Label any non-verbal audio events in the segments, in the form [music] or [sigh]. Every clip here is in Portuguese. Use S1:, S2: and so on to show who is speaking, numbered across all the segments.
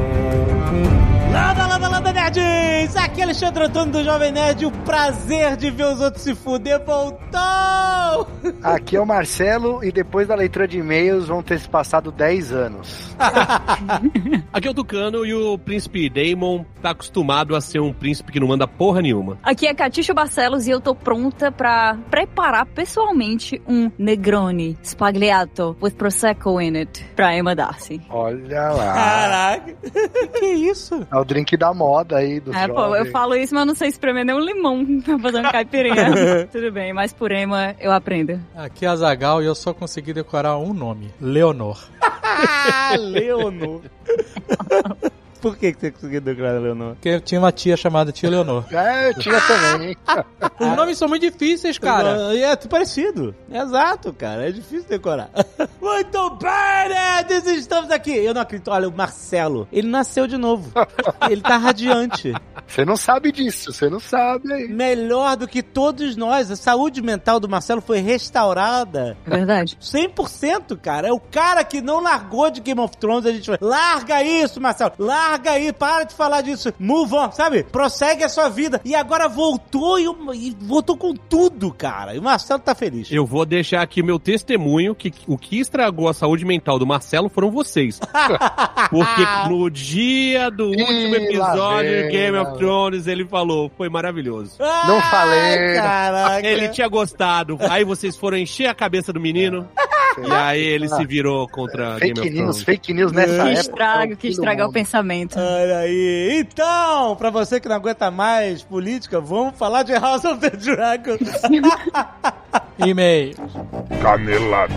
S1: Nerd.
S2: Lada, lada, lada, nerds! Aqui é Alexandre Antônio do Jovem Nerd. O prazer de ver os outros se fuder voltou!
S3: Aqui é o Marcelo e depois da leitura de e-mails vão ter se passado 10 anos.
S4: Aqui é o Tucano e o príncipe Damon tá acostumado a ser um príncipe que não manda porra nenhuma.
S5: Aqui é Catixa Barcelos e eu tô pronta pra preparar pessoalmente um Negroni Spagliato with Prosecco in it pra Emma Darcy.
S3: Olha lá.
S2: Caraca, que isso?
S3: É o drink da moda aí do
S5: É, pô, eu falo isso, mas eu não sei espremer nem um limão [laughs] pra fazer uma caipirinha. Tudo bem, mas por Emma eu aprendo.
S6: Aqui é a Zagal e eu só consegui decorar um nome: Leonor.
S2: Ah, Leonor. Por que, que você conseguiu decorar Leonor?
S6: Porque eu tinha uma tia chamada Tia Leonor.
S3: É, eu tinha também.
S6: Os nomes são muito difíceis, cara.
S2: Ah. É, é parecido. Exato, cara. É difícil [laughs] decorar. Muito bem, nerds! Estamos aqui. Eu não acredito. Olha, o Marcelo, ele nasceu de [laughs] novo. Ele tá radiante.
S3: Você não sabe disso, você não sabe aí.
S2: Melhor do que todos nós. A saúde mental do Marcelo foi restaurada.
S5: É verdade.
S2: 100%, cara. É o cara que não largou de Game of Thrones. A gente vai, larga isso, Marcelo. Larga aí. Para de falar disso. Move on, sabe? Prossegue a sua vida. E agora voltou e, e voltou com tudo, cara. E o Marcelo tá feliz.
S4: Eu vou deixar aqui meu testemunho que o que estragou a saúde mental do Marcelo foram vocês.
S3: [laughs]
S4: Porque no dia do último episódio de
S3: vem,
S4: Game
S3: lá
S4: of Thrones, ele falou, foi maravilhoso.
S3: Não falei.
S2: Ah, Caraca.
S3: É.
S4: Ele tinha gostado. Aí vocês foram encher a cabeça do menino. E aí ele se virou contra Game
S3: É. Fake
S4: of
S3: news,
S4: Thrones.
S3: fake news nessa
S5: Que
S3: época. é um
S5: estrago, que
S3: todo
S5: estragar o
S3: mundo.
S5: pensamento. Ah,
S2: Olha aí. Então, pra você que não aguenta mais política, vamos falar de House of the [laughs] Dragon.
S6: E-mail.
S1: Canelada.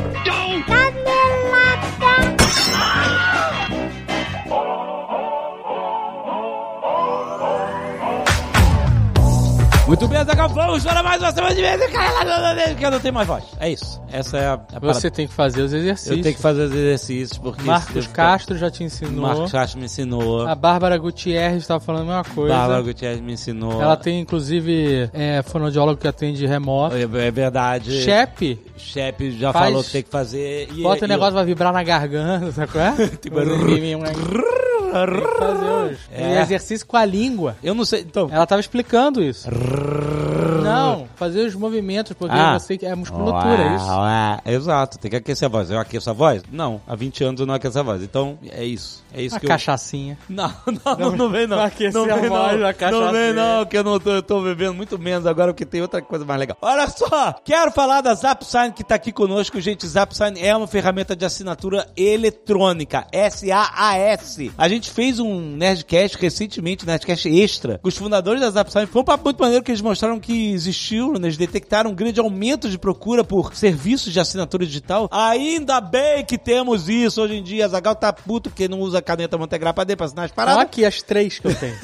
S2: Muito bem, Azaghal, vamos para mais uma semana de mesa. Caralho, porque eu não tenho mais voz. É isso. Essa é a, a
S6: [laughs] Você tem que fazer os exercícios.
S2: Eu tenho que fazer os exercícios, porque...
S6: Marcos Castro já te ensinou.
S2: Marcos Castro me ensinou.
S6: A Bárbara Gutierrez estava falando a mesma coisa.
S2: Bárbara Gutierrez me ensinou.
S6: Ela tem, inclusive, é, fonoaudiólogo que atende remoto.
S2: É verdade.
S6: Chepe,
S2: Chefe já
S6: Faz-
S2: falou que tem que fazer. E, é
S6: bota o
S2: e-
S6: negócio, vai vibrar na garganta, sabe qual é? [laughs] Tem que fazer hoje.
S2: É.
S6: E exercício com a língua.
S2: Eu não sei. Então.
S6: Ela é tava explicando isso. Não, fazer os movimentos, porque
S2: Ah.
S6: você é musculatura, é isso.
S2: Uá, uá. Exato, tem que aquecer a voz. Eu aqueço a voz? Não, há 20 anos eu não aqueço a voz. Então, é isso. É isso
S6: Uma
S2: que
S6: cachaçinha.
S2: eu. Não, [laughs] não, não, não vem não.
S6: Pra aquecer
S2: não
S6: a voz,
S2: não.
S6: a cachaça.
S2: Não vem não, que eu não tô, eu tô bebendo muito menos agora, porque tem outra coisa mais legal. Olha só, quero falar da Zapsign que tá aqui conosco, gente. Zapsign é uma ferramenta de assinatura eletrônica, S-A-A-S. A gente fez um Nerdcast recentemente, um Nerdcast Extra, com os fundadores da Zapsign. Foi um papo muito maneiro que eles mostraram que existiu, né? eles detectaram um grande aumento de procura por serviços de assinatura digital. Ainda bem que temos isso hoje em dia. Zagal tá puto porque não usa caneta Montegrappa AD pra assinar as
S6: Olha
S2: paradas.
S6: aqui as três que
S2: [laughs]
S6: eu tenho.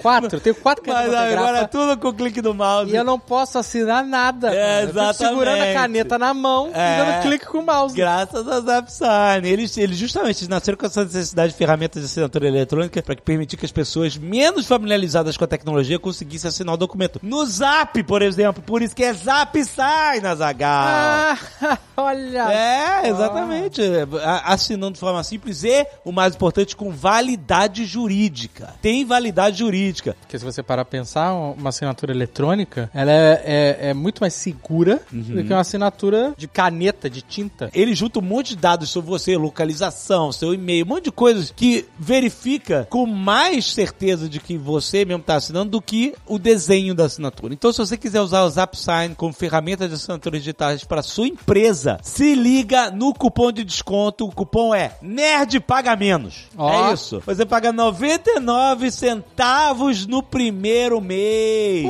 S6: quatro, eu tenho quatro
S2: Mas
S6: canetas
S2: agora é
S6: agora
S2: tudo com o clique do mouse.
S6: E eu não posso assinar nada.
S2: É,
S6: Eu fico segurando a
S2: exatamente.
S6: caneta na mão
S2: É.
S6: e dando clique com o mouse.
S2: Graças a Zapsign. Eles, eles justamente nasceram com essa necessidade de ferramentas de assinatura eletrônica para que permitir que as pessoas menos familiarizadas com a tecnologia conseguissem assinar o documento. No Zap, por exemplo. Por isso que é Zapsign, Azaghal.
S6: Ah, [laughs] olha.
S2: É, exatamente. A- Assinando de forma simples e, o mais importante, com validade jurídica. Tem validade jurídica.
S6: Porque se você parar pra pensar, uma assinatura eletrônica, ela é, é- é muito mais segura
S2: Uhum.
S6: do que uma assinatura de caneta, de tinta.
S2: Ele junta um monte de dados sobre você, localização, seu e-mail, um monte de coisas que verifica com mais certeza de que você mesmo está assinando do que o desenho da assinatura. Então, se você quiser usar o ZapSign como ferramenta de assinaturas digitais para sua empresa, se liga no cupom de desconto. O cupom é Nerd Paga Menos.
S6: Ó.
S2: É isso. Você paga 99 centavos no primeiro mês.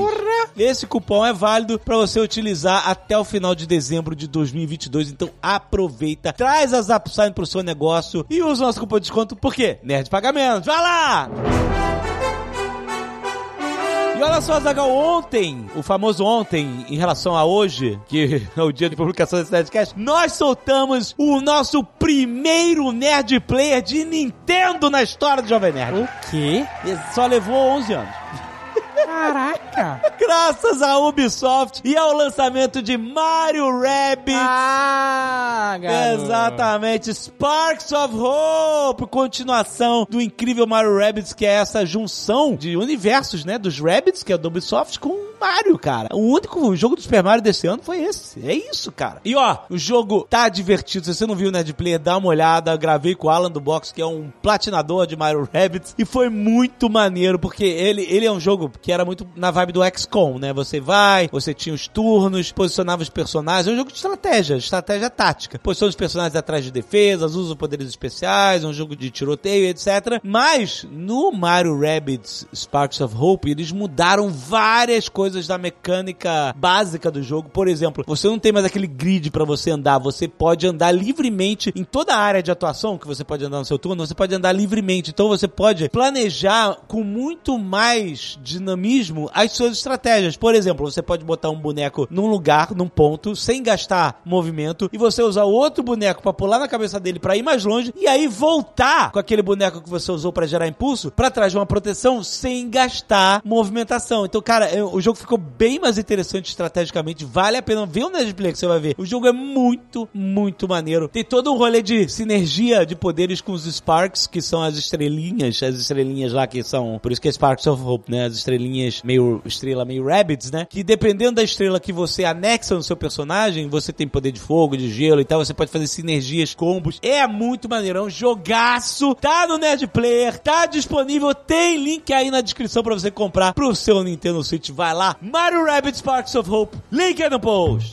S2: Esse cupom é válido para você utilizar até o final de dezembro de 2022. Então aproveita, traz a ZapSign pro seu negócio e usa o nosso cupom de desconto. Por quê? Nerd paga menos. Vai lá! E olha só, Zagal, ontem, o famoso ontem, em relação a hoje, que é o dia de publicação desse Nerdcast, nós soltamos o nosso primeiro Nerd Player de Nintendo na história do Jovem Nerd.
S6: O quê?
S2: Só levou 11 anos.
S6: Caraca!
S2: [laughs] Graças à Ubisoft e ao lançamento de Mario Rabbit.
S6: Ah, garoto.
S2: Exatamente, Sparks of Hope, continuação do incrível Mario Rabbids, que é essa junção de universos, né, dos Rabbids, que é do Ubisoft, com o Mario, cara. O único jogo do Super Mario desse ano foi esse. É isso, cara. E ó, o jogo tá divertido. Se você não viu o Nerd Player, dá uma olhada. Eu gravei com o Alan do Box, que é um platinador de Mario Rabbids, e foi muito maneiro, porque ele, ele é um jogo que era muito na vibe do XCOM, né? Você vai, você tinha os turnos, posicionava os personagens. É um jogo de estratégia, estratégia tática. Posiciona os personagens atrás de defesas, usa os poderes especiais, é um jogo de tiroteio, etc. Mas no Mario Rabbids Sparks of Hope, eles mudaram várias coisas da mecânica básica do jogo. Por exemplo, você não tem mais aquele grid pra você andar, você pode andar livremente em toda a área de atuação que você pode andar no seu turno, você pode andar livremente. Então você pode planejar com muito mais dinamismo as suas estratégias. Por exemplo, você pode botar um boneco num lugar, num ponto, sem gastar movimento, e você usar outro boneco pra pular na cabeça dele pra ir mais longe, e aí voltar com aquele boneco que você usou pra gerar impulso pra trás de uma proteção sem gastar movimentação. Então, cara, eu- o jogo ficou bem mais interessante estrategicamente. Vale a pena ver o Netflix, que você vai ver. O jogo é muito, muito maneiro. Tem todo um rolê de sinergia de poderes com os Sparks, que são as estrelinhas, as estrelinhas lá que são, por isso que é Sparks of Hope, né? As estrelinhas meio estrela, meio rabbits, né? Que dependendo da estrela que você anexa no seu personagem, você tem poder de fogo, de gelo e tal, você pode fazer sinergias, combos. É muito maneiro, é um jogaço. Tá no Nerd Player, tá disponível, tem link aí na descrição pra você comprar pro seu Nintendo Switch. Vai lá, Mario Rabbit Sparks of Hope, link aí no post.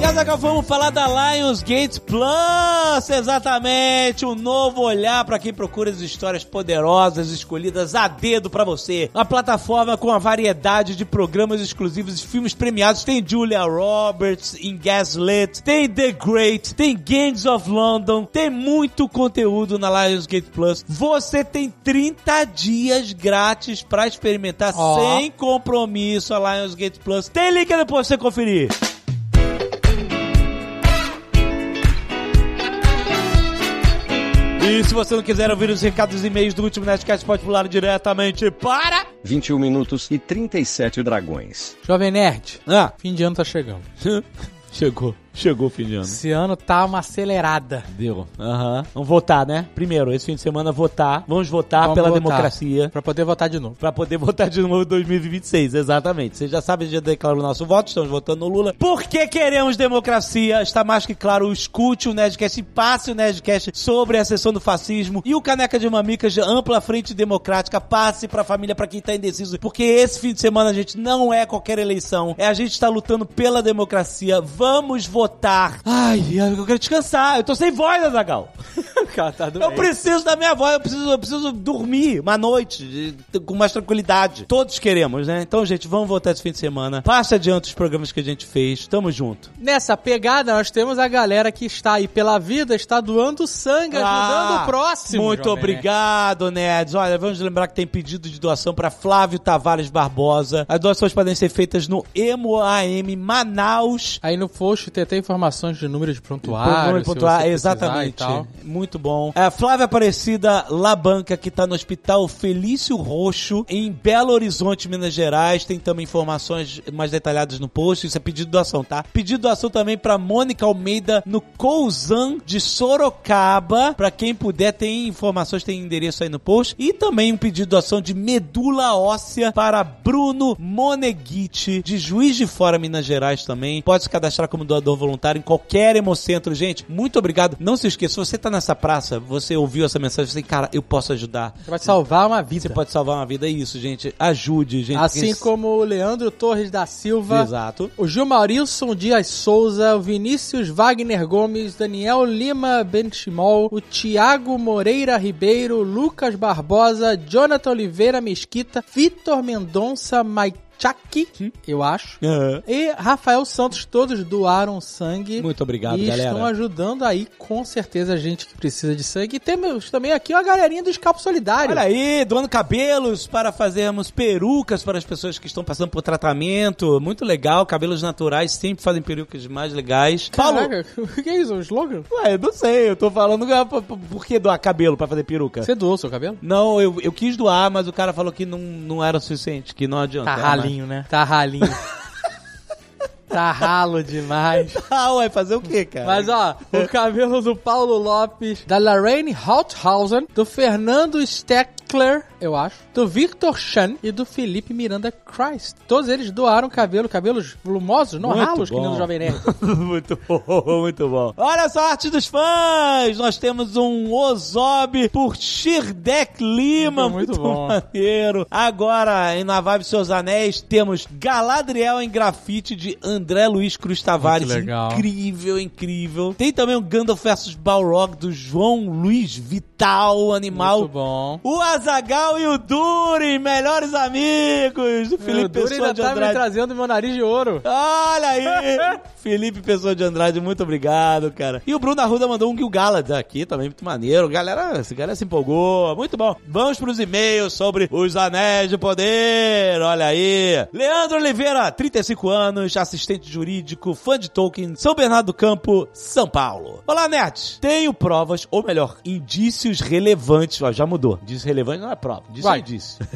S2: E agora vamos falar da Lionsgate Plus, exatamente, um novo olhar para quem procura as histórias poderosas escolhidas a dedo para você. Uma plataforma com uma variedade de programas exclusivos e filmes premiados. Tem Julia Roberts em Gaslit, tem The Great, tem Gangs of London, tem muito conteúdo na Lionsgate Plus. Você tem 30 dias grátis para experimentar
S6: Ó.
S2: sem compromisso a Lionsgate Plus. Tem link aí pra você conferir. E se você não quiser ouvir os recados e e-mails do último Nerdcast, pode pular diretamente para...
S7: 21 minutos e 37 dragões.
S6: Jovem Nerd,
S2: Ah, [laughs]
S6: fim de ano tá chegando.
S2: chegou. Chegou o fim de ano.
S6: Esse ano tá uma acelerada.
S2: Deu. Aham. Vamos votar, né? Primeiro, esse fim de semana, votar. Vamos votar Tá pela
S6: votar,
S2: democracia.
S6: Pra poder votar de novo.
S2: Pra poder [laughs] votar de novo em 2026, exatamente. Você já sabe, já declarou o nosso voto, estamos votando no Lula. Porque queremos democracia, está mais que claro, escute o Nerdcast, e passe o Nerdcast sobre a sessão do fascismo e o Caneca de Mamicas, ampla frente democrática, passe pra família, pra quem tá indeciso, porque esse fim de semana, gente, não é qualquer eleição, é a gente tá lutando pela democracia, vamos votar. Ai, eu quero descansar, eu tô sem voz, Azagal.
S6: Cara, tá
S2: Eu preciso da minha voz, eu preciso, eu preciso dormir uma noite de- de- com mais tranquilidade. Todos queremos, né? Então, gente, vamos voltar esse fim de semana. Passa adiante os programas que a gente fez. Tamo junto.
S6: Nessa pegada, nós temos a galera que está aí pela vida, está doando sangue, ajudando
S2: Ah,
S6: o próximo.
S2: Muito
S6: Jovem Nerd.
S2: obrigado, Nerds. Olha, vamos lembrar que tem pedido de doação para Flávio Tavares Barbosa. As doações podem ser feitas no EMOAM Manaus.
S6: Aí no post tem até informações de número de
S2: Programa
S6: prontuário.
S2: de
S6: se você
S2: pontuar,
S6: precisar e
S2: exatamente.
S6: tal.
S2: Muito bom. É, Flávia Aparecida Labanca, que tá no Hospital Felício Roxo, em Belo Horizonte, Minas Gerais. Tem também informações mais detalhadas no post. Isso é pedido de doação, tá? Pedido de doação também pra Mônica Almeida, no Couzan de Sorocaba. Pra quem puder, tem informações, tem endereço aí no post. E também um pedido de doação de medula óssea para Bruno Moneguite, de Juiz de Fora, Minas Gerais também. Pode se cadastrar como doador voluntário em qualquer Hemocentro. Gente, muito obrigado. Não se esqueça, se você tá nessa praça, você ouviu essa mensagem, você, assim, cara, eu posso ajudar.
S6: Você vai salvar uma vida.
S2: Você pode salvar uma vida, é isso, gente. Ajude, gente.
S6: Assim
S2: porque-
S6: como o Leandro Torres da Silva.
S2: Exato.
S6: O Gilmaurilson Dias Souza, o Vinícius Wagner Gomes, Daniel Lima Benchimol, o Tiago Moreira Ribeiro, Lucas Barbosa, Jonathan Oliveira Mesquita, Vitor Mendonça, Maicon Chucky, eu acho.
S2: Aham.
S6: E Rafael Santos, todos doaram sangue.
S2: Muito obrigado,
S6: e
S2: galera.
S6: estão ajudando aí, com certeza, a gente que precisa de sangue. E temos também aqui a galerinha do Escapo Solidário.
S2: Olha aí, doando cabelos para fazermos perucas para as pessoas que estão passando por tratamento. Muito legal, cabelos naturais sempre fazem perucas mais legais. Paulo,
S6: Caraca, [laughs] o que é isso? Um slogan?
S2: ué, eu não sei, eu tô falando ah, por- por por que doar cabelo para fazer peruca?
S6: Você doou seu cabelo?
S2: Não, eu, eu quis doar, mas o cara falou que não, não era o suficiente, que não adianta.
S6: Tá ralinho, né? Tá ralinho. [laughs] tá ralo demais.
S2: [laughs] Ah, ué, fazer o quê, cara?
S6: Mas ó, o cabelo do Paulo Lopes, da Lorraine Holthausen, do Fernando Steckler, eu acho, do Victor Chan e do Felipe Miranda Christ. Todos eles doaram cabelo, cabelos volumosos, não
S2: Muito
S6: ralos, que nem
S2: bom.
S6: do Jovem Nerd. [laughs]
S2: muito bom, [laughs] muito bom. Olha só, arte dos fãs! Nós temos um Ozob por Shirdek Lima.
S6: Muito bom.
S2: maneiro. Agora, em Na Vibe Seus Anéis, temos Galadriel em grafite de André Luiz Cruz Tavares.
S6: Muito legal.
S2: Incrível, incrível. Tem também o Gandalf vs Balrog do João Luiz Vital, animal.
S6: Muito bom.
S2: O Azagal e o Durin, melhores amigos do Felipe
S6: Meu, É, o Duro
S2: Pessoa
S6: ainda
S2: de
S6: tá me
S2: Andrade.
S6: trazendo meu nariz de ouro.
S2: Olha aí! Felipe Pessoa de Andrade, muito obrigado, cara. E o Bruno Arruda mandou um Gil Galad aqui também, muito maneiro. Galera, esse galera se empolgou. Muito bom. Vamos pros e-mails sobre os Anéis de Poder. Olha aí. Leandro Oliveira, 35 anos, assistente jurídico, fã de Tolkien, São Bernardo do Campo, São Paulo. Olá, nerds. Tenho provas, ou melhor, indícios relevantes. Ó, já mudou. Indício relevante não é prova. Indício é
S6: Vai.
S2: indício.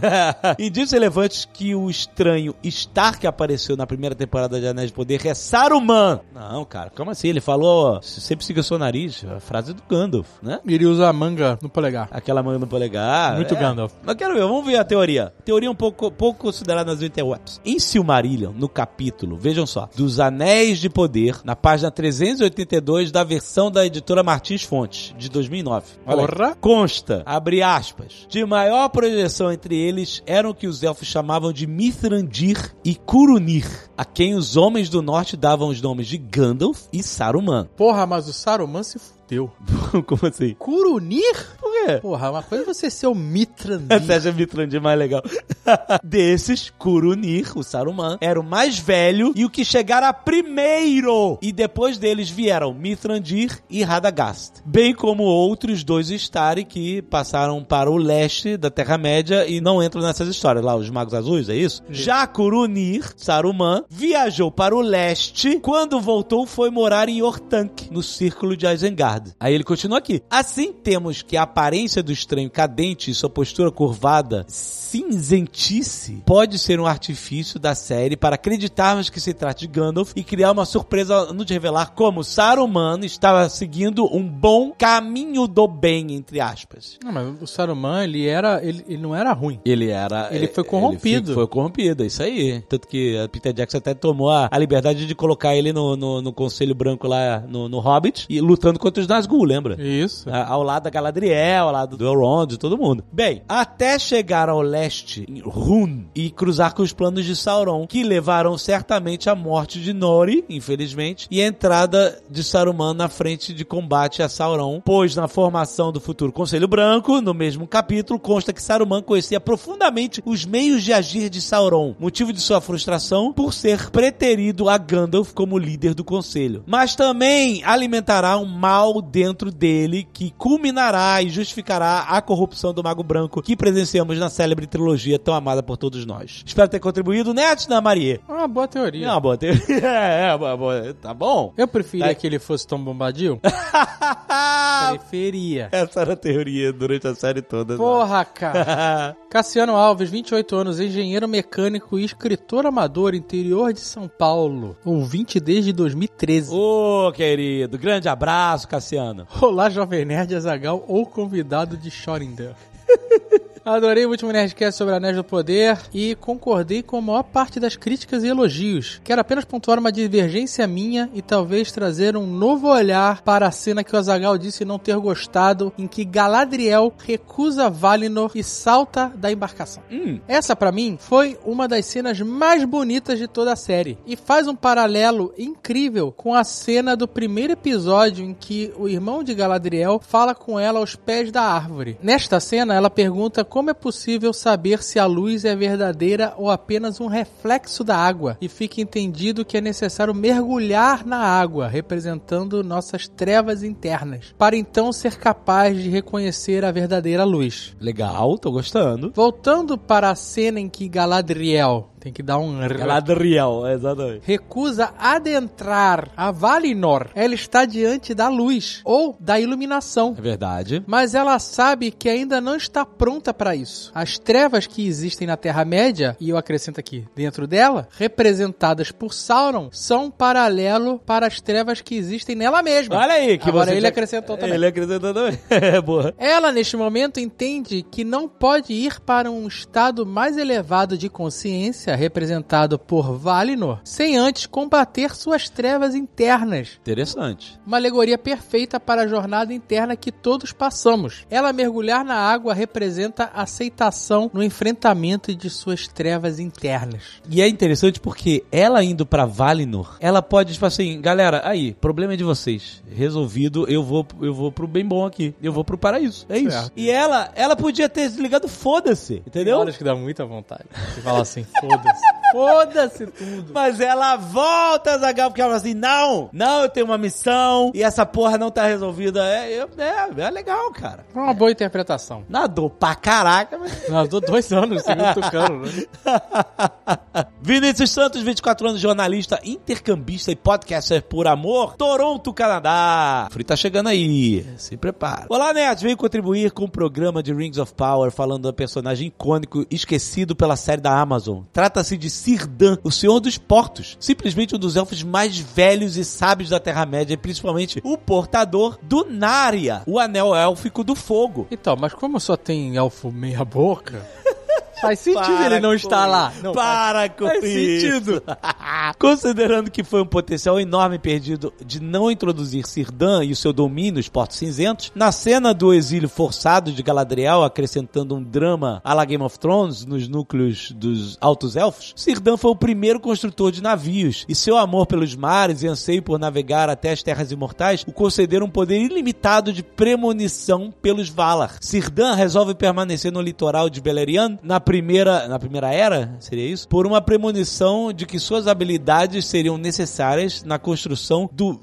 S2: [laughs] Indícios relevantes que o estranho Stark que apareceu na primeira temporada de Anéis de Poder é Saruman. Não, cara, como assim? Ele falou, se sempre siga o seu nariz, a frase do Gandalf, né?
S6: Ele usa a manga no polegar.
S2: Aquela manga no polegar.
S6: Muito
S2: é.
S6: Gandalf.
S2: Mas quero ver, vamos ver a teoria. Teoria um pouco, pouco considerada nas interwebs. Em Silmarillion, no capítulo, vejam só, dos Anéis de Poder, na página 382 da versão da editora Martins Fontes, de 2009. Olha aí.
S6: Porra.
S2: Consta, abre aspas, de maior projeção entre eles eram o que os elfos chamavam de Mithrandir e Curunir, a quem os homens do norte davam os nomes de Gandalf e Saruman.
S6: Porra, mas o Saruman se fudeu.
S2: [laughs] Como assim?
S6: Curunir?
S2: Por quê?
S6: Porra, uma coisa é você ser
S2: [laughs] Você
S6: o [laughs] Mitrandir.
S2: acha Mitrandir mais legal? [laughs] Desses, Kurunir, o Saruman, era o mais velho e o que chegara primeiro. E depois deles vieram Mithrandir e Radagast. Bem como outros dois Stari que passaram para o leste da Terra-média e não entram nessas histórias. Lá, os Magos Azuis, é isso? Já Kurunir, Saruman, viajou para o leste. Quando voltou, foi morar em Ortank, no círculo de Isengard. Aí ele continua aqui. Assim temos que a aparência do estranho cadente e sua postura curvada cinzentice pode ser um artifício da série para acreditarmos que se trata de Gandalf e criar uma surpresa ao nos revelar como Saruman estava seguindo um bom caminho do bem, entre aspas.
S6: Não, mas o Saruman, ele era. Ele, ele não era ruim.
S2: Ele era.
S6: Ele foi corrompido.
S2: fi- foi corrompido, é isso aí. Tanto que a Peter Jackson até tomou a, a liberdade de colocar ele no, no, no Conselho Branco lá no, no Hobbit e lutando contra os Nazgûl, lembra?
S6: Isso.
S2: A- Ao lado da Galadriel, ao lado do Elrond, de todo mundo. Bem, até chegar ao leste, em Run, e cruzar com os planos de Sauron, que levaram certamente à morte de Nori, infelizmente, e a entrada de Saruman na frente de combate a Sauron, pois na formação do futuro Conselho Branco, no mesmo capítulo, consta que Saruman conhecia profundamente os meios de agir de Sauron, motivo de sua frustração por ser preterido a Gandalf como líder do conselho. Mas também alimentará um mal dentro dele que culminará e justificará a corrupção do Mago Branco que presenciamos na célebre trilogia tão amada por todos nós. Espero ter contribuído, Net da Marie.
S6: É uma boa teoria.
S2: Não, boa teoria. [laughs] É, é, boa, boa. Tá bom?
S6: Eu preferia
S2: Tá.
S6: que ele fosse Tom Bombadil. Preferia.
S2: Essa era a teoria durante a série toda. né?
S6: Porra, cara. Cassiano Alves, 28 anos, engenheiro mecânico e escritor amador, interior de São Paulo. Ouvinte desde 2013.
S2: Ô, querido, grande abraço, Cassiano.
S6: Olá, Jovem Nerd Azagal ou convidado de Schrödinger. [laughs] Adorei o último Nerdcast sobre Anéis do Poder e concordei com a maior parte das críticas e elogios. Quero apenas pontuar uma divergência minha e talvez trazer um novo olhar para a cena que o Azagal disse não ter gostado, em que Galadriel recusa Valinor e salta da embarcação. Essa, pra mim, foi uma das cenas mais bonitas de toda a série. E faz um paralelo incrível com a cena do primeiro episódio em que o irmão de Galadriel fala com ela aos pés da árvore. Nesta cena, ela pergunta como Como é possível saber se a luz é verdadeira ou apenas um reflexo da água? E fica entendido que é necessário mergulhar na água, representando nossas trevas internas, para então ser capaz de reconhecer a verdadeira luz.
S2: Legal, tô gostando.
S6: Voltando para a cena em que Galadriel tem que dar um r-
S2: Galadriel, exatamente.
S6: recusa adentrar a Valinor. Ela está diante da luz ou da iluminação.
S2: É verdade.
S6: Mas ela sabe que ainda não está pronta para isso. As trevas que existem na Terra-média, e eu acrescento aqui, dentro dela, representadas por Sauron, são paralelo para as trevas que existem nela mesma.
S2: Olha aí que
S6: Agora
S2: você
S6: ele
S2: já-
S6: acrescentou também.
S2: Ele acrescentou também. [laughs] É, boa.
S6: Ela, neste momento, entende que não pode ir para um estado mais elevado de consciência, representado por Valinor, sem antes combater suas trevas internas,
S2: Interessante.
S6: uma alegoria perfeita para a jornada interna que todos passamos. Ela mergulhar na água representa aceitação no enfrentamento de suas trevas internas.
S2: E é interessante porque ela indo pra Valinor, ela pode, tipo assim, galera, aí, problema é de vocês. Resolvido, eu vou, eu vou pro bem bom aqui. Eu vou pro paraíso. É isso.
S6: Certo.
S2: E ela, ela podia ter desligado, foda-se, entendeu?
S6: que dá muita vontade. Você fala assim, foda-se. Foda-se [laughs] tudo.
S2: Mas ela volta, Zagal, porque ela fala assim: não, não, eu tenho uma missão e essa porra não tá resolvida. É, eu- é, é legal, cara.
S6: Foi uma boa interpretação.
S2: Nadou pra caraca, mas.
S6: Nós dou dois anos, você viu tocando, né?
S2: [laughs] Vinícius Santos, 24 anos, jornalista, intercambista e podcaster por amor, Toronto, Canadá. O Frio tá chegando aí, se prepara. Olá, nerds, veio contribuir com o programa de Rings of Power, falando do personagem icônico esquecido pela série da Amazon. Trata-se de Cirdan, o Senhor dos Portos, simplesmente um dos elfos mais velhos e sábios da Terra-média, e principalmente o portador do Narya, o anel élfico do fogo.
S6: Então, mas como só tem elfo meia [laughs] boca, faz sentido ele não
S2: com
S6: estar
S2: isso.
S6: lá. Não,
S2: Para com
S6: faz
S2: isso.
S6: [laughs] sentido.
S2: Considerando que foi um potencial enorme perdido de não introduzir Cirdan e o seu domínio, os Portos Cinzentos, na cena do exílio forçado de Galadriel, acrescentando um drama à la Game of Thrones nos núcleos dos Altos Elfos, Cirdan foi o primeiro construtor de navios, e seu amor pelos mares e anseio por navegar até as terras imortais o concederam um poder ilimitado de premonição pelos Valar. Cirdan resolve permanecer no litoral de Beleriand na primeira, na primeira era, seria isso? Por uma premonição de que suas habilidades seriam necessárias na construção do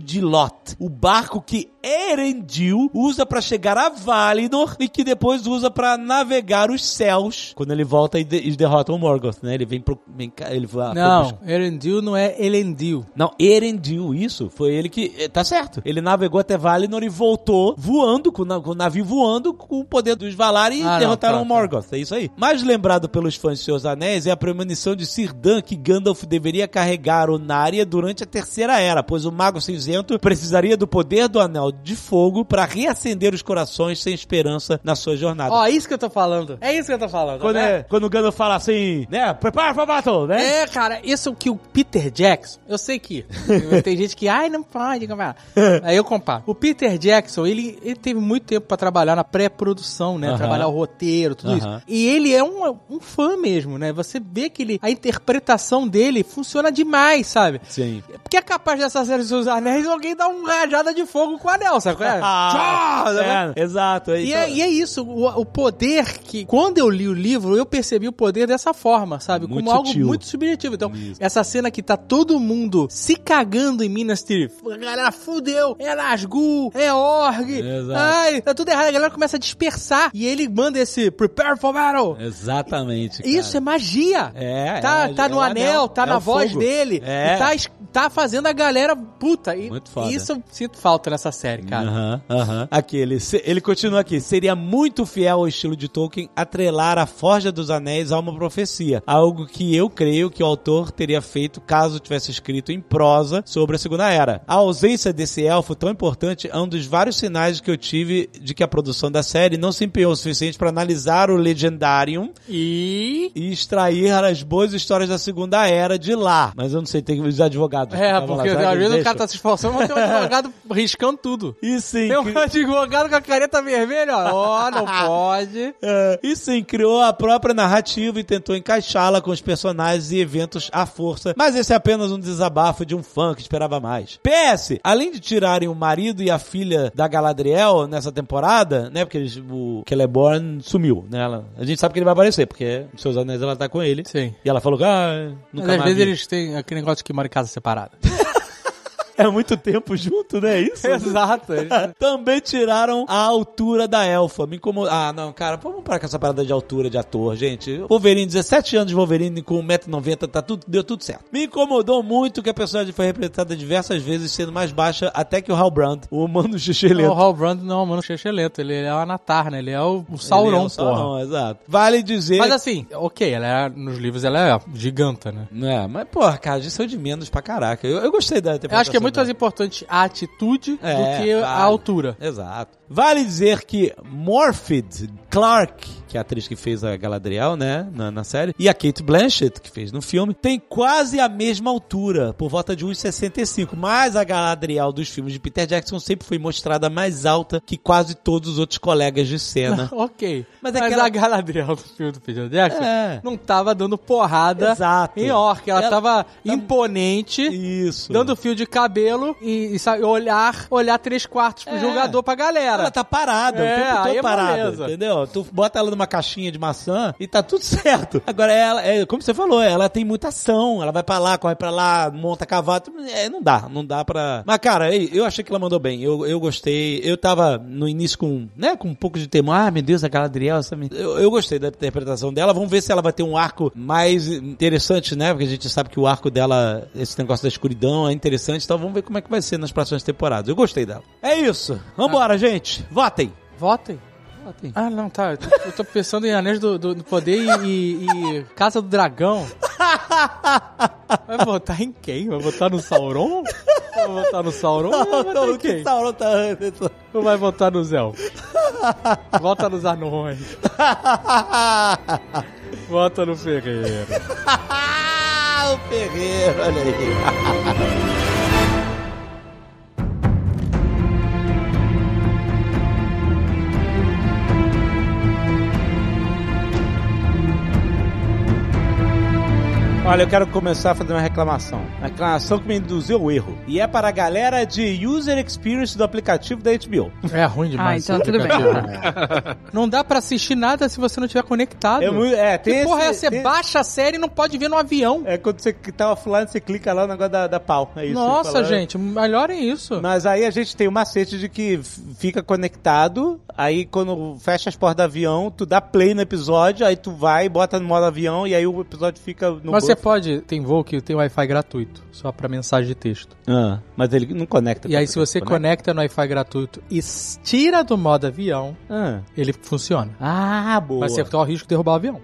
S2: Vindilot, o barco que Erendil usa para chegar a Valinor e que depois usa para navegar os céus quando ele volta e, de- e derrota o Morgoth, né? Ele vem pro vem cá- ele vai
S6: Não, Erendil não é Elendil.
S2: não, Erendil, isso. Foi ele que. eh, Tá certo. Ele navegou até Valinor e voltou voando, com o na- com o navio voando, com o poder dos Valar e
S6: Ah, não,
S2: derrotaram
S6: tá,
S2: o Morgoth. É isso aí. Mais lembrado pelos fãs de Seus Anéis é a premonição de Cirdan que Gandalf deveria carregar o Narya durante a Terceira Era, pois o Mago Cinzento precisaria do poder do Anel de Fogo para reacender os corações sem esperança na sua jornada.
S6: Ó, isso que eu tô falando. É isso que eu tô falando.
S2: quando,
S6: né?
S2: é- quando o Gandalf fala assim, né? Prepara pra battle, né?
S6: É, cara, isso que o Peter Jackson, eu sei que [laughs] tem gente que, ai, não pode [laughs] comparar. Aí eu comparo. O Peter Jackson, ele, ele teve muito tempo pra trabalhar na pré-produção, né?
S2: Aham.
S6: Trabalhar o roteiro, tudo
S2: Aham.
S6: isso. E ele é um, um fã mesmo, né? Você vê que ele, a interpretação dele funciona demais, sabe?
S2: Sim.
S6: Porque é capaz dessa série dos anéis alguém dar uma rajada de fogo com o anel, sabe?
S2: [laughs]
S6: qual é? Tchau! né?
S2: Ah, é, exato. é
S6: E
S2: isso.
S6: é, e é isso, o, o poder que. Quando eu li o livro, eu percebi o poder dessa forma, sabe?
S2: Muito
S6: Como
S2: sutil.
S6: algo muito subjetivo. Então, essa cena que tá todo mundo se cagando em Minas Tirith. A galera fudeu, é Nazgûl, é Org.
S2: Exato.
S6: Ai, tá tudo errado. A galera começa a dispersar. E ele manda esse Prepare for Battle.
S2: Exatamente. cara.
S6: Isso é magia.
S2: É,
S6: Tá,
S2: é,
S6: tá
S2: é
S6: no
S2: o
S6: anel,
S2: anel,
S6: tá
S2: é
S6: na
S2: o
S6: voz
S2: fogo.
S6: dele.
S2: É.
S6: E tá, es- tá fazendo a galera puta. E,
S2: Muito foda.
S6: e isso eu sinto falta nessa série, cara.
S2: Aham, aham. Uhum, Aqui, ele, se- ele continua aqui. Seria muito fiel ao estilo de Tolkien atrelar a Forja dos Anéis a uma profecia. Algo que eu creio que o autor teria feito caso tivesse escrito em prosa sobre a Segunda Era. A ausência desse elfo tão importante é um dos vários sinais que eu tive de que a produção da série não se empenhou o suficiente para analisar o Legendarium
S6: E
S2: e extrair as boas histórias da Segunda Era de lá. Mas eu não sei, tem que os advogados advogados.
S6: É,
S2: Tava lá,
S6: porque
S2: sabe,
S6: às vezes o
S2: deixa.
S6: cara tá se esforçando, mas tem
S2: [laughs]
S6: um advogado riscando tudo.
S2: E sim,
S6: Tem um
S2: cri-
S6: advogado com a careta
S2: [laughs]
S6: vermelha, ó. Ó, não pode.
S2: é, e sim, criou a própria narrativa e tentou encaixá-la com os personagens e eventos à força. Mas esse é apenas um desabafo de um fã que esperava mais. PS, além de tirarem o marido e a filha da Galadriel nessa temporada, né? Porque eles, o Celeborn sumiu, né? Ela- a gente sabe que ele vai aparecer, porque nos seus anéis ela tá com ele.
S6: Sim.
S2: E ela falou que, ah, nunca
S6: Mas às
S2: mais
S6: vezes
S2: vi.
S6: eles têm aquele negócio que mora em casa
S2: [laughs]
S6: separada.
S2: É muito tempo junto, né?
S6: [laughs]
S2: Isso?
S6: É Exato.
S2: é. Também tiraram a altura da elfa. Me incomodou. Ah, não, cara, vamos parar com essa parada de altura de ator, gente. Wolverine, 17 anos de Wolverine com 1,90m, tá tudo, deu tudo certo. Me incomodou muito que a personagem foi representada diversas vezes, sendo mais baixa até que o Halbrand, o humano
S6: É O
S2: xixelento.
S6: Hal Brand não, mano, é lento. Ele é o Anatar, né? Ele é o, o Sauron, porra.
S2: exato. Vale dizer.
S6: Mas assim, ok, ela é, nos livros ela é giganta, né?
S2: É, mas porra, cara, isso é de menos pra caraca. Eu, eu gostei da
S6: Eu acho que é muito
S2: dela.
S6: mais importante a atitude
S2: É,
S6: do que a
S2: vale.
S6: altura. [laughs]
S2: Exato. Vale dizer que Morphid Clark, que é a atriz que fez a Galadriel, né, na, na série, e a Kate Blanchett, que fez no filme, tem quase a mesma altura, por volta de 1,65. Mas a Galadriel dos filmes de Peter Jackson sempre foi mostrada mais alta que quase todos os outros colegas de cena.
S6: Ok.
S2: Mas
S6: Mas,
S2: é que ela-
S6: a Galadriel do filme do Peter Jackson
S2: É.
S6: não tava dando
S2: [laughs]
S6: porrada
S2: Exato.
S6: em orc. Ela,
S2: Ela
S6: tava imponente,
S2: Isso.
S6: dando fio de cabelo e, e sabe, olhar, olhar três quartos pro
S2: É.
S6: jogador pra galera.
S2: Ela tá parada,
S6: É,
S2: o tempo todo
S6: aí é
S2: parada,
S6: moleza.
S2: entendeu? Tu bota ela numa caixinha de maçã e tá tudo [laughs] certo. Agora, ela, é, como você falou, ela tem muita ação, ela vai pra lá, corre pra lá, monta cavalo, é, não dá, não dá pra... Mas, cara, ei, eu achei que ela mandou bem, eu, eu gostei, eu tava no início com, né, com um pouco de temor, ah, meu Deus, a Galadriel, essa menina. Eu, eu gostei da interpretação dela, vamos ver se ela vai ter um arco mais interessante, né, porque a gente sabe que o arco dela, esse negócio da escuridão é interessante, então vamos ver como é que vai ser nas próximas temporadas, eu gostei dela. É isso, vambora, gente, votem!
S6: Votem.
S2: Votem.
S6: Ah, não, tá. Eu tô- Eu tô pensando em Anéis do, do- do Poder e, e- e Casa do
S2: [laughs]
S6: Dragão. Vai votar em quem? Vai votar no Sauron? Vai votar no Sauron? Vai votar
S2: Não,
S6: em
S2: [laughs] o que
S6: quem?
S2: Sauron tá...
S6: Ou vai votar no Zéu? Vota nos
S2: [laughs]
S6: anões. Vota no ferreiro.
S2: o Ferreiro, olha aí. Olha, eu quero começar fazendo uma reclamação. Uma reclamação que me induziu ao erro. E é para a galera de User Experience do aplicativo da HBO.
S6: É ruim
S5: demais Ah, então esse tudo bem.
S6: Não dá pra assistir nada se você não tiver conectado.
S2: É muito- é, tem
S6: que
S2: esse-
S6: porra é essa? Você
S2: tem-
S6: baixa a série e não pode ver no avião.
S2: É quando você tá offline, você clica lá no negócio da, da pau. É isso que eu
S6: Nossa,
S2: falava.
S6: gente, melhorem isso.
S2: Mas aí a gente tem o macete de que f- fica conectado, aí quando fecha as portas do avião, tu dá play no episódio, aí tu vai, bota no modo avião, e aí o episódio fica no
S6: Mas você
S2: buff.
S6: pode, tem voo que tem Wi-Fi gratuito, só pra mensagem de texto.
S2: Ah, mas ele não conecta.
S6: E aí, se você
S2: né?
S6: conecta no Wi-Fi gratuito e s- tira do modo avião,
S2: Ah,
S6: ele funciona.
S2: ah boa.
S6: Mas você corre o risco de derrubar o avião.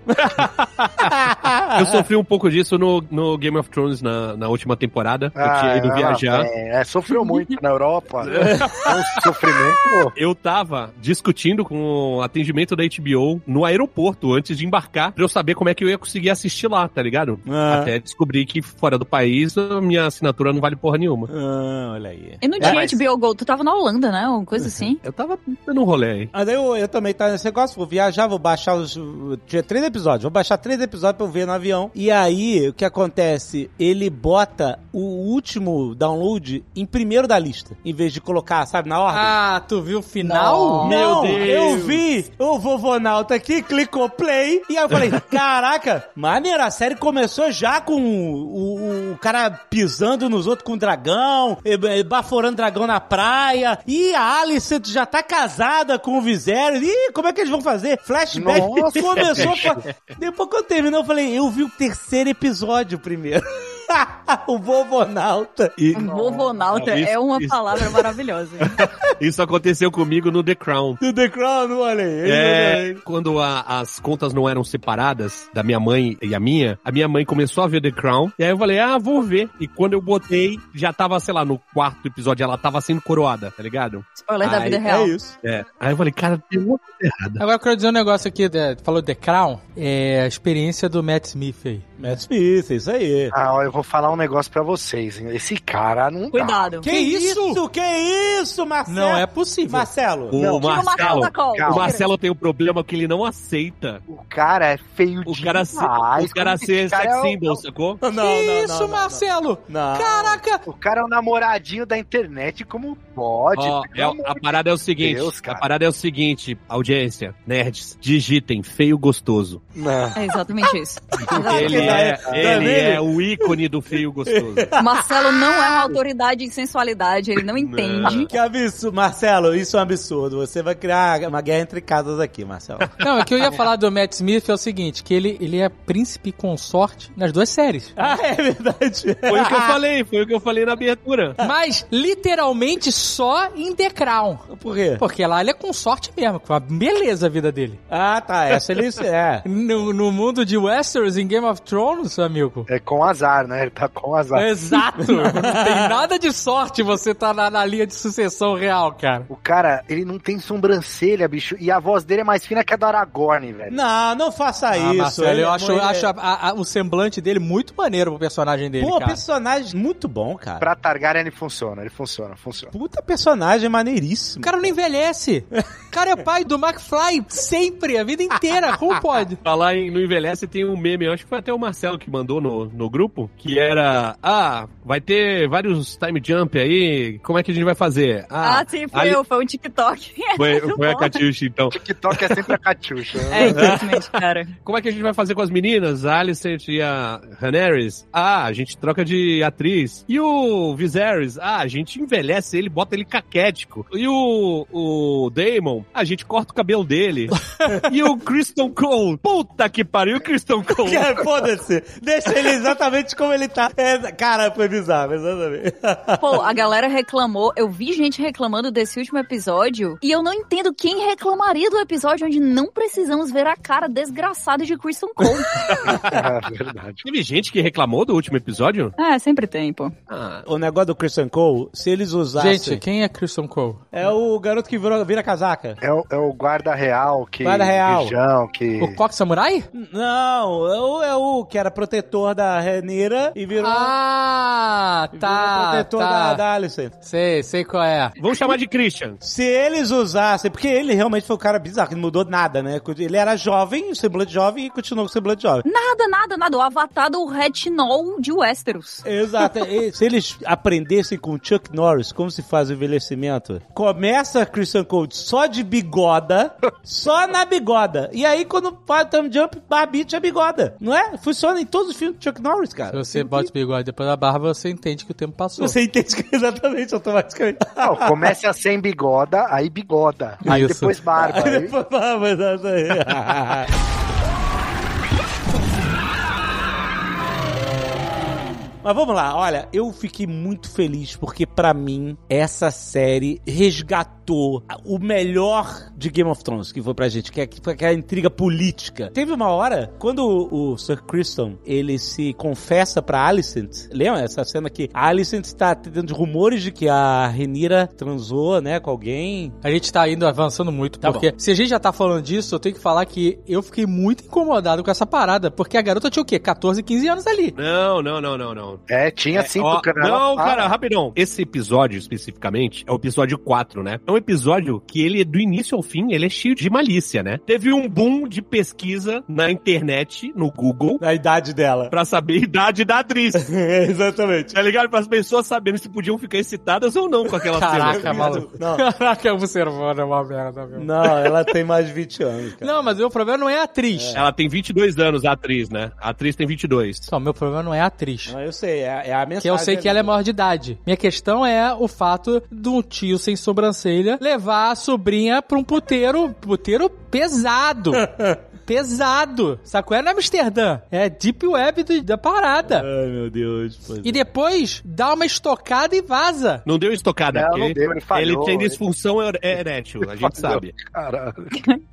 S4: Eu sofri um pouco disso no, no Game of Thrones na, na última temporada. eu tinha ido
S3: ela,
S4: viajar.
S3: É, é, sofreu muito na Europa. Um sofrimento.
S4: Eu tava discutindo com o atendimento da HBO no aeroporto antes de embarcar pra eu saber como é que eu ia conseguir assistir lá, tá ligado?
S2: Ah.
S4: Até descobrir que fora do país a minha assinatura não vale porra nenhuma.
S2: Ah, olha aí.
S5: Eu não tinha HBO Go, tu tava na Holanda, né? Uma coisa assim.
S4: Eu tava dando um rolê aí.
S2: Mas aí eu, eu também tava nesse negócio, vou viajar, vou baixar os. o- Tinha três episódios, vou baixar três episódios pra eu ver no avião. E aí, o que acontece? Ele bota o último download em primeiro da lista, em vez de colocar, sabe, na ordem.
S6: Ah, tu viu o
S5: final?
S2: Meu
S6: Meu
S2: Deus. eu
S6: Deus.
S2: vi o vovonauta aqui, clicou play, e aí eu
S6: [laughs]
S2: falei, caraca, maneira, a série começou já com o, o- o cara pisando nos outros com dragão, e- e baforando dragão na praia, e a Alice já tá casada com o Viserys, e como é que eles vão fazer? Flashback
S3: Nossa,
S2: começou com... Depois quando terminou, eu falei, eu vi o terceiro episódio primeiro. [laughs] o vovonauta. E...
S5: Vovonauta
S4: Não, isso-
S5: é uma
S4: isso.
S5: palavra maravilhosa.
S4: Isso aconteceu comigo no The Crown.
S2: Do The Crown, olha aí.
S4: É, quando a- as contas não eram separadas da minha mãe e a minha, a minha mãe começou a ver The Crown, e aí eu falei, ah, vou ver. E quando eu botei, já tava, sei lá, no quarto episódio, ela tava sendo coroada, tá ligado?
S5: Spoiler da
S4: Ai,
S5: vida
S4: é
S5: real.
S2: isso.
S4: É. Aí eu falei, cara, tem uma coisa errada.
S6: Agora eu quero dizer um negócio aqui, né, tu falou The Crown, é a experiência do Matt Smith aí.
S2: Matt Smith, é isso aí.
S3: Ah, ó, eu vou falar um negócio pra vocês. hein? Esse cara não dá.
S5: Cuidado.
S2: Que,
S6: isso?
S2: isso? Que isso, Marcelo?
S6: Não é possível.
S2: Marcelo.
S4: O
S5: Tira o Marcelo da cola.
S4: O
S3: Calma.
S4: Marcelo tem um problema que ele não aceita
S3: O cara é feio
S4: o
S3: demais.
S4: cara, se, o cara
S3: Como
S4: ser
S3: esse cara
S4: sex
S3: é o-
S4: symbol, sacou?
S2: Não,
S6: que isso, Marcelo?
S2: Não.
S6: Caraca!
S3: O cara é o namoradinho da internet, como pode?
S4: Ó,
S3: Pelo
S4: é-
S3: amor
S4: a
S3: de
S4: parada é o seguinte,
S3: Deus,
S4: a
S3: cara.
S4: parada é o seguinte, audiência, nerds, digitem feio gostoso.
S3: Não.
S5: É exatamente isso.
S4: Ele
S2: que
S4: [laughs] é,
S2: dá-
S4: ele
S2: dá
S4: é
S2: nele.
S4: o ícone do feio
S5: [laughs]
S4: gostoso.
S5: Marcelo não é uma autoridade em sensualidade, ele não
S4: Né?
S5: entende.
S2: Que absurdo, Marcelo, isso é um absurdo. Você vai criar uma guerra entre casas aqui, Marcelo. [laughs]
S6: Não, o que eu ia falar do Matt Smith é o seguinte, que ele, ele é príncipe consorte nas duas séries.
S2: ah, é verdade.
S4: Foi o que eu falei, foi o que eu falei na abertura.
S6: Mas literalmente só em The Crown.
S2: Por quê?
S6: Porque lá ele é consorte mesmo, com a beleza a vida dele.
S2: Ah, tá, essa ele é.
S6: No, no mundo de Westeros, em Game of Thrones, amigo.
S3: É com azar, né? Ele tá com azar.
S4: É.
S6: [laughs] Exato! Não tem nada de sorte você tá na, na linha de sucessão real, cara.
S3: O cara, ele não tem sobrancelha, bicho. E a voz dele é mais fina que a do Aragorn, velho.
S2: Não, não faça
S6: Ah,
S2: isso.
S6: Marcelo,
S2: Ele
S6: eu
S2: é
S6: acho,
S2: mo-
S6: eu
S2: ele é-
S6: acho a- a- o semblante dele muito maneiro pro personagem dele,
S2: Pô,
S6: cara.
S2: personagem muito bom, cara.
S3: Pra Targaryen ele funciona, ele funciona, funciona.
S2: Puta personagem
S6: O
S2: maneiríssimo.
S6: cara não envelhece. O cara é pai do McFly sempre, a vida inteira. [laughs] Como pode?
S4: Falar em Não Envelhece tem um meme, eu acho que foi até o Marcelo que mandou no, no grupo, que era, ah, vai ter vários time jump aí, como é que a gente vai fazer?
S5: Ah, [laughs] sim, foi
S4: ali-
S5: eu, foi um TikTok. [laughs]
S4: Foi, foi a
S5: bom.
S4: Catiuxa, então.
S3: TikTok é sempre a Catiuxa.
S4: [laughs]
S3: né?
S5: É, infelizmente, cara.
S4: Como é que a gente vai fazer com as meninas, a Alicent e a Rhaenyra? Ah, a gente troca de atriz. E o Viserys? Ah, a gente envelhece ele, bota ele caquético. E o, o Daemon? A gente corta o cabelo dele. e o Kristen Cole? Puta que pariu, Kristen Cole.
S2: É, Foda-se. Deixa ele exatamente como ele tá. É, cara, foi bizarro, exatamente.
S5: Pô, a galera reclamou, eu vi gente reclamando desse último episódio, e eu não entendo quem reclamaria do episódio onde não precisamos ver a cara desgraçada de Christian Cole.
S3: É verdade.
S4: Teve gente que reclamou do último episódio?
S5: é, sempre tem, pô.
S4: Ah,
S2: O negócio do Christian Cole, se eles usassem...
S6: Gente, quem é Christian Cole?
S2: É o garoto que virou, vira casaca.
S3: É o, é o guarda real que.
S2: Guarda real.
S3: Bichão, que.
S6: O Cox Samurai?
S2: Não, é o, é o que era protetor da Renira e virou...
S6: Ah,
S2: e virou
S6: tá,
S2: protetor
S6: tá.
S2: da, da Alicent.
S6: Sei, sei qual é.
S4: vamos chamar de Christian.
S2: Se eles usassem, porque ele realmente foi um cara bizarro, que não mudou nada, né? Ele era jovem, semblante jovem, e continuou com semblante jovem.
S5: Nada, nada, nada. O avatar do retinol de Westeros.
S2: Exato. E se eles aprendessem com o Chuck Norris como se faz o envelhecimento, começa Christian Cole só de bigoda, só na bigoda. E aí, quando faz Thumb Jump, babite a bigoda. Não é? Funciona em todos os filmes do Chuck Norris,
S6: Se
S2: cara.
S6: você bota o bigode depois da barba, você entende que o tempo passou.
S2: Você entende [laughs] que- exatamente, automaticamente.
S3: Não, comece a sem bigoda, aí
S4: [laughs]
S3: bigoda. Aí
S6: Isso.
S3: depois barba.
S2: Aí
S3: Aí...
S2: depois, ah, mas essa aí. [laughs] Mas vamos lá, olha, eu fiquei muito feliz porque pra mim essa série resgatou a- o melhor de Game of Thrones que foi pra gente, que é, que foi aquela intriga política. Teve uma hora quando o, o Sir Criston, ele se confessa pra Alicent, lembra essa cena que a Alicent tá tendo rumores de que a Renira transou, né, com alguém.
S6: A gente tá indo avançando muito,
S2: Tá
S6: porque se a gente já tá falando disso, eu tenho que falar que eu fiquei muito incomodado com essa parada, porque a garota tinha o quê? 14, 15 anos ali.
S4: Não, não, não, não, não.
S3: É, tinha
S4: É,
S3: cinco
S4: ó,
S3: cara.
S4: Não,
S3: Ah,
S4: cara, rapidão. Esse episódio, especificamente, é o episódio 4, né? É um episódio que ele, do início ao fim, ele é cheio de malícia, né? Teve um boom de pesquisa na internet, no Google,
S2: Na idade dela.
S4: pra saber a idade da atriz. [laughs]
S2: É, [laughs] Exatamente.
S4: Tá ligado? Para as pessoas saberem se podiam ficar excitadas ou não com aquela
S6: Caraca,
S4: cena. tá
S6: maluco.
S2: Não.
S6: Caraca, o ser humano é uma merda, meu.
S2: Não, ela tem mais de 20 anos, cara.
S6: Não, mas o problema não é a atriz.
S4: Ela tem 22 anos, a atriz, né? A atriz tem 22.
S6: Só, meu problema não é a atriz.
S2: Não, eu sei, é, é a mensagem.
S6: Que eu sei que ela é maior de idade. Minha questão é o fato de um tio sem sobrancelha levar a sobrinha pra um puteiro, puteiro
S2: [laughs]
S6: pesado. pesado. Sacou? É na Amsterdã. É deep web do- da parada.
S2: Ai, meu Deus. pois
S6: E
S2: é.
S6: depois dá uma estocada e vaza.
S4: Não deu estocada.
S3: Não, não
S4: ele,
S3: deu, ele falhou,
S4: ele tem
S3: ele-
S4: disfunção er- erétil, a gente
S3: Falhou.
S4: sabe.
S3: cara.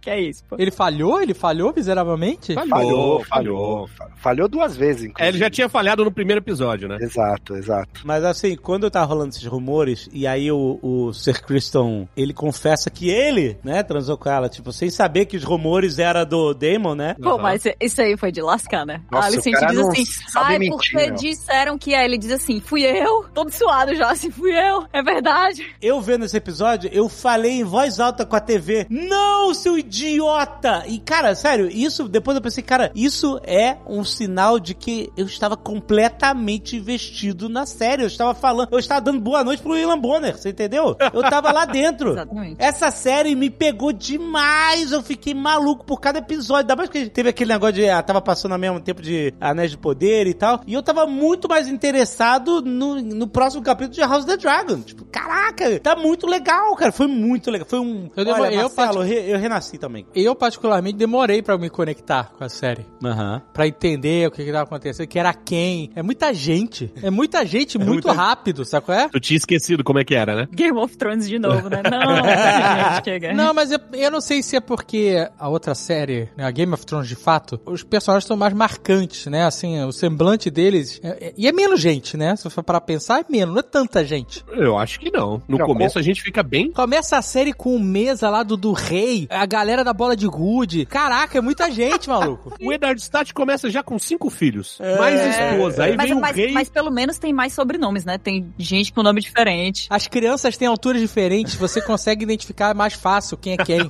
S5: Que é isso, pô.
S6: Ele falhou? Ele falhou miseravelmente?
S3: Falhou,
S4: Falhou,
S3: falhou.
S4: falhou.
S3: fa- Falhou duas vezes, inclusive.
S4: É, ele já tinha falhado no primeiro episódio, né?
S3: Exato, exato.
S2: Mas assim, quando tava rolando esses rumores, e aí o, o Sir Criston, ele confessa que ele, né, transou com ela, tipo, sem saber que os rumores eram do Damon, né?
S5: Pô, mas isso aí foi de lascar, né?
S3: Nossa,
S5: a Alicent
S3: o cara
S5: diz
S3: não
S5: assim,
S3: sabe
S5: ai,
S3: mentir,
S5: porque
S3: meu."
S5: disseram que é. Ele diz assim, fui eu? Todo suado já, assim, fui eu, é verdade.
S2: Eu vendo esse episódio, eu falei em voz alta com a TV, não, seu idiota! E, cara, sério, isso, depois eu pensei, cara, isso é um sinal de que eu estava completamente investido na série. Eu estava falando, eu estava dando boa noite pro Ilan Bonner, você entendeu?
S6: é
S2: Eu estava lá dentro.
S5: Exatamente.
S2: Essa série me pegou demais, eu fiquei maluco por cada episódio. Ainda mais que teve aquele negócio de. Ah, tava passando ao mesmo tempo de Anéis de Poder e tal. E eu tava muito mais interessado no, no próximo capítulo de House of the Dragon. Tipo, caraca, tá muito legal, cara. Foi muito legal. Foi um.
S6: Eu demorei,
S2: Olha,
S6: eu
S2: Marcelo, eu, re- eu renasci também.
S6: Eu, particularmente, demorei pra me conectar com a série.
S2: Aham.
S6: Pra entender o que que tava acontecendo, que era quem. É muita gente. É muita gente, muito
S2: muita-
S6: rápido, sabe qual é?
S4: Tu tinha esquecido como é que era, né?
S5: Game of Thrones de novo, né? [laughs] Não, gente,
S2: É
S5: chega.
S6: Não, mas eu, eu não sei se é porque a outra série, né, a Game of Thrones de fato, os personagens são mais marcantes, né? Assim, o semblante deles. é- é- e é menos gente, né? Se for para pensar, é menos, não é tanta gente.
S4: Eu acho que não. No
S3: Não,
S4: começo a gente fica bem.
S6: Começa a série com o mesa lá do, do rei, a galera da bola de gude. Caraca, é muita gente,
S2: [laughs]
S6: maluco.
S4: O Edward Stott começa já com cinco filhos, mais esposa, aí
S5: mas,
S4: vem o
S5: mas-
S4: rei.
S5: mas pelo menos tem mais sobrenomes, né? Tem gente com nome diferente.
S6: As crianças têm alturas diferentes, você consegue identificar mais fácil quem é
S2: [laughs]
S6: quem.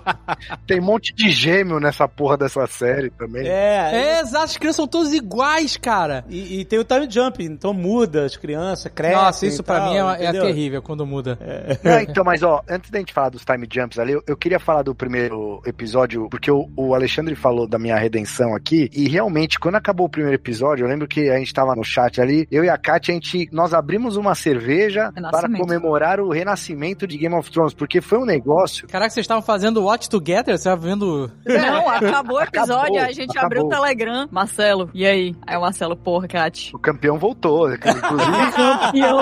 S3: Tem um monte de gêmeo nessa porra dessa série também.
S2: É.
S6: É, exato, as crianças são todas iguais, cara.
S2: E, e tem o time jump, então muda as crianças, crescem.
S6: Nossa, isso
S2: e
S6: pra
S2: assim, tal,
S6: mim é, é
S2: entendeu?
S6: terrível quando muda.
S3: Não, então, mas ó, antes da gente falar dos time jumps ali, eu, eu queria falar do primeiro episódio, porque o, o Alexandre falou da minha redenção aqui, e realmente, quando acabou o primeiro episódio, eu lembro que a gente tava no chat ali, eu e a Kátia, a gente, nós abrimos uma cerveja para
S5: Renascimento.
S3: comemorar o renascimento de Game of Thrones, porque foi um negócio.
S6: Caraca, vocês estavam fazendo Watch Together? Você tava vendo.
S5: Não, acabou o episódio,
S3: Acabou,
S5: a gente
S3: acabou.
S5: abriu o Telegram. Marcelo, e aí? Aí o Marcelo, porra, Kat. Ah,
S3: O campeão voltou,
S4: [laughs]
S3: inclusive.
S5: [laughs] E eu,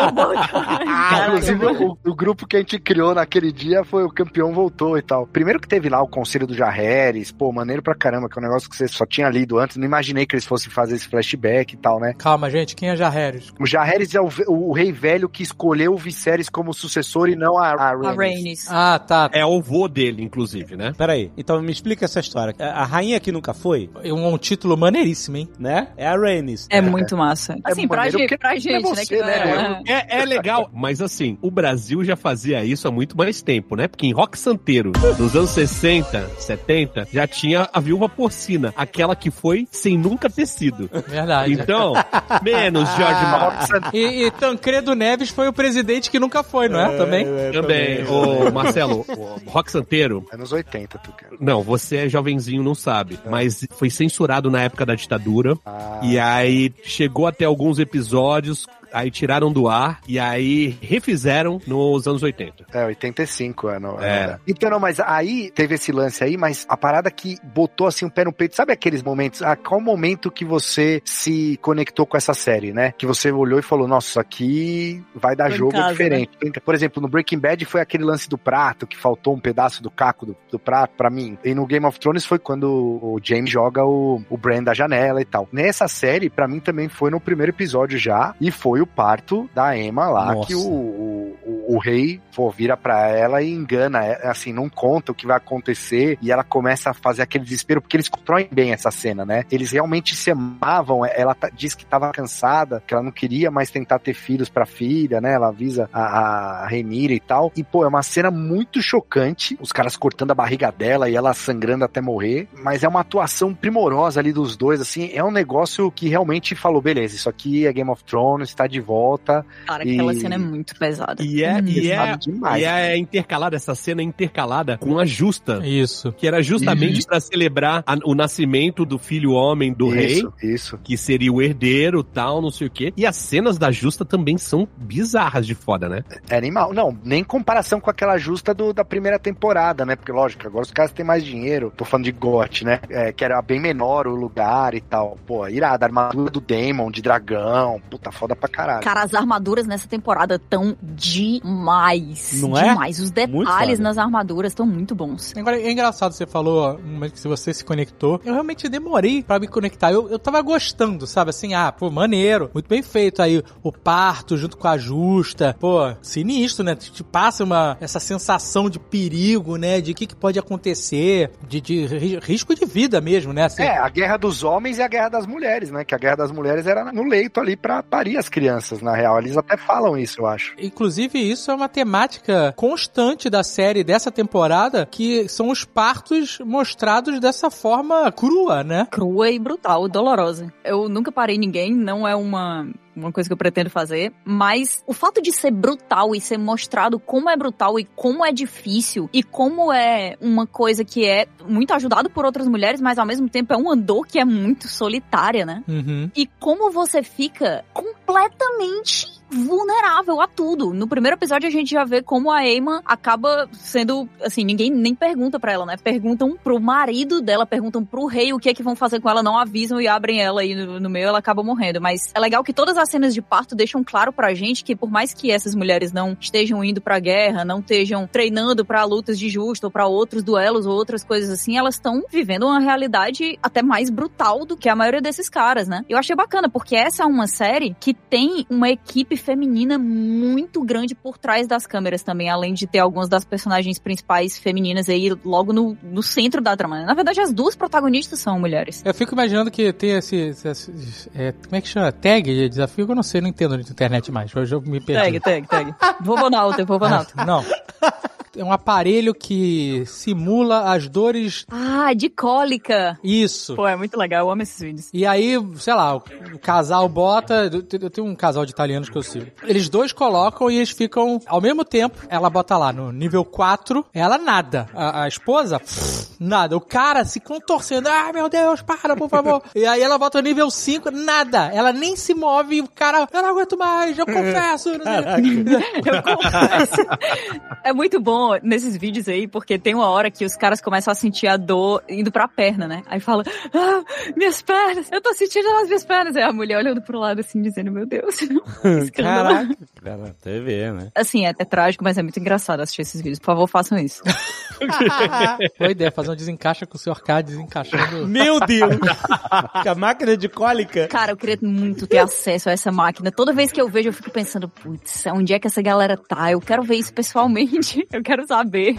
S3: Inclusive, o, o grupo que a gente criou naquele dia foi o campeão voltou e tal. Primeiro que teve lá o conselho do Jarreres, pô, maneiro pra caramba, que é um negócio que você só tinha lido antes, não imaginei que eles fossem fazer esse flashback e tal, né?
S6: Calma, gente, quem é Jarreres?
S3: O Jarreres é o, ve- o rei velho que escolheu o Viserys como sucessor e não a, a
S5: a
S3: Rhaenys.
S5: Rainis.
S6: Ah, tá.
S4: É o vô dele, inclusive, né?
S2: Peraí, então me explica essa história. A a rainha que nunca foi,
S6: É um, um título maneiríssimo, hein?
S2: né? É a Rhaenys.
S5: É muito massa. Assim, pra,
S3: maneiro
S5: gente,
S3: porque
S5: pra
S3: é
S5: gente, né?
S3: você,
S5: Que não
S3: né,
S5: era-
S3: Leandro?
S4: É, é legal, mas assim, o Brasil já fazia isso há muito mais tempo, né? Porque em rock santeiro, nos anos 60, 70, já tinha a viúva porcina, aquela que foi sem nunca ter sido.
S6: [laughs] Verdade.
S4: Então, menos [laughs] George Martin.
S6: E, e Tancredo Neves foi o presidente que nunca foi, não é? Também?
S4: Também, ô Marcelo, o rock santeiro,
S3: Anos 80, tu cara.
S4: Não, você é jovenzinho, não sabe. Mas foi censurado na época da ditadura. E aí chegou até alguns episódios, aí tiraram do ar e aí refizeram nos anos 80.
S3: É, 85 ano.
S4: É.
S3: É. Então, não, mas aí teve esse lance aí, mas a parada que botou assim o pé no peito, sabe aqueles momentos? A qual momento que você se conectou com essa série, né? Que você olhou e falou, nossa, isso aqui vai dar
S5: Tô em
S3: jogo é
S5: casa, né?
S3: diferente. Por exemplo, no Breaking Bad foi aquele lance do prato, que faltou um pedaço do caco do, do prato pra mim. E no Game of Thrones foi quando o James joga o, o Bran da janela e tal. Nessa série, pra mim também foi no primeiro episódio já, e foi o parto da Emma lá,
S2: Nossa.
S3: que o o, o- o rei pô, vira pra ela e engana, é, assim, não conta o que vai acontecer e ela começa a fazer aquele desespero porque eles constroem bem essa cena, né? Eles realmente se amavam, é, ela tá- diz que tava cansada, que ela não queria mais tentar ter filhos pra filha, né? Ela avisa a, a Renira e tal. E pô, é uma cena muito chocante, os caras cortando a barriga dela e ela sangrando até morrer, mas é uma atuação primorosa ali dos dois, assim, é um negócio que realmente falou, beleza, isso aqui é Game of Thrones, tá de volta,
S5: Cara, aquela
S3: E-
S5: cena é muito pesada. Uhum.
S4: E é, e é,
S3: Hum, sabe demais.
S4: e é intercalada, essa cena é intercalada com a justa.
S6: Isso.
S4: Que era justamente pra celebrar a- o nascimento do filho homem do rei,
S3: Isso, isso.
S4: que seria o herdeiro, tal, não sei o quê. E as cenas da justa também são bizarras de foda, né?
S3: É animal. Não, nem em comparação com aquela justa do- da primeira temporada, né? Porque, lógico, agora os caras têm mais dinheiro. Tô falando de GOT, né? É, que era bem menor o lugar e tal. Pô, irada. Armadura do Demon, de dragão. Puta, foda pra caralho.
S5: Cara, as armaduras nessa temporada tão demais.
S2: Não é?
S5: demais. Os detalhes
S2: foda.
S5: nas armaduras estão muito bons.
S6: Agora, é engraçado, você falou no momento que você se conectou. Eu realmente demorei pra me conectar. Eu, eu tava gostando, sabe? Assim, ah, pô, maneiro. Muito bem feito aí. O parto junto com a justa. Pô, sinistro, né? Te, te passa uma, essa sensação de perigo, né? De o que, que pode acontecer. De, de ri- risco de vida mesmo, né? Assim,
S3: É, a guerra dos homens e a guerra das mulheres, né? Que a guerra das mulheres era no leito ali pra parir as crianças, na real. Eles até falam isso, eu acho.
S6: Inclusive, isso é uma temática constante da série dessa temporada, que são os partos mostrados dessa forma crua, né?
S5: Crua e brutal, dolorosa. Eu nunca parei ninguém, não é uma. Uma coisa que eu pretendo fazer, mas o fato de ser brutal e ser mostrado como é brutal e como é difícil e como é uma coisa que é muito ajudado por outras mulheres, mas ao mesmo tempo é uma dor que é muito solitária, né?
S6: Uhum.
S5: e como você fica completamente vulnerável a tudo. No primeiro episódio a gente já vê como a Eamon acaba sendo, assim, ninguém nem pergunta pra ela, né? Perguntam pro marido dela, perguntam pro rei o que é que vão fazer com ela, não avisam e abrem ela aí no, no meio, ela acaba morrendo. Mas é legal que todas as cenas de parto deixam claro pra gente que por mais que essas mulheres não estejam indo pra guerra, não estejam treinando pra lutas de justo ou pra outros duelos ou outras coisas assim, elas estão vivendo uma realidade até mais brutal do que a maioria desses caras, né? Eu achei bacana, porque essa é uma série que tem uma equipe feminina muito grande por trás das câmeras também, além de ter algumas das personagens principais femininas aí logo no, no centro da trama. né? Na verdade, as duas protagonistas são mulheres.
S6: Eu fico imaginando que tem esse. esse- esse- é, como é que chama? Tag de desafio? Eu não sei, não entendo de internet mais. Hoje eu me perdi.
S5: Tag, tag, tag. Vovonauta, Vovonauta.
S6: Ah, Não. É um aparelho que simula as dores.
S5: Ah, de cólica.
S6: Isso.
S5: Pô, é muito legal, eu amo esses vídeos.
S6: E aí, sei lá, o o casal bota. eu te- Eu tenho um casal de italianos que eu sigo. Eles dois colocam e eles ficam ao mesmo tempo. Ela bota lá no nível 4, ela nada. A, a esposa, pff, nada. O cara se contorcendo. Ah, meu Deus, para, por favor. e aí ela bota no nível 5, nada. Ela nem se move. O cara, eu não aguento mais, eu [laughs] confesso. não sei o quê.
S5: Eu confesso. É muito bom nesses vídeos aí, porque tem uma hora que os caras começam a sentir a dor indo pra perna, né? Aí fala, ah, minhas pernas, eu tô sentindo nas minhas pernas. Aí a mulher olhando pro lado assim, dizendo, meu Deus. [laughs] Escândalo.
S2: Cara, TV, né?
S5: Assim, é, é trágico, mas é muito engraçado assistir esses vídeos. Por favor, façam isso.
S6: Boa ideia, fazer um desencaixa com o senhor K desencaixando.
S2: Meu Deus!
S6: [laughs]
S2: Com a máquina de cólica.
S5: Cara, eu queria muito ter acesso a essa máquina. Toda vez que eu vejo, eu fico pensando, putz, onde é que essa galera tá? Eu quero ver isso pessoalmente. [laughs] Eu quero saber.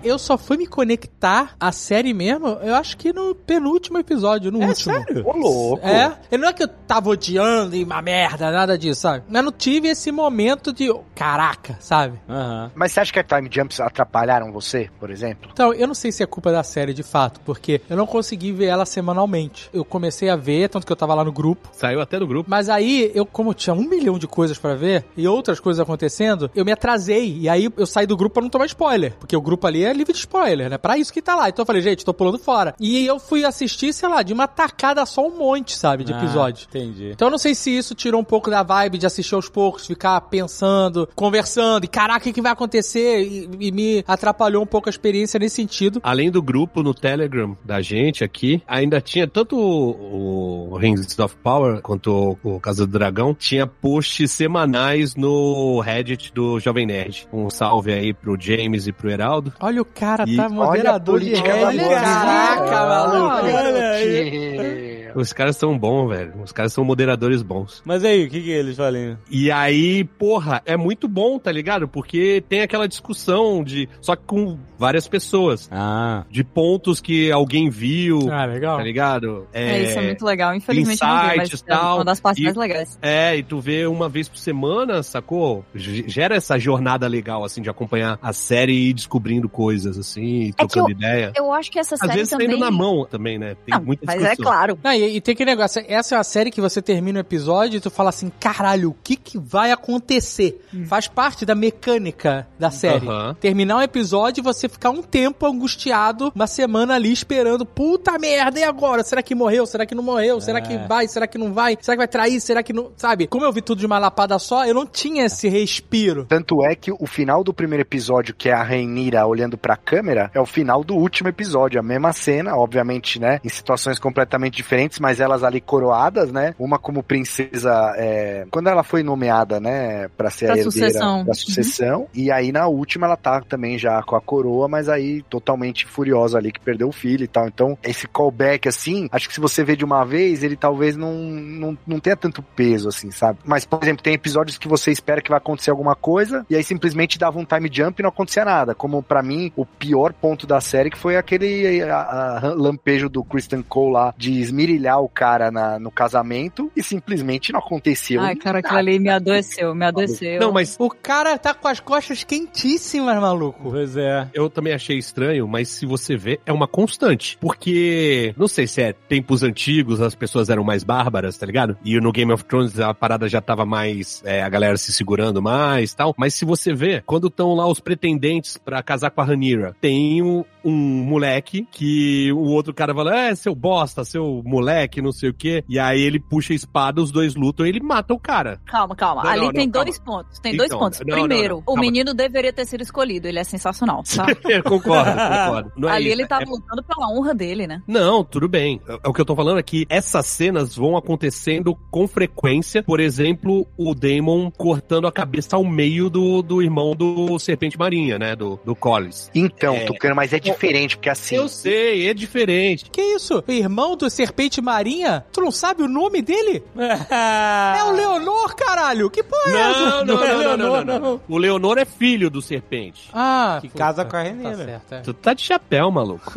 S6: Eu só fui me conectar à série mesmo, eu acho que no penúltimo episódio, no último.
S3: Ô, louco!
S6: É, e não é que eu tava odiando e uma merda, nada disso, sabe? Mas não tive esse momento de caraca, sabe?
S2: Aham.
S3: Mas você acha que a time jumps atrapalharam você, por exemplo?
S6: Então, eu não sei se é culpa da série de fato, porque eu não consegui ver ela semanalmente. Eu comecei a ver, tanto que eu tava lá no grupo.
S4: Saiu até do grupo.
S6: Mas aí, eu, como tinha um milhão de coisas pra ver e outras coisas acontecendo, eu me atrasei. E aí eu saí do grupo pra não tomar spoiler. Porque o grupo ali é livre de spoiler, né? Pra isso que tá lá. Então eu falei, gente, tô pulando fora. E eu fui assistir, sei lá, de uma tacada só um monte, sabe, de
S2: Ah,
S6: episódio.
S2: entendi.
S6: Então eu não sei se isso tirou um pouco da vibe de assistir aos poucos, ficar pensando, conversando, e caraca, o que que vai acontecer? E, e me atrapalhou um pouco a experiência nesse sentido.
S4: Além do grupo no Telegram da gente aqui, ainda tinha tanto o, o Rings of Power quanto o, o Casa do Dragão, tinha posts semanais no Reddit do Jovem Nerd. Um salve aí pro James e pro Heraldo.
S6: Olha o cara,
S4: E
S6: tá
S4: olha
S6: moderador de
S3: política
S6: Reddit.
S3: maluca.
S6: Caraca, maluco.
S2: Olha aí.
S3: aí.
S4: Os caras são bons, velho. Os caras são moderadores bons.
S2: Mas aí, o que, que eles falam?
S4: E aí, porra, é muito bom, tá ligado? Porque tem aquela discussão de. Só que com várias pessoas.
S2: Ah.
S4: De pontos que alguém viu,
S6: Ah, legal.
S4: tá ligado?
S5: É, isso é muito legal. Infelizmente não vi, mas
S4: insights,
S5: é
S4: tal,
S5: uma das partes
S4: e-
S5: mais legais.
S4: É, e tu vê uma vez por semana, sacou? G- Gera essa jornada legal, assim, de acompanhar a série e ir descobrindo coisas, assim, e
S5: É que
S4: trocando ideia.
S5: Eu acho que essa
S4: Às
S5: série
S4: vezes
S5: também...
S4: saindo na mão também, né? Tem
S5: Não,
S4: muita
S5: mas é
S4: discussão.
S5: claro.
S6: Não, e, e tem aquele negócio, essa é uma série que você termina o episódio e tu fala assim, caralho, o que que vai acontecer? Faz parte da mecânica da série.
S4: Aham.
S6: Terminar um episódio e você ficar um tempo angustiado, uma semana ali esperando, puta merda, e agora? Será que morreu? Será que não morreu? Será
S2: É.
S6: que vai? Será que não vai? Será que vai trair? Será que não... Sabe, como eu vi tudo de uma lapada só, eu não tinha esse respiro.
S3: Tanto é que o final do primeiro episódio, que é a Rainira olhando pra câmera, é o final do último episódio. A mesma cena, obviamente, né? Em situações completamente diferentes, mas elas ali coroadas, né? Uma como princesa, é, quando ela foi nomeada, né, pra ser
S5: Pra
S3: a herdeira
S5: sucessão.
S3: da sucessão. E aí na última ela tá também já com a coroa, mas aí totalmente furiosa ali que perdeu o filho e tal. Então esse callback assim, acho que se você vê de uma vez, ele talvez não, não, não tenha tanto peso assim, sabe? Mas, por exemplo, tem episódios que você espera que vai acontecer alguma coisa e aí simplesmente dava um time jump e não acontecia nada. Como pra mim, o pior ponto da série que foi aquele a- a- lampejo do Christian Cole lá de esmirilhar o cara na- no casamento e simplesmente não aconteceu.
S5: Ai, cara, aquilo ali me adoeceu, me adoeceu.
S4: Tá Não, mas
S6: O cara tá com as costas quentíssimas, maluco.
S2: Pois é.
S4: eu também achei estranho, mas se você vê, é uma constante. Porque, não sei se é tempos antigos, as pessoas eram mais bárbaras, tá ligado? E no Game of Thrones a parada já tava mais, é, a galera se segurando mais e tal. Mas se você vê, quando estão lá os pretendentes pra casar com a Ranira, tem um, um moleque que o outro cara fala, é, seu bosta, seu moleque, não sei o quê. E aí ele puxa a espada, os dois lutam e ele mata o cara.
S5: Calma, calma.
S4: Não,
S5: ali
S4: não,
S5: tem
S4: não, calma.
S5: dois pontos. Tem
S4: Então,
S5: dois pontos.
S4: não, não,
S5: Primeiro,
S4: não, não,
S5: o
S4: calma.
S5: menino deveria ter sido escolhido. Ele é sensacional, tá?
S4: Eu concordo, concordo. [laughs] Não é
S5: ali
S4: isso,
S5: ele
S4: é-
S5: tava lutando pela honra dele, né?
S4: Não, tudo bem. O que eu tô falando é que essas cenas vão acontecendo com frequência. Por exemplo, o Damon cortando a cabeça ao meio do, do irmão do Serpente Marinha, né? Do, do Collis.
S3: Então,
S4: É.
S3: Tucano, mas é diferente, porque assim.
S4: Eu sei, é diferente.
S6: Que isso? O irmão do Serpente Marinha? Tu não sabe o
S2: [laughs]
S6: nome dele? É o Leonor, caralho! Que porra é
S4: Não, não,
S6: essa?
S2: Não é
S4: não, não,
S2: Leonor,
S4: não, não, não. O Leonor é filho do Serpente.
S6: Ah,
S2: Que
S6: puta,
S2: casa com a
S6: Tá
S2: Renira.
S6: certo, é.
S4: Tu tá de chapéu, [laughs] maluco.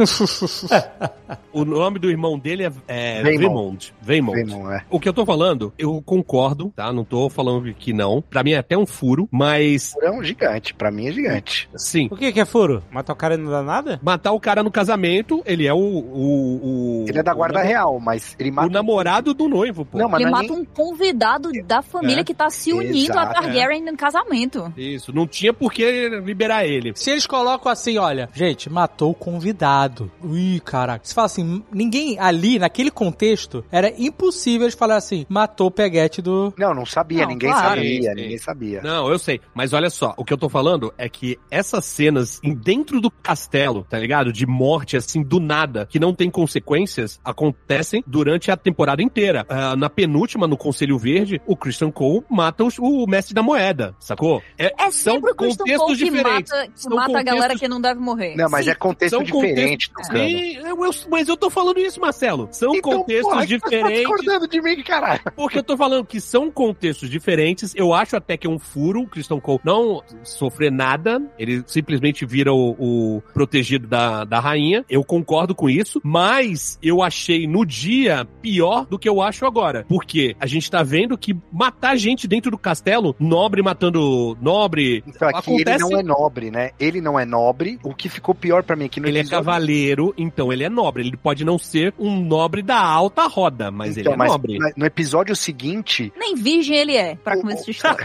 S4: o nome do irmão dele é, é
S3: Vaymond.
S4: Vaymond. Vaymond.
S3: Não é.
S4: O que eu tô falando, eu concordo, tá? Não tô falando que não. Pra mim é até um furo, mas
S3: É um gigante, pra mim é gigante.
S4: sim.
S2: O que que é furo? Matar o cara e não dá nada?
S4: matar o cara no casamento, ele é o. o, o-
S3: Ele é da
S4: o
S3: guarda
S4: namo-
S3: real, mas ele
S4: O
S3: mata.
S4: namorado do noivo, pô.
S3: Não, mas
S5: ele
S3: não é
S5: mata um convidado da família
S4: É.
S5: que tá se unindo a
S3: Exato,
S5: Targaryen no casamento.
S4: Isso, não tinha por que liberar ele.
S6: Se eles colocam assim, olha, gente, matou o convidado. Ui, caraca. Você fala assim, ninguém ali, naquele contexto, era impossível eles falarem assim, matou o peguete do.
S3: Não, não sabia,
S5: Não,
S3: ninguém
S5: claro.
S3: sabia,
S4: Sim, sim.
S3: ninguém sabia.
S4: Não, eu sei. Mas olha só, o que eu tô falando é que essas cenas em- dentro do castelo, tá ligado? De morte, assim, do nada, que não tem consequências, acontecem durante a temporada inteira. Ah, na penúltima, no Conselho Verde, o Christian Cole mata os- o mestre da moeda, sacou?
S5: É sempre o Christian Paul que mata, que
S4: São
S5: mata a galera
S4: contextos-
S5: que não deve morrer.
S3: Não, mas
S4: Sim,
S3: é contexto
S4: são
S3: diferente, Tucano.
S4: Sim, eu- eu- mas eu tô falando isso, Marcelo. São
S3: Então,
S4: contextos
S3: porra, que você tá
S4: diferentes.
S3: discordando de mim, caralho.
S4: Porque eu tô falando que são contextos diferentes. Eu acho até que é um furo. O Christian Cole não sofrer nada. Ele simplesmente vira o, o protegido da, da rainha. Eu concordo com isso. Mas eu achei no dia pior do que eu acho agora. Porque a gente tá vendo que matar gente dentro do castelo, nobre matando nobre.
S3: Então, aqui ele
S4: Acontece-
S3: não é nobre, né? Ele não é nobre. O que ficou pior pra mim aqui no
S4: Ele é
S3: episódio-
S4: cavaleiro, então ele é nobre. Ele pode não ser um nobre da alta roda, mas
S3: Então,
S4: ele é nobre.
S3: mas no episódio seguinte,
S5: Nem virgem ele é, pra
S3: O-
S5: começo de história.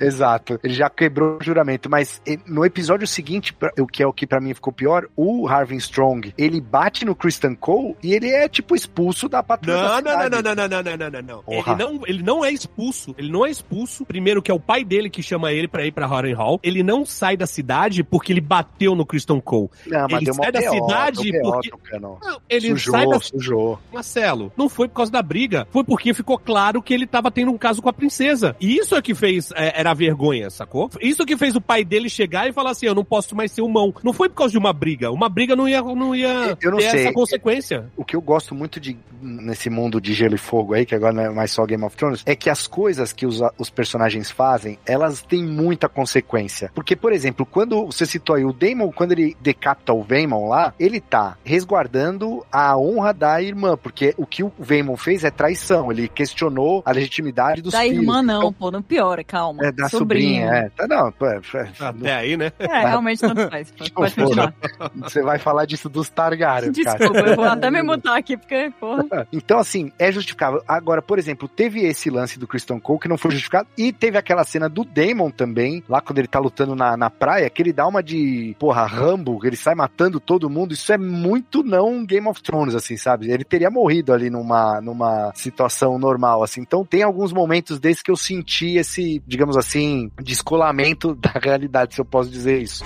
S3: exato, ele já quebrou o juramento, mas eh, no episódio seguinte, pra- o que é o que pra mim ficou pior, o Harvey Strong, ele bate no Christian Cole e ele é tipo expulso da patrulha.
S4: Não,
S3: da
S4: não,
S3: cidade.
S4: não, não, não, não, não, não, não, não.
S3: Porra.
S4: Ele não, ele não é expulso. Ele não é expulso. Primeiro que é o pai dele que chama ele pra ir pra Horan Hall. Ele não sai da cidade porque ele bateu no Christian Cole.
S3: Não, mas
S4: Ele
S3: deu uma
S4: sai da
S3: PO,
S4: cidade
S3: deu PO,
S4: porque-
S3: Tucano.
S4: Não, ele
S3: sujou,
S4: sai da
S3: sujou.
S4: Marcelo. Não foi por causa da briga. Foi porque ficou claro que ele tava tendo um caso com a princesa. E isso é que fez é, era a vergonha, sacou? Isso que fez o pai dele chegar e falar assim: "Eu não posso mais ser humão". Não foi por causa de uma briga. Uma briga não ia não ia
S3: Eu não
S4: ter
S3: sei.
S4: essa consequência.
S3: O que eu gosto muito de nesse mundo de gelo e fogo aí, que agora não é mais só Game of Thrones, é que as coisas que os, os personagens fazem, elas têm muita consequência. Porque, por exemplo, quando você citou aí o Daemon, quando ele decapita o Vaemon lá, ele tá resguardando a honra da irmã, porque o que o Vaemon fez é traição, ele questionou a legitimidade dos
S5: Da
S3: filhos.
S5: irmã não,
S3: Então,
S5: pô, não piora, calma.
S3: é, da sobrinha, é. Tá, não, pô, é,
S4: Até aí, né?
S5: é. realmente tanto
S4: [laughs]
S5: faz. Pode, pode
S3: Não,
S5: continuar.
S3: você vai falar disso dos Targaryen, cara.
S5: [laughs] Desculpa, eu vou até me mutar aqui, porque, porra.
S3: Então, assim, é justificável. Agora, por exemplo, teve esse lance do Christian Cole que não foi justificado, e teve aquela cena do Damon também, lá quando ele tá lutando na, na praia, que ele dá uma de, porra, Rambo, que ele sai matando todo mundo. Isso é muito não Game of Thrones, assim, sabe? Ele teria morrido ali numa, numa situação normal, assim. Então, tem alguns momentos desses que eu senti esse, digamos assim, descolamento [laughs] da realidade, se eu posso dizer isso.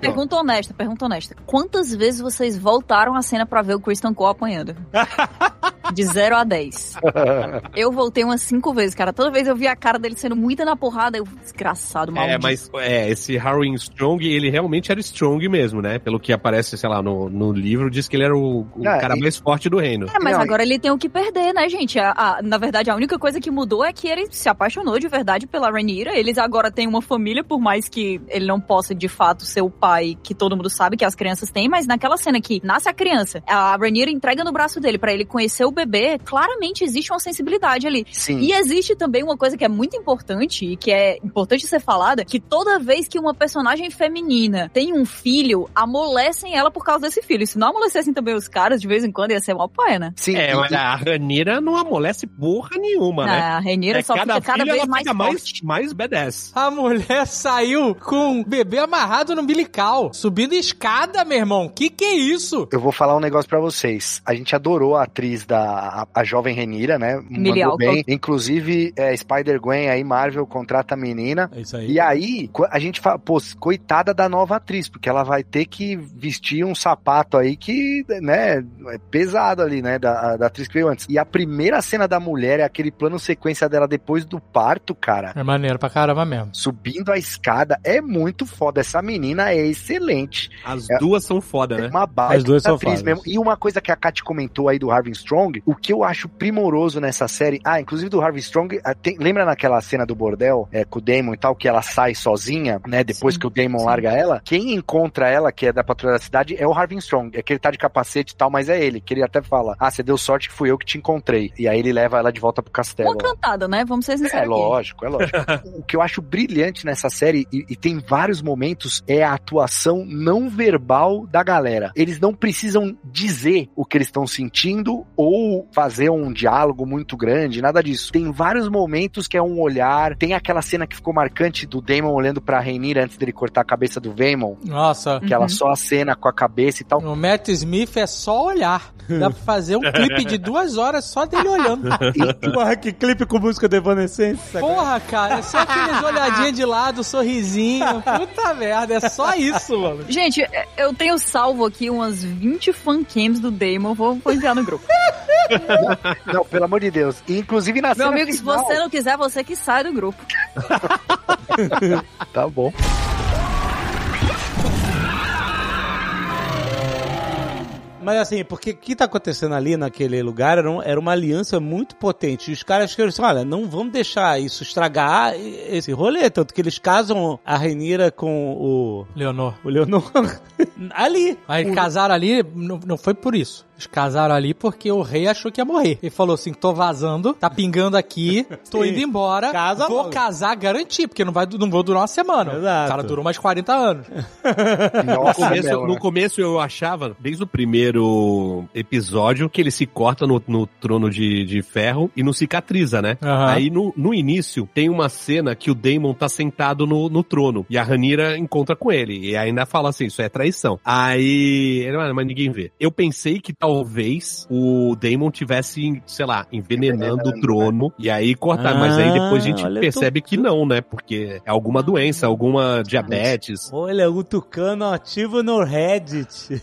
S5: Pergunta honesta, pergunta honesta. Quantas vezes vocês voltaram à cena pra ver o Christian Cole [laughs] apanhando? De 0 a 10. Eu voltei umas 5 vezes, cara. Toda vez eu vi a cara dele sendo muita na porrada. Eu, desgraçado, maldito.
S4: É, mas é, esse Harwin Strong, ele realmente era Strong mesmo, né? Pelo que aparece, sei lá, no, no livro, diz que ele era o, o
S3: Ah,
S4: cara
S3: e-
S4: mais forte do reino.
S5: É, mas
S3: Não,
S5: agora ele tem o que perder, né, gente? A- a- na verdade, a única coisa que mudou é que ele se apaixonou de verdade pela Rhaenyra. Eles agora têm uma família, por mais que ele não possa, de fato, ser o pai que todo mundo sabe que as crianças têm. Mas naquela cena que nasce a criança, a Rhaenyra entrega no braço dele pra ele conhecer o bebê, claramente existe uma sensibilidade ali.
S3: Sim.
S5: E existe também uma coisa que é muito importante e que é importante ser falada, que toda vez que uma personagem feminina tem um filho, amolecem ela por causa desse filho. Se não amolecessem também os caras, de vez em quando ia ser uma paia, né?
S3: Sim,
S4: É,
S3: e-
S4: mas a Ranira não amolece porra nenhuma, né?
S5: Ah, A Renira
S4: É,
S5: só fica cada
S4: filha,
S5: vez
S4: ela
S5: mais
S4: fica
S5: forte.
S4: mais badass.
S6: A mulher [laughs] saiu com um bebê amarrado no umbilical, subindo escada, meu irmão. Que que é isso?
S3: Eu vou falar um negócio pra vocês. A gente adorou a atriz da a, a jovem Renira, né?
S5: Millie
S3: Mandou bem.
S5: Alcock.
S3: Inclusive, é, Spider-Gwen aí, Marvel contrata a menina.
S2: É isso aí.
S3: E aí, co- a gente fala, pô, coitada da nova atriz, porque ela vai ter que vestir um sapato aí que, né, é pesado ali, né, da, da atriz que veio antes. E a primeira cena da mulher é aquele plano sequência dela depois do parto, cara.
S6: É maneiro pra caramba mesmo.
S3: Subindo a escada é muito foda. Essa menina é excelente.
S4: As
S3: É.
S4: duas são foda,
S3: É
S4: né?
S3: uma baita
S2: As duas são
S3: atriz
S2: fodas.
S3: mesmo. E uma coisa que a Kat comentou aí do Harvey Strong, o que eu acho primoroso nessa série, ah, inclusive do Harvey Strong, ah, tem- lembra naquela cena do bordel, é, com o Damon e tal, que ela sai sozinha, né, depois
S5: Sim,
S3: que o Damon
S5: sim.
S3: larga ela? Quem encontra ela, que é da patrulha da cidade, é o Harvey Strong, é que ele tá de capacete e tal, mas é ele, que ele até fala, ah, você deu sorte que fui eu que te encontrei. E aí ele leva ela de volta pro castelo.
S5: Uma
S3: lá.
S5: cantada, né? Vamos ser
S3: É
S5: sinceros. aqui.
S3: lógico, é lógico. o que eu acho brilhante nessa série, e, e tem vários momentos, é a atuação não verbal da galera. Eles não precisam dizer o que eles estão sentindo ou fazer um diálogo muito grande, nada disso. Tem vários momentos que é um olhar. Tem aquela cena que ficou marcante do Damon olhando pra Renira antes dele cortar a cabeça do Vaemon.
S6: Nossa,
S3: Que ela
S5: Uhum.
S3: só acena com a cabeça e tal.
S6: o Matt Smith é só olhar. Dá pra
S2: [laughs]
S6: fazer um clipe de duas horas só dele olhando.
S2: Porra, que clipe com música de Evanescence.
S6: Porra, cara, é só aqueles olhadinhas de lado,
S2: [laughs]
S6: sorrisinho. Puta merda, é só isso, mano.
S5: Gente, é, eu tenho salvo aqui umas 20 fancams do Damon. Vou, vou enviar
S4: [laughs]
S5: no grupo.
S3: Não, pelo amor de Deus. E, inclusive na
S5: Meu
S3: cena.
S5: amigo, se
S3: final-
S5: você não quiser, você que sai do grupo.
S3: Tá bom.
S2: Mas assim, porque o que tá acontecendo ali naquele lugar era, um- era uma aliança muito potente. E os caras queriam assim, olha, não vamos deixar isso estragar esse rolê. Tanto que eles casam a Renira com o,
S6: Leonor.
S2: o Leonor [laughs] ali.
S6: Mas eles casaram ali, não, não foi por isso. Eles casaram ali porque o rei achou que ia morrer. Ele falou assim: tô vazando, tá
S2: [laughs]
S6: pingando aqui, tô
S2: Sim.
S6: indo embora.
S2: Casa
S6: vou
S2: logo.
S6: casar, garantir, porque não, vai, não vou durar uma semana.
S2: Exato.
S6: O cara durou mais 40 anos.
S4: No
S3: Nossa,
S4: começo,
S3: meu,
S4: no
S3: né?
S4: começo eu achava, desde o primeiro episódio, que ele se corta no, no trono de, de ferro e não cicatriza, né?
S2: Ah.
S6: Aham.
S4: Aí no, no início tem uma cena que o Damon tá sentado no, no trono e a Ranira encontra com ele e ainda fala assim, isso é traição. Aí, ele, "Ah, mas ninguém vê. Eu pensei que talvez o Damon tivesse, sei lá, envenenando
S3: né?
S4: o trono e aí cortar, mas aí depois a gente
S2: Ah, olha, Ah.
S4: percebe que não, né? Porque é alguma doença, alguma diabetes.
S2: Olha, o Tucano ativo no Reddit.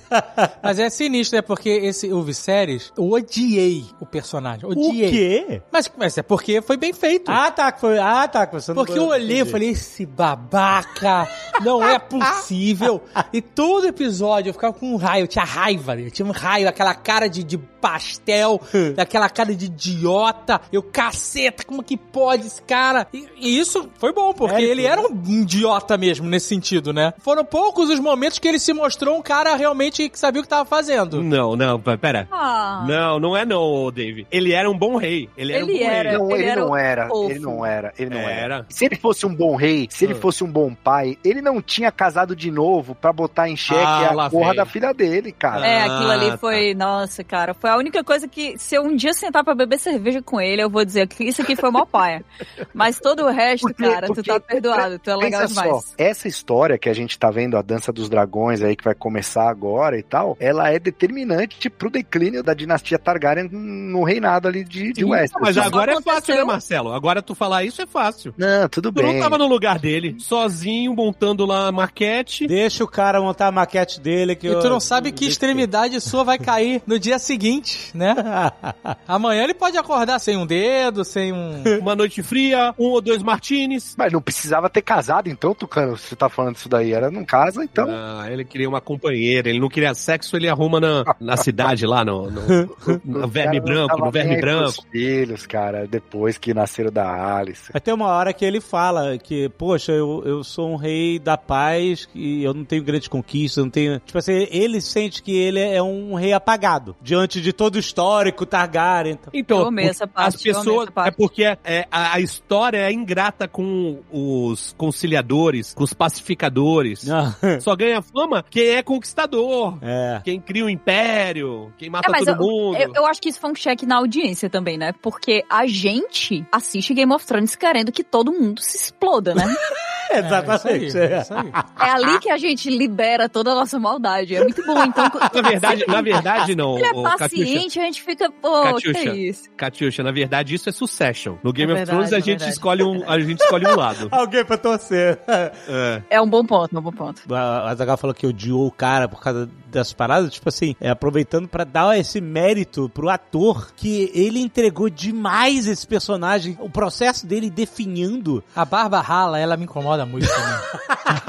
S6: Mas é sinistro, né? Porque esse o Viserys, eu odiei o personagem.
S2: O
S6: Odiei.
S2: quê?
S6: Mas, mas é porque foi bem feito.
S2: Ah, tá, que foi. Ah, tá, que você não
S6: Porque eu olhei e
S2: Entendi.
S6: falei, esse babaca, não é possível. E todo episódio eu ficava com um raio, eu tinha raiva, eu tinha um raio, aquela cara de, de
S2: [laughs]
S6: pastel, aquela cara de idiota. Eu, caceta, como que pode esse cara? E, e isso foi bom, porque
S2: É,
S6: ele
S2: foi.
S6: era um idiota mesmo nesse sentido, né? Foram poucos os momentos que ele se mostrou um cara realmente que sabia o que tava fazendo.
S4: Não, não, pera.
S5: Ah,
S4: Não, não é não, Dave. Ele era um bom rei. Ele era
S5: Ele
S4: um bom
S5: era.
S4: rei.
S3: Não, ele,
S5: Ele era
S3: não era.
S5: fofo.
S3: Ele não era. Ele
S4: É.
S3: não era.
S4: Era.
S3: Se ele fosse um bom rei, se ele
S6: Ah.
S3: fosse um bom pai, ele não tinha casado de novo pra botar em xeque
S4: Ah, lá
S3: a porra
S4: vem.
S3: da filha dele, cara.
S5: É, aquilo
S4: Ah,
S5: ali
S4: tá.
S5: foi, nossa, cara, foi a única coisa que, se eu um dia sentar pra beber cerveja com ele, eu vou dizer que isso aqui foi mó paia. Mas todo o resto,
S3: Porque-
S5: cara, tu
S3: porque-
S5: tá perdoado, tu é legal
S3: Pensa
S5: demais.
S3: só, essa história que a gente tá vendo, a Dança dos Dragões aí, que vai começar agora e tal, ela é de- determinante pro declínio da dinastia Targaryen no reinado ali de, de
S4: Sim,
S3: Westeros.
S4: Mas
S5: Isso
S4: agora é
S5: aconteceu.
S4: fácil, né, Marcelo? Agora tu falar isso é fácil.
S3: Não, tudo
S4: Tu
S3: bem.
S4: não tava no lugar dele, sozinho, montando lá a maquete.
S3: [laughs]
S2: Deixa o cara montar a maquete dele que
S6: E tu não sabe que [laughs] extremidade sua vai cair no dia seguinte, né? Amanhã ele pode acordar sem um dedo, sem um.
S4: Uma noite fria, um ou dois martinis.
S3: Mas não precisava ter casado, então, Tucano, se você tá falando disso daí. Era não casa, então.
S4: Ah, ele queria uma companheira, ele não queria sexo, ele arruma na, na cidade lá,
S3: [laughs]
S4: no, no, no verme
S3: O cara não
S4: branco,
S3: tava
S4: no verme
S3: nem aí
S4: branco.
S3: pros filhos, cara, depois que nasceram da Alice.
S2: Mas tem uma hora que ele fala que, poxa, eu, eu sou um rei da paz e eu não tenho grandes conquistas, eu não tenho. Tipo assim, ele sente que ele é um rei apagado diante de todo o histórico Targaryen. Então.
S4: Então,
S5: Eu amei essa parte,
S4: as
S5: eu amei
S4: pessoas.
S5: essa parte.
S4: É porque é, a, a história é ingrata com os conciliadores, com os pacificadores.
S6: Ah.
S4: Só ganha fama quem é conquistador,
S2: É.
S4: quem cria o império, quem mata
S5: É, mas
S4: todo
S5: eu-
S4: mundo.
S5: Eu, eu acho que isso foi um check na audiência também, né? Porque a gente assiste Game of Thrones querendo que todo mundo se exploda, né?
S2: Exatamente.
S6: É, isso aí, é isso aí.
S5: É ali que a gente libera toda a nossa maldade. É muito bom.
S4: [laughs]
S5: Então,
S4: Na verdade, na verdade não,
S5: ele é
S4: ô, Catiuxa.
S5: paciente, a gente fica, pô, que
S4: Catiuxa.
S5: é isso?
S4: Catiuxa, na verdade isso é Succession. No Game
S5: É
S4: of Thrones a
S5: verdade, é
S4: gente
S5: verdade.
S4: escolhe um, a gente escolhe um lado.
S2: Alguém pra torcer.
S4: É.
S5: É um bom ponto, é um bom ponto.
S2: A Zagal falou que odiou o cara por causa dessas paradas, tipo assim, é, aproveitando pra dar esse mérito pro ator que ele entregou demais esse personagem, o processo dele definindo.
S6: A barba rala, ela me incomoda muito também.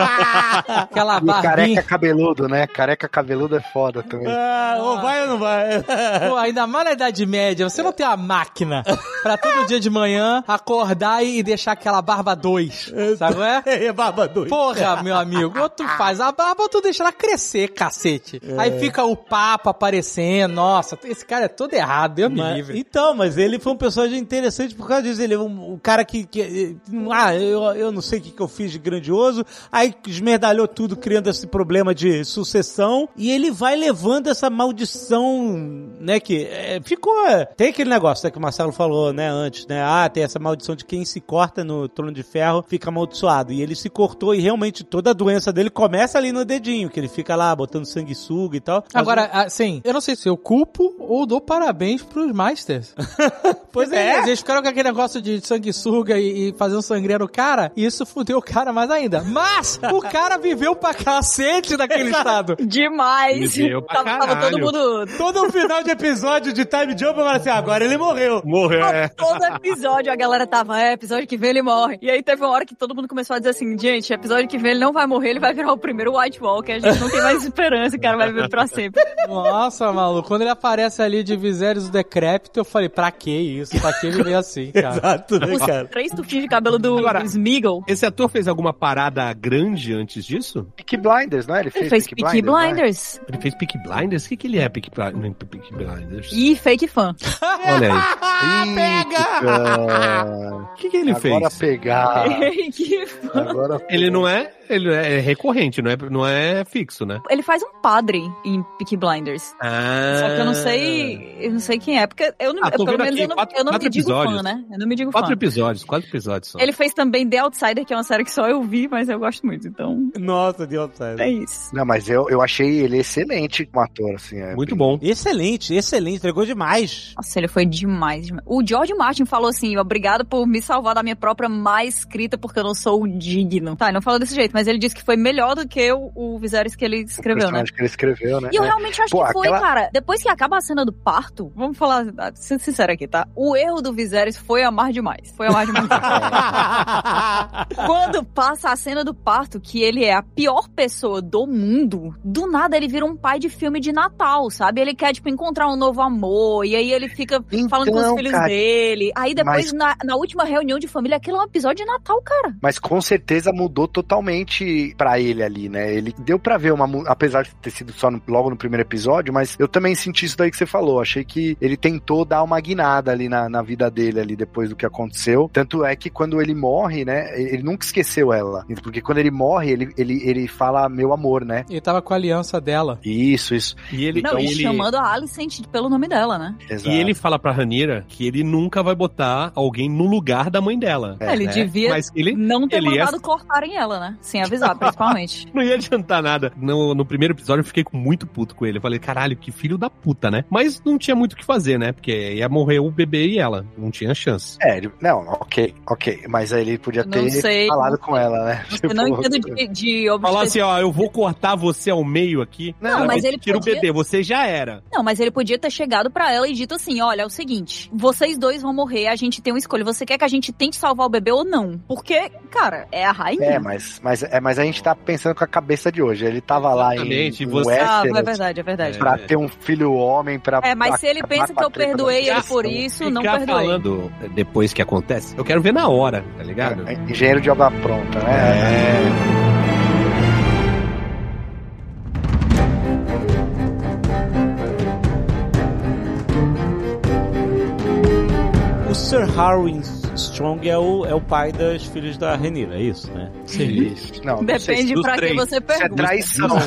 S2: [laughs]
S6: Aquela
S3: E o careca
S6: barbinha.
S3: cabeludo, né? Careca cabeludo é foda também.
S2: Ah, ou vai ou não vai.
S6: [laughs] Pô, ainda mais na Idade Média, você não tem a máquina pra todo dia de manhã acordar e deixar aquela barba 2, sabe qual é?
S2: [laughs] É barba doida.
S6: Porra, meu amigo, ou tu faz a barba ou tu deixa ela crescer, cacete. Aí
S2: É.
S6: fica o papo aparecendo, nossa, esse cara é todo errado, Deus me
S2: Mas-
S6: livre.
S2: então, mas ele foi um personagem interessante por causa disso. Ele é um, um cara que, que- Ah, eu, eu não sei o que, que eu fiz de grandioso. Aí esmerdalhou tudo, criando esse problema de sucessão. E ele vai levando essa maldição, né? Que é, ficou. é, Tem aquele negócio né, que o Marcelo falou, né, antes, né? Ah, tem essa maldição de quem se corta no trono de ferro fica amaldiçoado. E ele se cortou e realmente toda a doença dele começa ali no dedinho, que ele fica lá botando sanguessuga e tal. Mas
S6: Agora, assim, eu não sei se eu culpo ou dou parabéns pros Masters. [laughs] pois é. Eles ficaram com aquele negócio de sanguessuga e, e fazendo sangria no cara, e isso fudeu o cara mais ainda. Mas o cara viveu pra cacete [laughs] naquele estado.
S5: Demais!
S4: Me deu pra
S5: [laughs] Tava, tava todo
S4: caralho.
S5: mundo.
S2: Todo final de episódio de Time Jump eu falo
S6: "Ah,
S2: assim, agora ele morreu.
S4: Morreu. É.
S5: Todo episódio a galera tava, é, episódio que vem ele morre. E aí teve uma hora que todo mundo começou a dizer assim, gente, episódio que vem ele não vai morrer, ele vai virar o primeiro White Walker, a gente não tem mais esperança, o cara vai viver pra sempre.
S6: Nossa, maluco, quando ele aparece ali de Viserys o Decrépito, eu falei, pra que isso? Pra que viver assim, cara?
S2: Exato,
S4: Tá
S2: né, cara?
S5: Os três tufinhos de cabelo do, do Smeagol.
S4: Esse ator fez alguma parada grande antes disso?
S3: Peaky Blinders, não é? Ele fez,
S5: Ele fez Peaky
S3: não é?
S5: Blinders.
S4: Ele fez Peak Blinders? O que, que ele é Peak Blinders?
S5: E fake fan.
S4: Olha aí.
S3: Ih, cara.
S4: O que, que Ah, ele
S3: Agora
S4: fez?
S5: [laughs]
S3: pegar.
S5: Fake fan.
S3: Agora
S4: Ele não é. Ele é recorrente, não é, não é fixo, né?
S5: Ele faz um padre em Peaky Blinders.
S4: Ah.
S5: Só que eu não sei. Eu não sei quem é. Porque eu não,
S4: Ah, tô
S5: pelo
S4: vendo
S5: menos
S4: aqui,
S5: eu não,
S4: quatro-
S5: eu não me
S4: quatro
S5: digo
S4: episódios.
S5: fã, né? Eu não me digo
S4: Quatro
S5: fã.
S4: episódios, quatro episódios só.
S5: Ele fez também The Outsider, que é uma série que só eu vi, mas eu gosto muito. Então,
S2: Nossa, The Outsider.
S5: é isso.
S3: Não, mas eu, eu achei ele excelente como ator, assim. É
S4: Muito bom.
S2: Excelente, excelente, entregou demais.
S5: Nossa, ele foi demais, demais. O George Martin falou assim: obrigado por me salvar da minha própria má escrita, porque eu não sou digno. Tá, ele não falou desse jeito, mas ele disse que foi melhor do que o, o Viserys que ele
S3: O
S5: escreveu, né?
S3: personagem que ele escreveu, né?
S5: E eu
S3: É.
S5: realmente acho
S3: Pô,
S5: que foi,
S3: aquela-
S5: cara. Depois que acaba a cena do parto, vamos falar, ser sincero aqui, tá? O erro do Viserys foi amar demais. Foi amar demais.
S3: [laughs]
S5: Quando passa a cena do parto, que ele é a pior pessoa do mundo, do nada ele vira um pai de filme de Natal, sabe? Ele quer, tipo, encontrar um novo amor, e aí ele fica falando com
S3: Então,
S5: os filhos
S3: cara,
S5: dele. Aí
S3: mas-
S5: depois, na, na última reunião de família, aquilo é um episódio de Natal, cara.
S3: Mas com certeza mudou totalmente pra ele ali, né? Ele deu pra ver uma, mu- apesar de ter sido só no- logo no primeiro episódio, mas eu também senti isso daí que você falou. Achei que ele tentou dar uma guinada ali na, na vida dele ali depois do que aconteceu. Tanto é que quando ele morre, né? Ele ele nunca esqueceu ela, porque quando ele morre, ele ele, ele fala meu amor, né?
S6: Ele tava com a aliança dela.
S3: Isso, isso.
S4: E ele,
S5: Não,
S4: e
S5: e
S3: Então
S4: ele,
S5: chamando a Alicent pelo nome dela, né?
S3: Exato.
S4: e ele fala pra Ranira que ele não nunca vai botar alguém no lugar da mãe dela.
S3: É,
S5: ele
S4: né?
S5: devia
S4: Mas ele
S5: não ter
S4: ele é ia-
S5: mandado cortarem ela, né? Sem
S3: [laughs]
S5: avisar, principalmente.
S4: Não ia adiantar nada. No, no primeiro episódio eu fiquei com muito puto com ele. Eu falei, caralho, que filho da puta, né? Mas não tinha muito o que fazer, né? Porque ia morrer o bebê e ela. Não tinha chance.
S3: É, ele- não, ok, ok. Mas aí ele podia
S5: Não
S3: ter
S5: sei.
S3: falado com ela, né?
S5: Eu não
S3: Tipo,
S5: entendo de, de
S4: Falar
S5: obstetrícia.
S4: assim, ó, eu vou cortar você ao meio aqui.
S5: Não, mas ele
S4: Tira
S5: podia-
S4: o bebê, você já era.
S5: Não, mas ele podia ter chegado pra ela e dito assim: olha, é o seguinte, vocês dois vão morrer, a gente tem uma escolha. Você quer que a gente tente salvar o bebê ou não? Porque, cara, é a rainha.
S3: É, mas, mas, é, mas a gente tá pensando com a cabeça de hoje. Ele tava lá em,
S4: Exatamente,
S3: em
S4: você-
S5: ah, é
S3: Westeros
S5: verdade, é verdade.
S3: pra ter um filho homem, pra...
S5: É, mas
S3: pra
S5: se ele
S3: acabar
S5: pensa
S3: com
S5: que
S3: a
S5: eu
S3: treta da né?
S5: perdoei ele
S3: geração.
S5: por isso, não
S4: Ficar
S5: perdoei.
S4: falando depois que acontece, eu quero ver na hora, tá ligado?
S3: É, engenheiro de obra pronta, né?
S2: O Sir Harwin Strong é o, é o pai das filhas da Renira, é isso, né?
S6: Sim.
S3: Não, não sei se
S5: Depende
S4: dos
S5: pra quem
S4: três.
S5: você
S3: isso é
S5: pergunta.
S3: traição.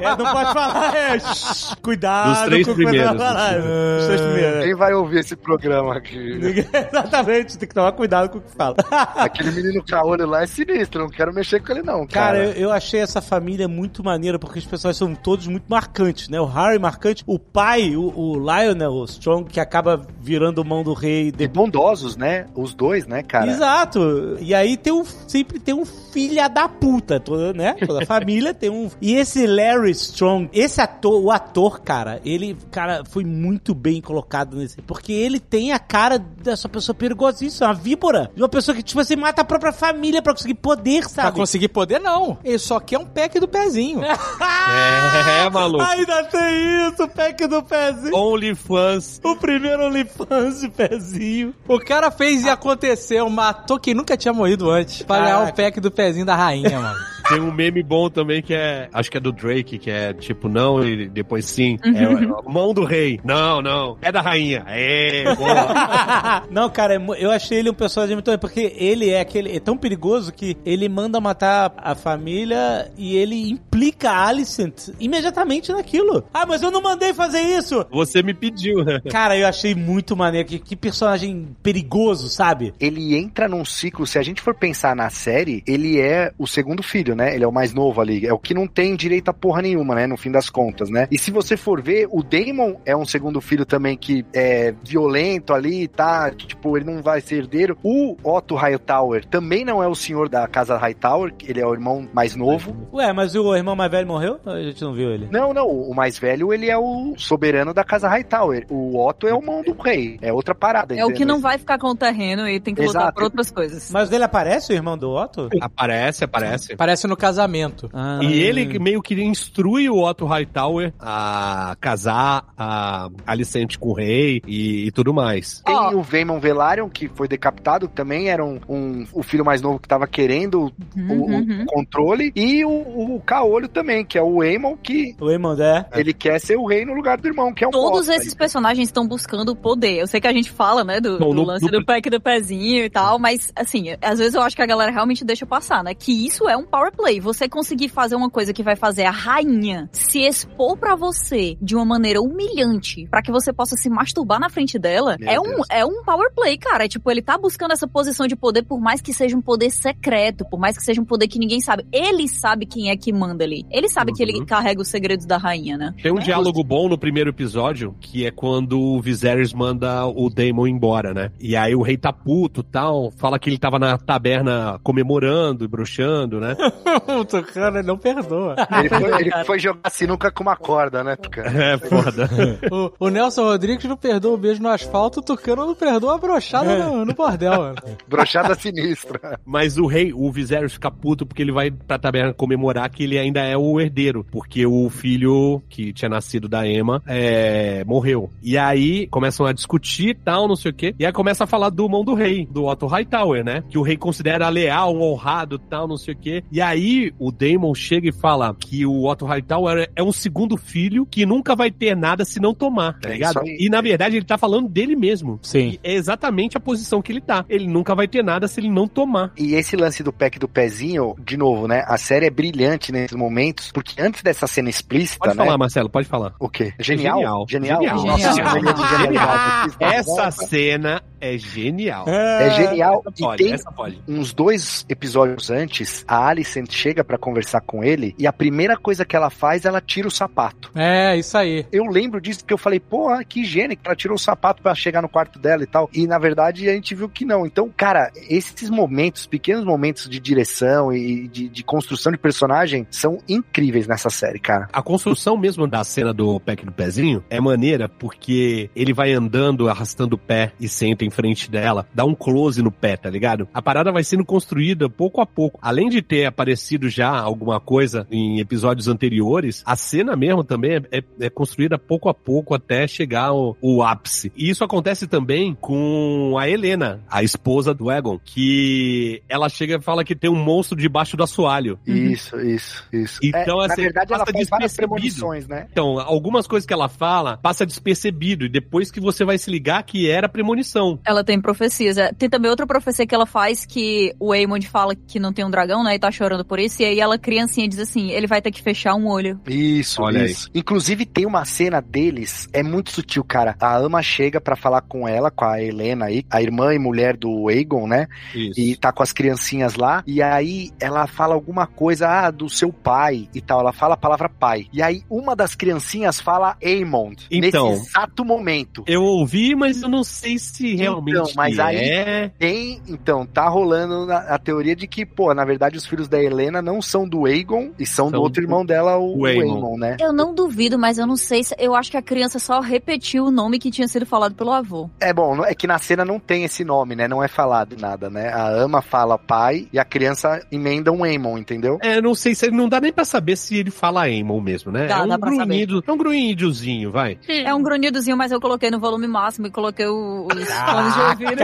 S2: É, não pode falar, é. shh, Cuidado
S4: Dos três
S2: com o que você vai
S4: primeiros,
S2: falar.
S4: dos
S2: Dos três primeiros. assim. é.
S3: Quem vai ouvir esse programa aqui?
S6: [laughs]
S2: Ninguém- Exatamente, tem que tomar cuidado com o que fala.
S3: Aquele menino caolho lá é sinistro, não quero mexer com ele não,
S2: Cara,
S3: cara.
S2: eu, eu achei essa família muito maneira, porque os personagens são todos muito marcantes, né? O Harry marcante, o pai, o, o Lionel Strong, que acaba virando mão do rei
S3: E
S2: depois.
S3: bondosos, né? Os dois, né, cara?
S2: Exato. E aí tem um, sempre tem um filha da puta, toda, né?
S6: [laughs]
S2: Toda a família tem um. E esse Larry Strong, esse ator, o ator, cara, ele, cara, foi muito bem colocado nesse, porque ele tem a cara dessa pessoa perigosíssima, uma víbora, de uma pessoa que tipo assim mata a própria família pra conseguir poder,
S6: Pra
S2: sabe?
S6: conseguir poder, não. Ele só quer um pack
S2: [laughs]
S6: do pezinho.
S4: É, [laughs] maluco.
S2: Ainda tem isso, pack do pezinho.
S4: OnlyFans.
S2: O primeiro OnlyFans de pezinho.
S6: O cara fez e aconteceu, matou quem nunca tinha morrido antes. Pra ganhar o
S2: Caraca.
S6: pack do pezinho da rainha, mano.
S4: Tem um meme bom também que é. Acho que é do Drake, que é tipo não e depois sim. É,
S5: Uhum.
S4: ó, mão do rei. Não, não. É da rainha. É,
S2: [laughs]
S4: boa.
S2: [laughs] Não, cara, é mu- eu achei ele um personagem muito. Porque ele é aquele. É tão perigoso que ele manda matar a família e ele implica a Alicent imediatamente naquilo. Ah, mas eu não mandei fazer isso!
S4: Você me pediu, né?
S2: Cara, eu achei muito maneiro. Que, que personagem perigoso, sabe?
S3: ele entra num ciclo, se a gente for pensar na série, ele é o segundo filho, né? Ele é o mais novo ali, é o que não tem direito a porra nenhuma, né? No fim das contas, né? E se você for ver, o Damon é um segundo filho também que é violento ali, tá? Que, Tipo, ele não vai ser herdeiro. O Otto Hightower também não é o senhor da casa Hightower, que ele é o irmão mais novo.
S2: Ué, mas o irmão mais velho morreu? A gente não viu ele.
S3: Não, não, o mais velho, ele é o soberano da casa Hightower. O Otto é o mão do rei, é outra parada.
S5: É o que
S3: entendeu?
S5: não vai ficar com o terreno e tem que lutar
S3: né? Exato.
S5: por outras coisas.
S2: Mas dele aparece o irmão do Otto?
S4: Aparece, aparece.
S6: Parece no casamento.
S2: Ah,
S4: E ele que meio que instrui o Otto Hightower a casar a Alicente com o rei e, e tudo mais.
S3: Tem
S5: Ó.
S3: o Vaemon Velaryon, que foi decapitado, que também era um, um- o filho mais novo que tava querendo o- o,
S5: Uhum.
S3: controle. E o, o Caolho também, que é o Aemon, que
S2: O irmão é.
S3: ele quer ser o rei no lugar do irmão, que é um
S5: Todos
S3: bosta.
S5: esses personagens estão buscando poder. Eu sei que a gente fala, né, do,
S4: Bom,
S5: do
S4: no-
S5: lance
S4: no-
S5: do pack do pezinho e tal, mas, assim, às vezes eu acho que a galera realmente deixa passar, né? Que isso é um power play. Você conseguir fazer uma coisa que vai fazer a rainha se expor pra você de uma maneira humilhante, pra que você possa se masturbar na frente dela,
S3: Meu
S5: é um,
S3: Deus.
S5: é um power play, cara. É tipo, ele tá buscando essa posição de poder, por mais que seja um poder secreto, por mais que seja um poder que ninguém sabe. Ele sabe quem é que manda ali. Ele sabe que ele
S4: Uhum.
S5: carrega os segredos da rainha, né?
S4: Tem um diálogo bom no primeiro episódio, que é quando o Viserys manda o Daemon embora, né? E aí o rei tá puto tal, fala que ele tava na taberna comemorando e bruxando, né?
S6: [laughs] o Tucano não perdoa.
S3: Ele
S5: [laughs]
S3: foi, ele foi jogar sinuca com uma corda, né, cara?
S4: [laughs] É foda. [laughs]
S6: O, o Nelson Rodrigues não perdoa o beijo no asfalto, o Tucano não perdoa a brochada no, no bordel, mano.
S5: [laughs]
S3: Brochada sinistra.
S4: Mas o rei, o Viserys fica puto porque ele vai pra taberna comemorar que ele ainda é o herdeiro. Porque o filho que tinha nascido da Emma é, morreu. E aí começam a discutir tal, não sei o quê. E aí começa a falar do mão do rei, do Otto Hightower, né? Que o rei considera leal, um honrado tal, não sei o quê. E aí o Damon chega e fala que o Otto Hightower é um segundo filho que nunca vai ter nada se não tomar, tá
S3: É
S4: ligado?
S3: isso aí.
S4: E na verdade ele tá falando dele mesmo.
S2: Sim.
S4: E é exatamente a posição que ele tá. Ele nunca vai ter nada se ele não tomar.
S3: E esse lance do pack do pezinho, de novo, né? A série é brilhante nesses momentos, porque antes dessa cena explícita,
S4: Pode
S3: né?
S4: falar, Marcelo, pode falar.
S3: O quê? Genial?
S4: Genial. Genial.
S3: Nossa,
S5: Genial.
S3: genial. de genialidade.
S4: Essa cena é genial.
S3: tá- É genial.
S4: Essa
S3: E
S4: pode,
S3: tem
S4: essa pode.
S3: uns dois episódios antes, a Alicent chega pra conversar com ele e a primeira coisa que ela faz, ela tira o sapato.
S6: É,
S3: [laughs]
S6: isso aí.
S3: Eu lembro disso porque eu falei, porra, que higiênico, ela tirou o sapato pra chegar no quarto dela e tal. E na verdade a gente viu que não. Então, cara, esses momentos, pequenos momentos de direção e de, de construção de personagem são incríveis nessa série, cara.
S4: A construção mesmo da cena do pack do pezinho é maneira porque ele vai andando, arrastando o pé e senta em frente dela, dá um close no pé, tá ligado? A parada vai sendo construída pouco a pouco. Além de ter aparecido já alguma coisa em episódios anteriores, a cena mesmo também é, é- é construída pouco a pouco até chegar ao, o ápice. E isso acontece também com a Helena, a esposa do Egon, que ela chega e fala que tem um monstro debaixo do assoalho.
S3: Isso, isso, isso.
S4: Então,
S3: É, na
S4: assim,
S3: verdade, ela
S4: passa
S3: faz várias
S4: despercebido.
S3: premonições, né?
S4: Então, algumas coisas que ela fala passa despercebido e depois que você vai se ligar que era premonição.
S5: Ela tem profecias. é. Tem também outra profecia que ela faz que o Eamon fala que não tem um dragão, né? E tá chorando por isso. E aí ela, criancinha, diz assim: ele vai ter que fechar um olho.
S3: Isso,
S4: Olha
S3: isso. Inclusive tem uma cena deles, é muito sutil, cara. A Ama chega pra falar com ela, com a Helena aí, a irmã e mulher do Aegon, né?
S4: Isso.
S3: E tá com as criancinhas lá, e aí ela fala alguma coisa, ah, do seu pai e tal, ela fala a palavra pai. E aí uma das criancinhas fala Aemond,
S4: Então.
S3: nesse exato momento.
S4: Eu ouvi, mas eu não sei se realmente
S3: Então, mas
S4: que
S3: aí-
S4: é.
S3: Tem, então, tá rolando na- a teoria de que, pô, na verdade os filhos da Helena não são do Aegon e são,
S4: São
S3: do outro
S4: do-
S3: irmão dela, o,
S4: o
S3: o
S4: Aemon.
S3: Aemon, né?
S5: Eu não duvido, mas eu não sei se. Eu acho que a criança só repetiu o nome que tinha sido falado pelo avô.
S3: É bom, é que na cena não tem esse nome, né? Não é falado nada, né? A ama fala pai e a criança emenda um Emon, entendeu?
S4: É, eu não sei se não dá nem pra saber se ele fala Aemon mesmo, né?
S5: Dá,
S4: é um
S5: dá pra saber.
S4: grunhido, é um grunhidozinho, vai.
S5: É um grunhidozinho, mas eu coloquei no volume máximo e coloquei o- os fones de ouvido.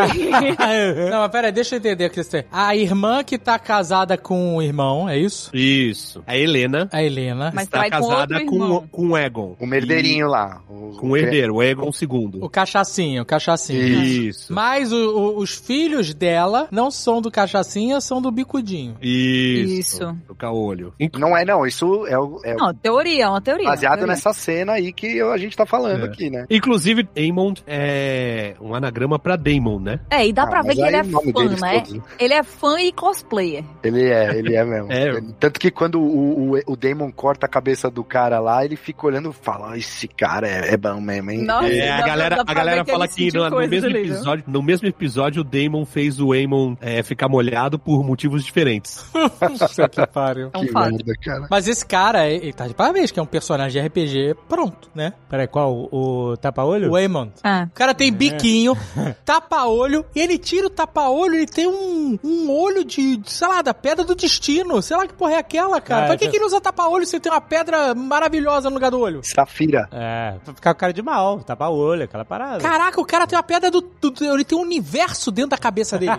S6: Não, mas pera, aí, deixa eu entender o que você A irmã que tá casada com o irmão, é isso?
S4: Isso. A Helena
S6: A Helena.
S5: Mas
S4: está
S5: vai com
S4: casada
S5: outro
S4: com,
S5: irmão.
S4: com, o Egon.
S3: O merdeirinho lá.
S4: E- com um o herdeiro, o Egon II.
S6: O cachacinho, o cachacinho.
S4: Isso.
S6: Mas o- o- os filhos dela não são do cachacinha, são do
S4: [laughs]
S6: bicudinho.
S4: Isso.
S5: Isso.
S4: Do caolho. Inclu-
S3: Não é, não. Isso é, o- é o-
S5: Não, teoria, é uma teoria.
S3: baseado
S5: teoria.
S3: nessa cena aí que eu- a gente tá falando
S4: É.
S3: aqui, né?
S4: Inclusive, Aemon é um anagrama pra Daemon, né?
S5: É, e dá
S3: Ah,
S5: pra ver
S3: mas
S5: que
S3: aí
S5: ele é
S3: o nome
S5: fã,
S3: deles
S5: né?
S3: todos,
S5: Ele é fã e cosplayer.
S3: Ele é, ele é mesmo.
S4: [laughs] É.
S3: Ele- Tanto que quando o, o, o Damon corta a cabeça do cara lá, ele fica olhando e fala: "Ah, esse cara é, é bom mesmo, hein?
S5: Nossa,
S4: É,
S5: dá
S4: a
S5: pra-
S4: galera,
S5: dá
S4: a
S5: pra
S4: galera
S5: ver que tipo
S4: fala
S5: ele
S4: que
S5: sentiu
S4: no, no
S5: coisas
S4: mesmo
S5: ali, né? viu?
S4: episódio, no mesmo episódio o Damon fez o Eamon é, ficar molhado por motivos diferentes.
S6: Puta que pariu.
S5: É um
S3: que
S5: fato.
S3: merda, cara.
S6: Mas esse cara, ele tá de parabéns, que é um personagem de RPG pronto, né?
S8: Peraí, qual? O, o tapa-olho?
S6: O Waymond.
S5: Ah,
S6: O cara
S8: É. [laughs]
S6: tem biquinho, tapa-olho, e ele tira o tapa-olho, ele tem um, um olho de, sei lá, da pedra do destino. Sei lá que porra é aquela, cara.
S8: É,
S6: pra que,
S8: já-
S6: que ele usa tapa-olho se tem uma pedra maravilhosa no lugar do olho?
S3: Safira.
S8: É, pra ficar com cara de mal, tapa-olho, aquela
S2: É.
S8: parada.
S6: Caraca, o cara tem uma pedra do, do- Ele tem um universo dentro da cabeça dele. É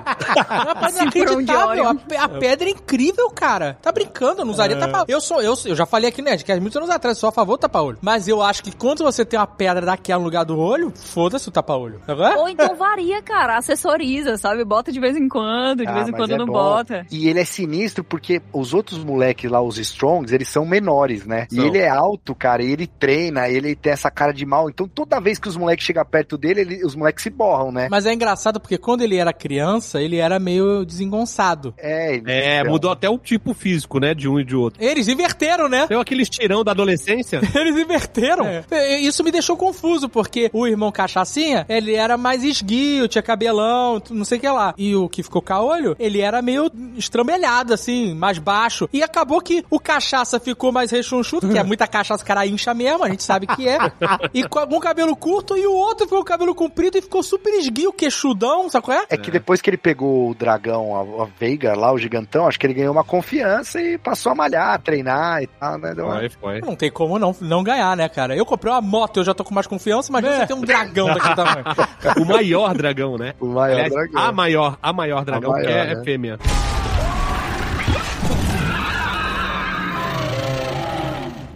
S6: uma parada
S5: Cinturão de
S6: inacreditável.
S5: Órion.
S6: A, pe- a pedra é incrível, cara. Tá brincando, eu não usaria tapa Eu sou, eu, eu já falei aqui, né? Que há muitos anos atrás, eu sou a favor do tapa-olho. Mas eu acho que quando você tem uma pedra daquela no lugar do olho, foda-se o tapa-olho. Agora?
S5: Ou então varia, cara, acessoriza, sabe? Bota de vez em quando, de
S3: Ah,
S5: vez em
S3: mas
S5: quando
S3: é
S5: não
S3: bom.
S5: bota.
S3: E ele é sinistro porque os outros moleques lá, os Strongs, eles são menores, né?
S4: São.
S3: E ele é alto, cara, e ele treina, ele tem essa cara de mal. Então toda vez que os moleques chegam perto dele, ele- os moleques se borram, né?
S6: Mas é engraçado porque quando ele era criança, ele era meio desengonçado.
S3: É, ele-
S4: É,
S3: então.
S4: mudou até o tipo físico, né, de um e de outro.
S6: Eles inverteram, né?
S4: Deu aquele estirão da adolescência.
S6: [laughs] Eles inverteram. E- e Isso me deixou confuso, porque o irmão Cachacinha, ele era mais esguio, tinha cabelão, tu- não sei o que lá. E o que ficou caolho, ele era meio estrambelhado, assim, mais baixo. E acabou que o cachaça ficou mais rechonchudo, que é muita cachaça, o cara incha mesmo, a gente sabe que é. E com um cabelo curto, e o outro ficou com o cabelo comprido e ficou super esguio, queixudão, sabe qual é?
S3: É que depois que ele pegou o dragão, a, a Veiga lá, o gigantão, acho que ele ganhou uma confiança e passou a malhar, a treinar e tal, né? Deu uma-
S4: Foi, foi.
S6: Não tem como não, não ganhar, né, cara? Eu comprei uma moto, eu já tô com mais confiança, mas você tem um dragão daquele tamanho.
S4: [laughs] O maior dragão, né?
S3: O maior
S4: Aliás,
S3: dragão.
S4: é
S3: né?
S4: A maior, a maior dragão,
S3: maior,
S4: que é,
S3: né?
S4: fêmea.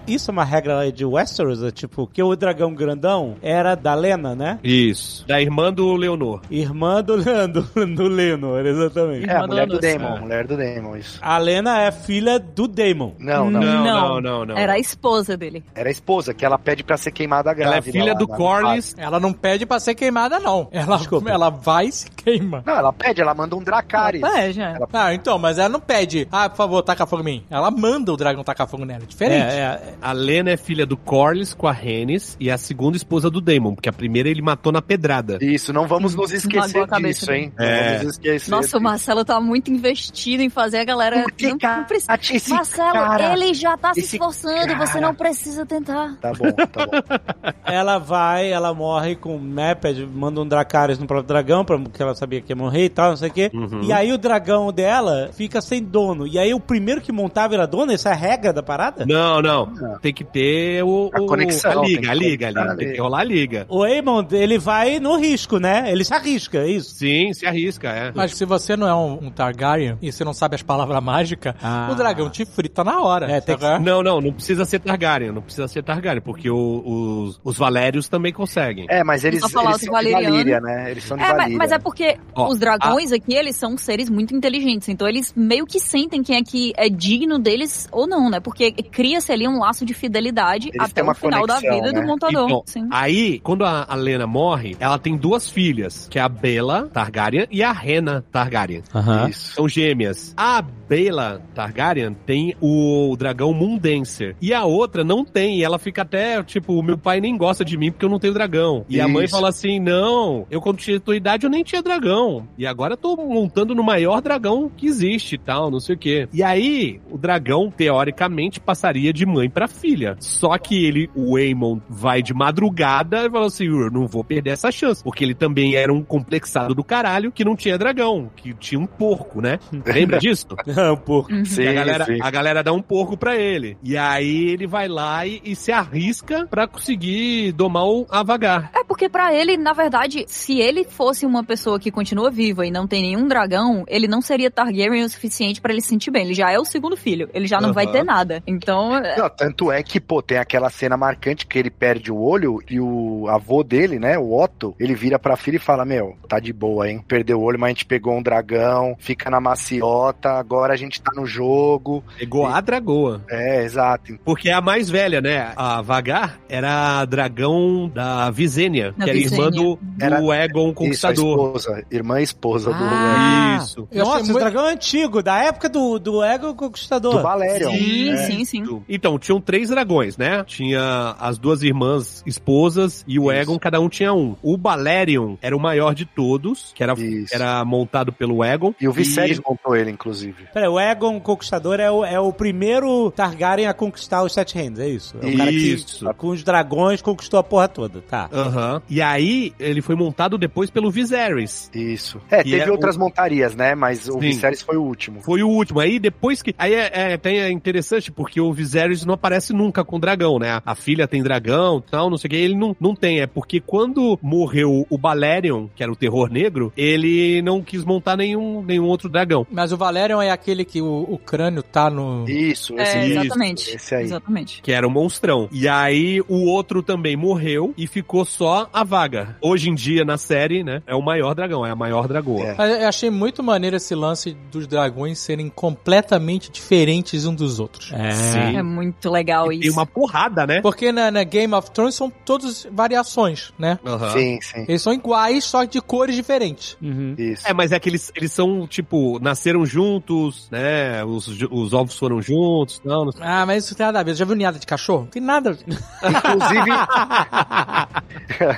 S2: Isso é uma regra de Westeros, é tipo, que o dragão grandão era da Lena, né?
S4: Isso. Da irmã do Leonor.
S2: Irmã do Leandro, [laughs] do Lenor, exatamente.
S3: É, a
S5: Irmã
S3: mulher
S5: do
S3: do
S5: Anderson.
S3: Damon, mulher do Damon, isso.
S2: A Lena é filha do Damon.
S3: Não, não.
S4: Não,
S5: Não.
S4: não, não, não.
S5: Era a esposa dele.
S3: Era a esposa, que ela pede pra ser queimada
S4: Ela é
S3: grávida.
S4: filha
S3: lá né?
S4: do
S3: na-
S5: Ah,
S4: Corlys.
S6: Ela não pede pra ser queimada, não. Ela, ela vai e se queima.
S3: Não, ela pede, ela manda um Dracarys.
S5: É, já.
S6: Ah, então, mas ela não pede, ah, por favor, taca fogo em mim. Ela manda o dragão tacar fogo nela. É diferente.
S2: É, é,
S4: A Lena é filha do Corlys com a Rhaenys e é a segunda esposa do Daemon, porque a primeira ele matou na pedrada.
S3: Isso, não vamos nos
S5: Magoou
S3: esquecer
S5: Hum, a cabeça
S3: disso,
S5: dele.
S3: hein? Não
S4: É.
S3: vamos esquecer.
S5: Nossa, o
S3: disso.
S5: Marcelo tá muito investido em fazer a galera.
S3: Por que,
S5: não,
S3: cara?
S5: não precisa.
S3: Ati- esse
S5: Marcelo,
S3: cara-
S5: ele já tá se
S3: esse
S5: esforçando, você
S3: cara.
S5: não precisa tentar.
S3: Tá bom, tá bom.
S2: ela vai, ela morre com né, pede, manda um Dracarys no próprio dragão, pra- porque ela sabia que ia morrer e tal, não sei o quê.
S4: Uhum.
S2: E aí o dragão dela fica sem dono. E aí o primeiro que montava era dono, essa é a regra da parada?
S4: Não, não. Tem que ter o,
S3: A
S4: o-
S3: conexão,
S4: A
S3: tem
S4: liga,
S3: que
S4: a liga, a
S3: conectar
S4: liga.
S3: a
S4: Tem que
S3: liga.
S4: rolar a liga.
S2: O Aemon, ele vai no risco, né? Ele se arrisca, é isso.
S4: Sim, se arrisca, é.
S6: Mas se você não é um, um Targaryen e você não sabe as palavras mágicas,
S2: Ah.
S6: o dragão te frita na hora. Tá
S2: É, tem
S6: Sabe?
S4: Não, não, não precisa ser Targaryen, não precisa ser Targaryen, porque o- os, os Valérios também conseguem.
S3: É, mas eles,
S5: Só falar
S3: eles
S5: os
S3: são de
S5: valerianos.
S3: Valíria, né? Eles são de
S5: É, mas,
S3: Valíria.
S5: mas é porque
S4: Ó,
S5: os dragões aqui, eles são seres muito inteligentes, então eles meio que sentem quem é que é digno deles ou não, né? Porque cria-se ali um laço de fidelidade
S3: Eles
S5: até
S3: têm uma
S5: o final da
S3: conexão,
S5: vida do
S3: né?
S5: montador.
S4: Então,
S5: sim.
S4: Aí, quando a, a Lena morre, ela tem duas filhas, que é a Bela Targaryen e a Rena Targaryen.
S3: Isso.
S4: São gêmeas. A Bela Targaryen tem o, dragão Moondancer. E a outra não tem. E ela fica até, tipo, o meu pai nem gosta de mim porque eu não tenho dragão. E a mãe
S3: Isso.
S4: fala assim: não, eu quando tinha tua idade eu nem tinha dragão. E agora eu tô montando no maior dragão que existe e tal, não sei o quê. E aí, o dragão, teoricamente, passaria de mãe pra filha. Só que ele, o Aemon, vai de madrugada e fala assim: eu não vou perder essa chance. Porque ele também era um complexado do caralho que não tinha dragão, que tinha um porco, né? Lembra disso?
S2: [laughs] Não, porco.
S5: Uhum.
S3: Sim,
S4: E a galera,
S3: sim.
S4: a galera dá um porco pra ele. E aí ele vai lá e, e se arrisca pra conseguir domar o Avagar.
S5: É porque pra ele, na verdade, se ele fosse uma pessoa que continua viva e não tem nenhum dragão, ele não seria Targaryen o suficiente pra ele se sentir bem. Ele já é o segundo filho, ele já não
S4: Aham.
S5: vai ter nada. Então, é-
S3: Não, tanto é que, pô, tem aquela cena marcante que ele perde o olho e o avô dele, né, o Otto, ele vira pra filha e fala: Meu, tá de boa, hein? Perdeu o olho, mas a gente pegou um dragão, fica na maciota, agora a gente tá no jogo.
S4: Pegou a dragoa.
S3: É, exato.
S4: Porque é a mais velha, né? A Avagar era a dragão da Visenya,
S5: Da
S4: que era irmã
S5: Visenya.
S4: do, do Egon Conquistador.
S3: Isso, a esposa, irmã e esposa
S2: Ah,
S4: Isso.
S6: Eu
S2: Nossa,
S6: achei
S2: o
S6: muito-
S2: dragão é antigo, da época do, do Ego
S3: do, do
S2: Conquistador.
S3: Valerion.
S5: sim,
S3: É.
S5: sim, sim.
S4: Então, tinham três dragões, né? Tinha as duas irmãs esposas e o
S3: Isso.
S4: Egon, cada um tinha um. O Balerion era o maior de todos, que era,
S3: Isso.
S4: era montado pelo Egon.
S3: E o Viserys montou ele, inclusive.
S2: Peraí, o Egon Conquistador é o, é o primeiro Targaryen a conquistar os Sete Reinos, é isso? É o cara
S4: Isso.
S2: que, com os dragões, conquistou a porra toda, tá.
S4: Aham. E aí, ele foi montado depois pelo Viserys.
S3: Isso. É,
S4: E
S3: teve
S4: é o-
S3: outras montarias, né? Mas o
S4: Sim.
S3: Viserys foi o último.
S4: Foi o último. Aí depois que. Aí é, é, tem- é interessante porque o Viserys não aparece nunca com dragão, né? A filha tem dragão tal, não sei o que. Ele não, não tem. É porque quando morreu o Balerion, que era o terror negro, ele não quis montar nenhum, nenhum outro dragão.
S6: Mas o Valerion é aquele que o, o crânio tá no.
S3: Isso, esse,
S5: É,
S4: Isso,
S5: exatamente.
S3: esse aí.
S5: Exatamente.
S4: Que era o monstrão. E aí o outro também morreu e ficou só a vaga. Hoje em dia, na série, né? É o maior dragão, é a maior dragoa.
S3: É.
S6: Mas Eu achei muito maneiro esse lance dos dragões serem completamente diferentes um dos outros.
S2: É.
S4: Sim.
S5: É muito legal
S4: E tem
S5: isso.
S4: uma porrada, né?
S6: Porque na, na Game of Thrones são todas variações, né?
S4: Aham.
S3: Sim, sim.
S6: Eles são iguais, só de cores diferentes.
S2: Uhum.
S3: Isso.
S4: É, mas é que eles, eles são, tipo, nasceram juntos, né? Os, ju- os ovos foram juntos,
S3: [laughs]
S4: não, não sei.
S6: Ah, mas isso tem nada a ver. Já viu ninhada de cachorro? Não tem nada a ver.
S3: Inclusive, [laughs]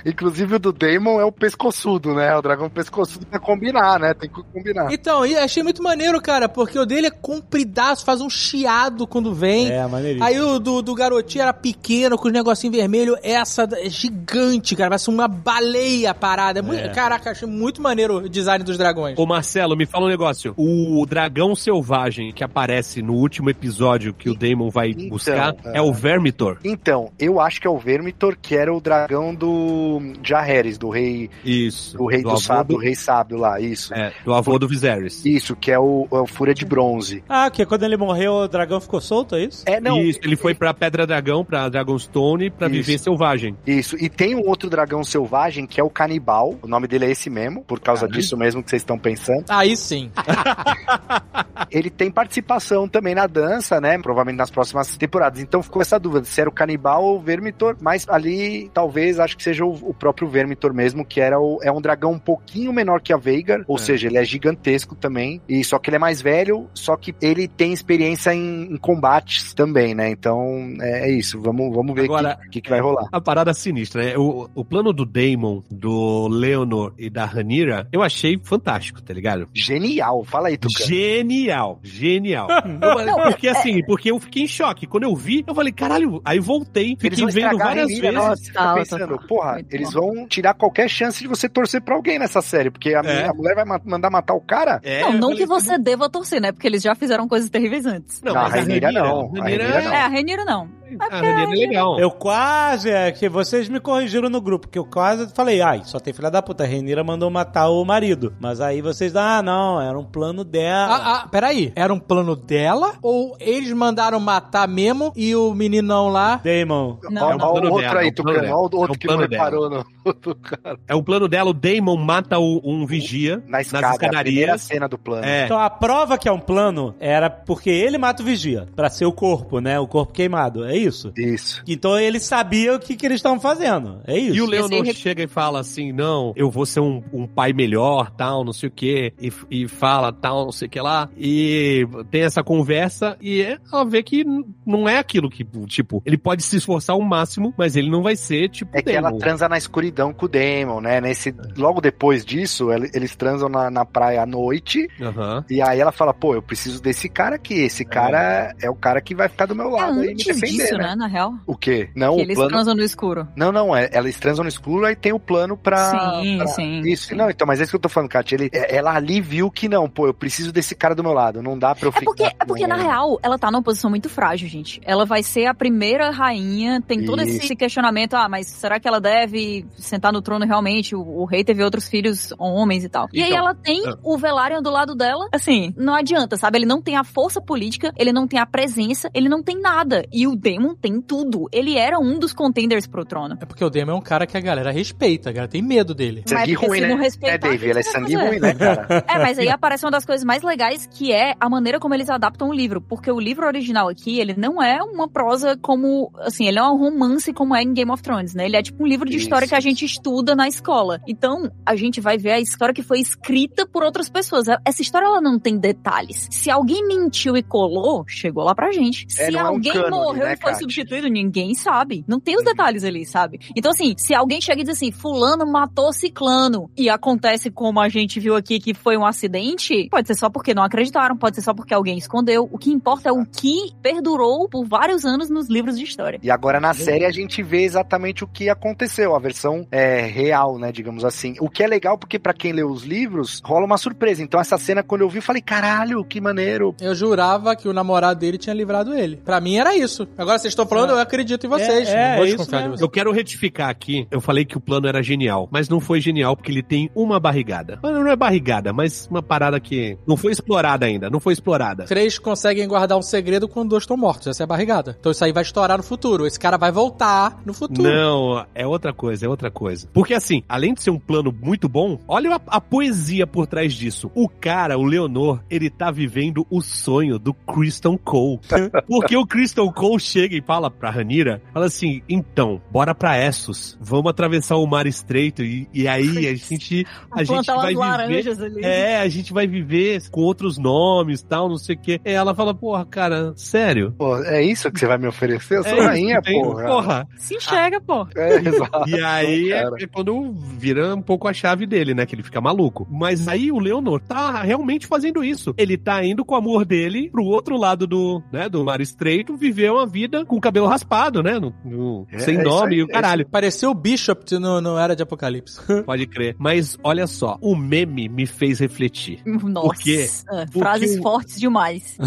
S3: Inclusive o do Damon é o pescoçudo, né? O dragão pescoçudo pra combinar, né? Tem que combinar.
S6: Então, e achei muito maneiro, cara, porque o dele é compridaço, faz um chiado quando vem.
S2: É, maneiríssimo.
S6: Aí o do, do garotinho era pequeno, com os negocinhos vermelhos. Essa é gigante, cara. Parece uma baleia a parada. É muito- Caraca, achei muito maneiro o design dos dragões.
S4: Ô Marcelo, me fala um negócio. O dragão selvagem que aparece no último episódio que o Damon vai
S3: Então,
S4: buscar
S3: é.
S4: é o Vermitor.
S3: Então, eu acho que é o Vermitor, que era o dragão do Jaehaerys, do rei
S4: Isso.
S3: do rei do,
S4: avô
S3: sábio, do
S4: do-
S3: rei sábio lá, isso.
S4: É, do avô do Viserys.
S3: Isso, que é o, é o Fúria de Bronze.
S2: Ah, que quando ele morreu, o dragão ficou solto, é isso?
S3: É, não,
S4: Isso, ele Ele foi pra Pedra Dragão, pra Dragonstone, pra
S3: Isso.
S4: viver selvagem.
S3: Isso. E tem um outro dragão selvagem que é o canibal. O nome dele é esse mesmo, por causa disso mesmo que vocês
S2: [laughs]
S3: estão pensando.
S6: Aí sim.
S8: Ah,
S3: Ele tem participação também na dança, né? Provavelmente nas próximas temporadas. Então ficou essa dúvida se era o canibal ou o Vermitor. Mas ali talvez acho que seja o, o próprio Vermitor mesmo, que era o- é um dragão um pouquinho menor que a Veigar. Ou seja, ele é gigantesco também. E só que ele é mais velho, só que ele tem experiência em, em combates também, né? Então é isso. Vamos, vamos ver o
S4: Agora-
S3: que, que vai rolar.
S4: A parada sinistra, né? O, o plano do Damon, do Leonor e da Ranira, eu achei fantástico, tá ligado?
S3: Genial. Fala aí, Tucano.
S4: Genial, genial. Eu-
S5: Não, é,
S4: porque assim, porque eu fiquei em choque. Quando eu vi, eu falei, caralho, aí voltei, fiquei
S3: Eles vão
S4: vendo
S3: estragar a
S4: várias
S3: Renira,
S4: vezes.
S3: Nossa, fica
S5: Tá,
S3: pensando,
S5: tá, tá.
S3: porra,
S5: Muito
S3: eles
S5: bom.
S3: vão tirar qualquer chance de você torcer pra alguém nessa série, porque a, menina- a mulher vai ma- mandar matar o cara.
S4: É,
S5: Não,
S4: eu
S5: não
S4: falei,
S5: que você deva torcer, né? Porque eles já fizeram coisas terríveis antes.
S4: Não,
S3: Não,
S4: mas
S3: a Renira não,
S4: A
S3: a
S4: Renira
S3: Renira
S5: É, a Renira não.
S4: a Renira é legal.
S8: Eu quase, é que vocês me corrigiram no grupo, que eu quase falei, ai, só tem filha da puta, a Renira mandou matar o marido. Mas aí vocês, ah, não, era um plano dela.
S6: Ah, ah, peraí. Era um plano dela? Ou eles mandaram matar mesmo e o meninão lá
S8: Damon.
S5: Não,
S3: ó,
S5: não.
S3: ó o
S4: plano
S3: outro
S4: dela, é
S3: aí,
S4: o plano
S3: Tucano,
S4: dela.
S3: ó o
S4: É
S3: outro
S4: o
S3: que não
S4: plano dela.
S3: reparou no, no cara.
S4: É o plano dela, o Damon mata o- um vigia
S3: Na escada,
S4: nas
S3: a primeira
S4: escadarias.
S3: cena do plano.
S4: É,
S8: Então a prova que é um plano era porque ele mata o vigia, pra ser o corpo, né? O corpo queimado, é isso?
S3: Isso.
S8: Então ele sabia o que, que eles estavam fazendo, é isso?
S4: E o Leonor
S5: Esse aí-
S4: chega e fala assim: não, eu vou ser um, um pai melhor, tal, não sei o quê, e, e fala tal, não sei o que lá, e tem essa conversa, e é- ela vê que n- não é aquilo que, tipo, ele pode se esforçar ao máximo, mas ele não vai ser, tipo,
S3: É que ela
S4: Damon.
S3: transa na escuridão com o Damon, né? Nesse, logo depois disso, ele- eles transam na, na praia à noite,
S4: Aham.
S3: e aí ela fala, pô, eu preciso desse cara aqui, esse cara é o cara que vai ficar do meu
S5: É
S3: lado e me
S5: antes
S3: defender,
S5: disso,
S3: né?
S5: né? Na real.
S3: O quê? Não,
S5: que
S3: o
S5: eles
S3: plano
S5: transam no escuro.
S3: Não, não, é, elas transam no escuro, aí tem o plano pra.
S5: sim,
S3: pra-
S5: sim.
S3: Isso,
S5: sim.
S3: não, então, mas é isso que eu tô falando, Kátia. Ele, é- ela ali viu que não, pô, eu preciso desse cara do meu lado, não dá pra eu
S5: É
S3: ficar.
S5: porque, é porque, na real, ela tá numa posição muito frágil, gente. Ela vai ser a primeira rainha, tem todo
S3: Isso.
S5: esse questionamento, ah, mas será que ela deve sentar no trono realmente? O, o rei teve outros filhos homens e tal. e aí
S4: Então,
S5: ela tem
S4: ah.
S5: o Velaryon do lado dela, assim, não adianta, sabe? Ele não tem a força política, ele não tem a presença, ele não tem nada. E o Daemon tem tudo. Ele era um dos contenders pro trono.
S6: É porque o Demo é um cara que a galera respeita, a galera tem medo dele.
S5: Mas
S3: Sangue
S5: porque
S3: ruim,
S5: se
S3: né?
S5: não respeitar,
S3: É, Dave,
S5: quem
S3: ela é
S5: vai
S3: sangue
S5: fazer?
S3: ruim, né,
S5: [laughs]
S3: cara?
S5: É, mas aí aparece uma das coisas mais legais, que é a maneira como eles adaptam o livro. Porque o livro original aqui, ele não é uma prosa como. Assim, ele é um romance como é em Game of Thrones, né? Ele é tipo um livro de
S3: Isso.
S5: história que a gente estuda na escola. Então, a gente vai ver a história que foi escrita por outras pessoas. Essa história, ela não tem detalhes. Se alguém mentiu e colou, chegou lá pra gente.
S3: É,
S5: Se
S3: não é um
S5: alguém
S3: cânone,
S5: morreu
S3: né,
S5: e foi
S3: Kátia? Uhum.
S5: substituído, ninguém sabe. Não tem os detalhes ali, sabe? Então, assim, se alguém chega e diz assim, fulano matou ciclano, e acontece como a gente viu aqui, que foi um acidente, pode ser só porque não acreditaram, pode ser só porque alguém escondeu. O que importa é o que perdurou por vários anos nos livros de história.
S3: E agora na série a gente vê exatamente o que aconteceu, a versão é, real, né, digamos assim. O que é legal porque pra quem lê os livros, rola uma surpresa. Então essa cena quando eu vi, eu falei, caralho, que maneiro.
S6: Eu jurava que o namorado dele tinha livrado ele. Pra mim era isso. Agora vocês estão falando, eu acredito em vocês.
S8: É, é,
S6: não vou
S8: é isso
S6: desconfiar de
S8: mesmo.
S6: vocês.
S4: Eu quero retificar aqui. Eu falei que o plano era genial, mas não foi genial porque ele tem uma barrigada. Mas Não é barrigada, mas uma parada que não foi explorada ainda. Não foi explorada.
S6: Três conseguem guardar um segredo quando dois estão mortos. Essa é a barrigada. Então isso aí vai estourar no futuro. Esse cara vai voltar no futuro.
S4: Não, é outra coisa, é outra coisa. Porque assim, além de ser um plano muito bom, olha a, a poesia por trás disso. O cara, o Leonor, ele tá vivendo o sonho do Kristen Cole. Porque o Kristen Cole chega e fala pra Ranira, fala assim, então, bora pra Essos, vamos atravessar o mar estreito e, e aí a gente, a gente
S5: Plantar
S4: vai
S5: umas
S4: viver...
S5: laranjas ali.
S4: É, a gente vai viver com outros nomes, tal, não sei o quê. E ela fala, porra, cara, sério?
S3: Pô, é isso que você vai me oferecer? Eu sou
S4: É isso
S3: rainha,
S4: que tem?
S3: porra.
S4: Porra,
S5: Se enxerga, pô.
S3: É, [laughs] exato.
S4: E aí é,
S3: cara.
S4: é quando vira um pouco a chave dele, né? Que ele fica maluco. Mas aí o Leonor tá realmente fazendo isso. Ele tá indo com o amor dele pro outro lado do, né, do mar estreito, viver uma vida com o cabelo raspado, né? no- no-
S3: É,
S4: sem
S3: é isso
S4: nome
S3: aí,
S4: e o
S3: é
S4: caralho.
S6: Pareceu o Bishop no, no Era de Apocalipse.
S4: Pode crer. Mas olha só, o meme me fez refletir.
S5: Nossa.
S4: quê? Porque
S5: Frases
S4: o-
S5: fortes demais.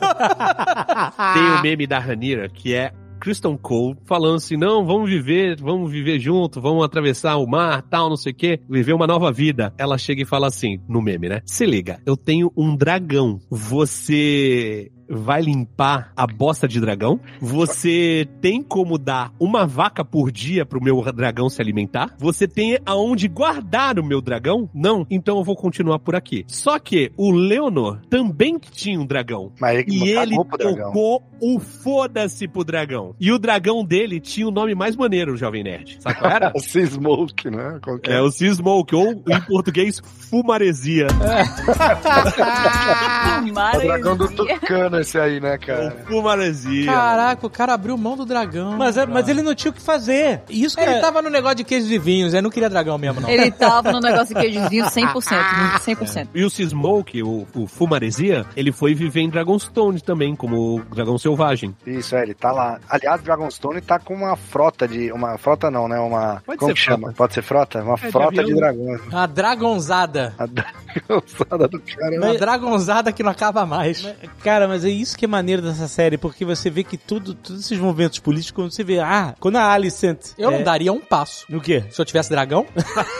S6: Ah,
S4: Tem o meme da Ranira, que é Kristen Cole falando assim, não, vamos viver, vamos viver junto, vamos atravessar o mar, tal, não sei o quê, viver uma nova vida. Ela chega e fala assim, no meme, né? Se liga, eu tenho um dragão. Você vai limpar a bosta de dragão. Você tem como dar uma vaca por dia pro meu dragão se alimentar. Você tem aonde guardar o meu dragão? Não, então eu vou continuar por aqui. Só que o Leonor também tinha um dragão.
S3: Mas ele
S4: E ele
S3: cagou pro dragão.
S4: tocou o foda-se pro dragão. E o dragão dele tinha o nome mais maneiro, Jovem Nerd. Sabe qual [laughs] era?
S3: O Smoke, né? Qual que
S4: É o Sea Smoke, ou em português, fumaresia.
S8: um-
S3: Ah, O dragão do
S5: Maravilha.
S3: Tucano esse aí, né, cara?
S4: Ou fumaresia.
S8: [laughs]
S6: Caraca, o cara abriu mão do dragão.
S2: [laughs] Mas, é- mas ele não tinha o que fazer. Isso que
S6: Ele tá-
S2: é-
S6: tava no negócio de queijos e vinhos, ele não queria dragão mesmo, não.
S5: Ele tava no negócio de queijozinho 100%,
S3: Ah,
S5: 100%.
S4: E o Sea Smoke, o, o Fumaresia, ele foi viver em Dragonstone também, como o Dragão Selvagem.
S3: Isso, é, ele tá lá. Aliás, Dragonstone tá com uma frota de. Uma frota não, né? Uma.
S4: Pode
S3: como
S4: ser É,
S3: que chama? Pode ser frota? Uma
S4: de
S3: frota de,
S4: avião.
S3: dragões.
S6: A
S3: [laughs]
S6: dragonzada.
S3: A dragonçada do cara. né?
S6: Uma dragonzada que não acaba mais.
S2: Cara, mas é isso que é maneiro dessa série, porque você vê que tudo, todos esses movimentos políticos, quando você vê, ah, quando a Alicent...
S6: Eu
S2: é-
S6: não daria um passo.
S2: O quê?
S6: Se eu tivesse dragão, [laughs]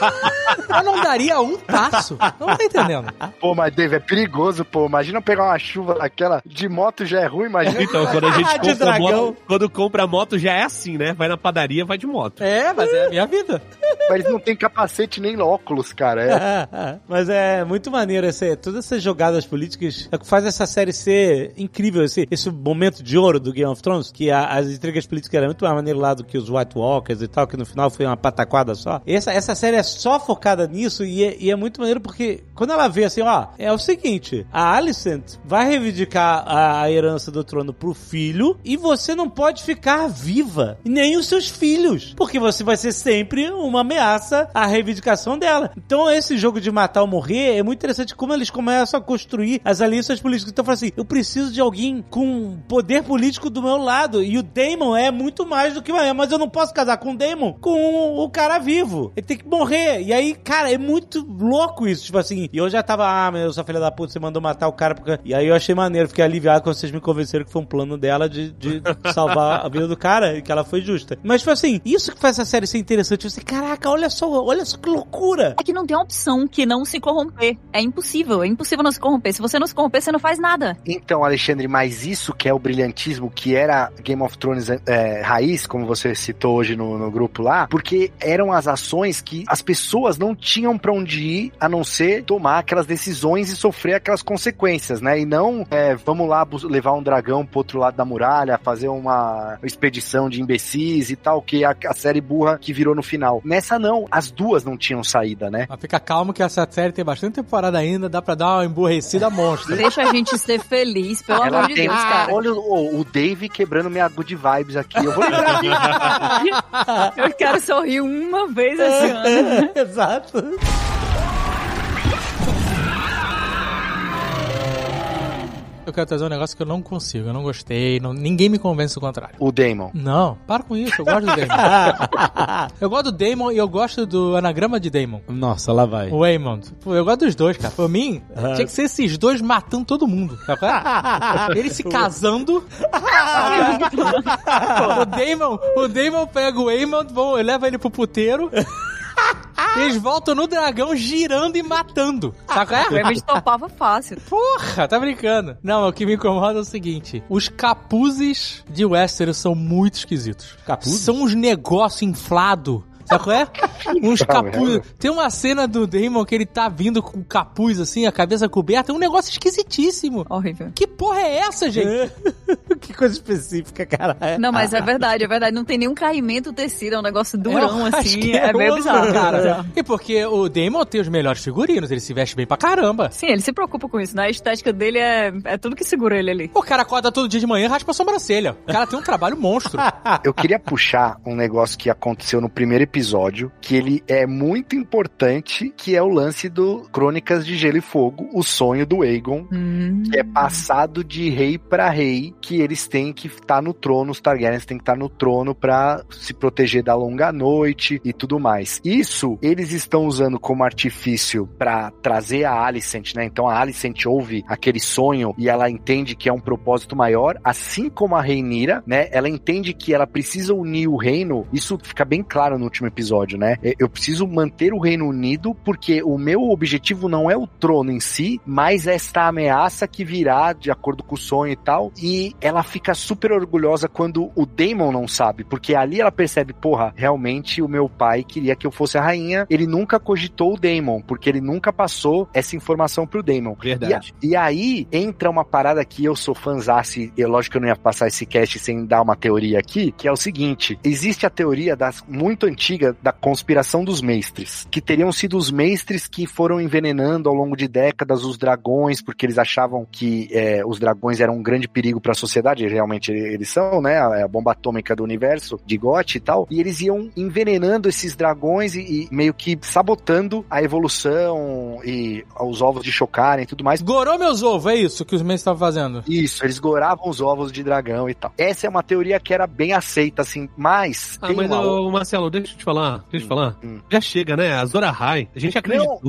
S6: eu não daria um [laughs] passo. Não tá
S2: [laughs]
S6: entendendo.
S3: Pô, mas Dave, é perigoso, pô. Imagina pegar uma chuva daquela. De moto já é ruim, imagina.
S4: Então, quando a gente
S2: De
S4: compra
S2: dragão.
S4: moto, quando compra moto já é assim, né? Vai na padaria, vai de moto.
S6: É, mas é a minha vida.
S3: mas não tem capacete nem óculos, cara. É.
S2: [laughs] Mas é muito maneiro essa, todas essas jogadas políticas é o que faz essa série ser incrível, esse, esse momento de ouro do Game of Thrones, que a- as intrigas políticas eram muito mais maneiro lá do que os White Walkers e tal, que no final foi uma pataquada só. Essa, essa série é só focada nisso e é, e é muito maneiro porque quando ela vê assim, ó, é o seguinte, a Alicent vai reivindicar a, a herança do trono pro filho e você não pode ficar viva, e nem os seus filhos, porque você vai ser sempre uma ameaça à reivindicação dela. Então esse jogo de matar ou morrer é muito interessante como eles começam a construir as alianças políticas. Então fala assim, eu preciso de alguém com poder político do meu lado e o Daemon é muito mais do que uma, mas eu não posso casar com o Daemon com o cara vivo. Ele tem que morrer. E aí, cara, é muito louco isso, tipo assim. E eu já tava, ah, meu, sua filha da puta, você mandou matar o cara porque... E aí eu achei maneiro, fiquei aliviado quando vocês me convenceram que foi um plano dela de, de salvar a vida do cara e que ela foi justa. Mas tipo assim, isso que faz essa série ser interessante. Tipo assim, caraca, olha só, olha só que loucura.
S5: É que não tem opção que não se corromper. É impossível, é impossível não se corromper. Se você não se corromper, você não faz nada.
S3: Então, Alexandre, mas isso que é o brilhantismo que era Game of Thrones é, raiz, como você citou hoje no, no grupo lá, porque eram as ações que as pessoas não tinham pra onde ir a não ser tomar aquelas decisões e sofrer aquelas consequências, né? E não, é, vamos lá bus- levar um dragão pro outro lado da muralha, fazer uma expedição de imbecis e tal, que é a, a série burra que virou no final. Nessa não, as duas não tinham saída, né?
S6: Mas fica calmo que essa série tem bastante temporada ainda, dá pra dar uma emburrecida monstro.
S5: Deixa a gente ser feliz, pelo amor de
S3: [laughs]
S5: Deus, cara.
S3: Olha o, o Dave quebrando minha good vibes aqui. Eu vou lembrar disso.
S5: Eu quero sorrir uma vez esse ano.
S2: [laughs] Exato.
S6: Eu quero trazer um negócio que eu não consigo, eu não gostei, não- ninguém me convence do contrário.
S3: O Damon.
S6: Não, para com isso, eu gosto do Damon.
S2: [laughs]
S6: eu gosto do Damon e eu gosto do anagrama de Damon.
S2: Nossa, lá vai.
S6: O Waymond. Pô, eu gosto dos dois, cara. Por mim,
S2: Ah.
S6: tinha que ser esses dois matando todo mundo. sabe qual
S2: [laughs]
S6: é? Eles se casando. o Damon, o Damon pega o Waymond, vão, leva ele pro puteiro. Eles voltam no dragão girando e matando. Sabe qual é?
S5: O Remedy topava fácil.
S6: Porra, tá brincando. Não, o que me incomoda é o seguinte: os capuzes de Westeros são muito esquisitos.
S2: Capuzes?
S6: São uns negócio inflado. Sabe qual é? Uns capuzes.
S3: merda.
S6: Tem uma cena do Damon que ele tá vindo com o capuz assim, a cabeça coberta. É um negócio esquisitíssimo.
S5: Horrível.
S6: Que porra é essa, gente?
S2: que coisa específica, cara.
S5: Não, mas é verdade, é verdade. Não tem nenhum caimento tecido, é um negócio durão,
S6: É
S5: assim. É meio
S6: asqueroso,
S5: bizarro. né? Cara.
S6: E porque o Damon tem os melhores figurinos, ele se veste bem pra caramba.
S5: Sim, ele se preocupa com isso, né? A estética dele é, é tudo que segura ele ali.
S6: O cara acorda todo dia de manhã e raspa a sobrancelha. O cara tem um trabalho monstro.
S3: Eu queria puxar um negócio que aconteceu no primeiro episódio, que ele é muito importante, que é o lance do Crônicas de Gelo e Fogo, o sonho do Aegon,
S5: Hum.
S3: que é passado de rei pra rei, que eles têm que estar no trono, os Targaryens têm que estar no trono para se proteger da longa noite e tudo mais. Isso eles estão usando como artifício para trazer a Alicent, né? Então a Alicent ouve aquele sonho e ela entende que é um propósito maior, assim como a Reinira, né? Ela entende que ela precisa unir o reino. Isso fica bem claro no último episódio, né? Eu preciso manter o reino unido porque o meu objetivo não é o trono em si, mas é esta ameaça que virá de acordo com o sonho e tal. E ela fica super orgulhosa quando o Daemon não sabe, porque ali ela percebe, porra, realmente o meu pai queria que eu fosse a rainha. Ele nunca cogitou o Daemon, porque ele nunca passou essa informação pro Daemon.
S4: Verdade.
S3: E, a- e aí entra uma parada que eu sou fanzasse, e lógico que eu não ia passar esse cast sem dar uma teoria aqui, que é o seguinte: existe a teoria das muito antiga da conspiração dos mestres, que teriam sido os mestres que foram envenenando ao longo de décadas os dragões, porque eles achavam que é, os dragões eram um grande perigo para a sociedade, e realmente eles são, né? A, a bomba atômica do universo, de Gote e tal, e eles iam envenenando esses dragões e, e meio que sabotando a evolução e os ovos de chocarem e tudo mais.
S6: Gorou meus ovos, é isso que os meninos estavam fazendo.
S3: Isso, eles goravam os ovos de dragão e tal. Essa é uma teoria que era bem aceita, assim, mas
S4: Ah,
S3: tem
S4: mas,
S3: uma outra.
S4: ô, Marcelo, deixa eu te falar, deixa eu te falar.
S3: Hum.
S4: Já chega, né? A Zora High, a gente [laughs] acreditou.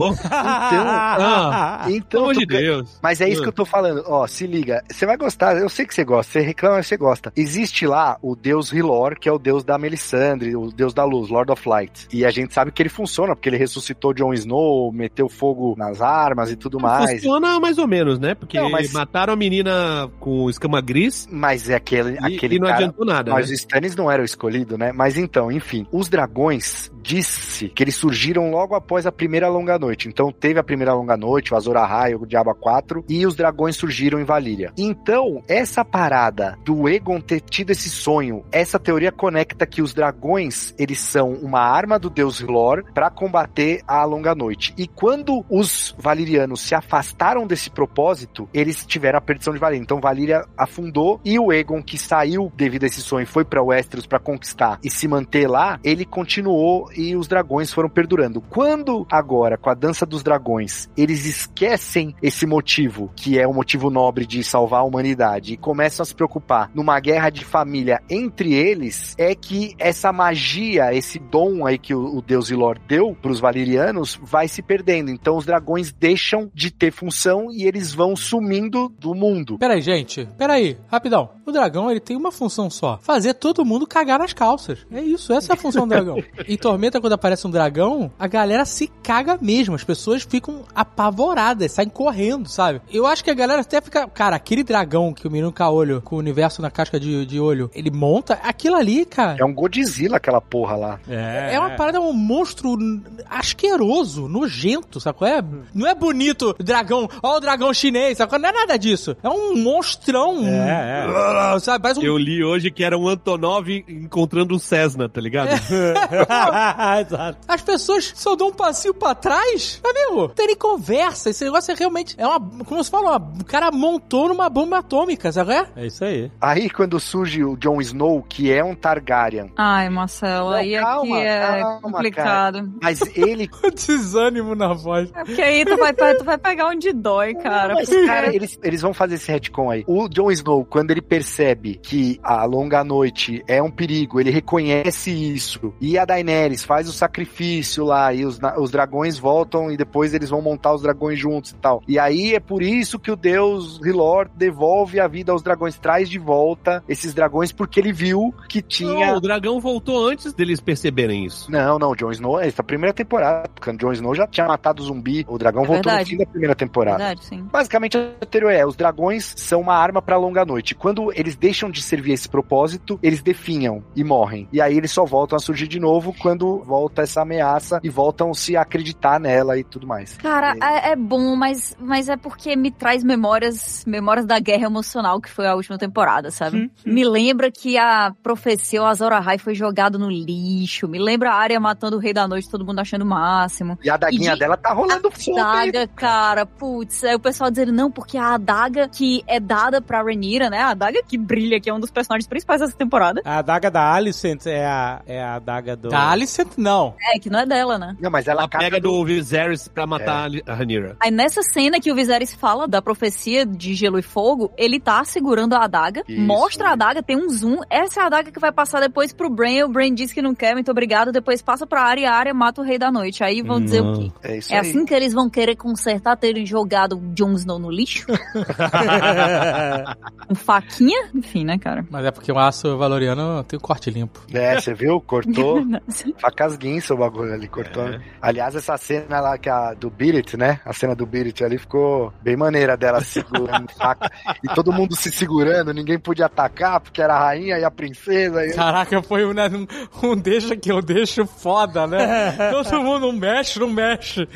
S4: Ah,
S3: Então,
S4: pelo amor
S3: tô
S4: de
S3: pe-
S4: Deus. Ah.
S3: Mas é isso que eu tô falando, ó, se liga. Você vai gostar, eu sei que você gosta, você reclama, mas você gosta. Existe lá o deus Hilor, que é o deus da Melisandre, o deus da luz, Lord of Light. E a gente sabe que ele funciona, porque ele ressuscitou Jon Snow, meteu fogo nas armas e tudo mais.
S4: Funciona mais ou menos, né? Porque
S3: Não, mas-
S4: mataram a menina com escama gris
S3: Mas é aquele,
S4: e,
S3: aquele
S4: e não
S3: cara...
S4: adiantou nada.
S3: Mas o
S4: né?
S3: Stannis não era o escolhido, né? Mas então, enfim, os dragões disse que eles surgiram logo após a primeira longa noite. Então teve a primeira longa noite, o Azor Ahai, o Diaba 4, e os dragões surgiram em Valíria. Então, essa parada do Egon ter tido esse sonho, essa teoria conecta que os dragões, eles são uma arma do deus Lor para combater a longa noite. E quando os valirianos se afastaram desse propósito, eles tiveram a perdição de Valíria. Então Valíria afundou e o Egon que saiu devido a esse sonho foi para Westeros para conquistar e se manter lá, ele continuou e os dragões foram perdurando. Quando agora com a dança dos dragões, eles esquecem esse motivo, que é o motivo nobre de salvar a humanidade e começam a se preocupar numa guerra de família entre eles, é que essa magia, esse dom aí que o, o deus Ilor deu para os valirianos vai se perdendo. Então os dragões deixam de ter função e eles vão sumindo do mundo.
S6: Peraí, gente, peraí, rapidão. O dragão, ele tem uma função só: fazer todo mundo cagar nas calças. É isso, essa é a função do dragão. Em Tormenta, quando aparece um dragão, a galera se caga mesmo. As pessoas ficam apavoradas, saem correndo, sabe? Eu acho que a galera até fica. Cara, aquele dragão que o menino caolho, com o universo na casca de, de olho, ele monta, aquilo ali, cara.
S3: É um Godzilla aquela porra lá.
S6: É uma parada, um monstro asqueroso, nojento, sabe qual é? Não é bonito, dragão, ó o dragão chinês, sabe qual é? Não é nada disso. É um monstrão,
S8: É,
S6: um- sabe? Parece um...
S4: Eu li hoje que era um Antonov encontrando um Cessna, tá ligado? [laughs]
S8: Exato.
S6: As pessoas só dão um passinho pra trás, amigo. Não tem nem conversa, esse negócio é realmente... É uma, como se fala, uma- o cara montou numa bomba atômica, sabe qual é?
S2: [laughs]
S8: É isso aí.
S3: Aí quando surge o Jon Snow, que é um Targaryen,
S5: Ai, Marcelo,
S3: Não,
S5: aí
S3: calma,
S5: aqui é
S3: calma,
S5: complicado.
S3: mas ele,
S6: O desânimo na voz.
S5: É porque aí tu vai, tu vai pegar onde dói, cara.
S3: mas,
S5: porque-
S3: cara, eles, eles vão fazer esse retcon aí. O Jon Snow, quando ele percebe que a longa noite é um perigo, ele reconhece isso. E a Daenerys faz o sacrifício lá e os, na- os dragões voltam e depois eles vão montar os dragões juntos e tal. E aí é por isso que o deus Hilor devolve a vida aos dragões, traz de volta esses dragões porque ele viu que tinha
S4: Não, o dragão voltou antes deles perceberem isso.
S3: Não, não, o Jon Snow, essa primeira temporada, porque o Jon Snow já tinha matado o zumbi, o dragão
S5: É
S3: voltou no
S5: verdade. É
S3: fim da primeira temporada.
S5: Verdade, sim.
S3: Basicamente, a teoria é, os dragões são uma arma pra longa noite. Quando eles deixam de servir esse propósito, eles definham e morrem. E aí eles só voltam a surgir de novo quando volta essa ameaça e voltam se a acreditar nela e tudo mais.
S5: Cara, é, é bom, mas, mas é porque me traz memórias, memórias da guerra emocional que foi a última temporada, sabe? Me lembra que a profecia o Azor Ahai foi jogado no lixo. Me lembra a área matando o Rei da Noite, todo mundo achando o máximo.
S3: E a daguinha
S5: E de-
S3: dela tá rolando fogo.
S5: A
S3: aí.
S5: adaga, cara, putz. Aí o pessoal dizendo, não, porque a adaga que é dada pra Renira, né? A adaga que brilha, que é um dos personagens principais dessa temporada.
S8: É A adaga da Alicent é a, é a adaga do.
S6: Da Alicent, não.
S5: É, que não é dela, né?
S3: Não, mas ela,
S4: Ela
S3: caga
S4: pega do Viserys pra matar a Hanira.
S8: [laughs]
S5: Aí nessa cena que o Viserys fala da profecia de gelo e fogo, ele tá segurando segurando a adaga,
S3: Isso.
S5: mostra a adaga, tem um zoom. Essa é a adaga que vai passar depois pro Bran. O Bran diz que não quer, muito obrigado. Depois passa pra área e a área mata o rei da noite. Aí vão dizer o quê?
S3: É isso
S5: É
S3: aí.
S5: assim que eles vão querer consertar terem jogado o Jon Snow no lixo? um faquinha? Enfim, né, cara?
S2: Mas é porque o aço valoriano tem o corte limpo.
S3: É, você viu?
S5: [laughs]
S3: Cortou.
S5: Nossa.
S3: Facas guinça o bagulho ali, cortou. né? Aliás, essa cena lá que a, do Birit, né? A cena do Birit ali ficou bem maneira dela segurando faca. E todo mundo se segurando, ninguém podia atacar, porque era a rainha e a princesa. E...
S2: Caraca, foi um, um deixa que eu deixo foda, né? Todo mundo não mexe, não mexe.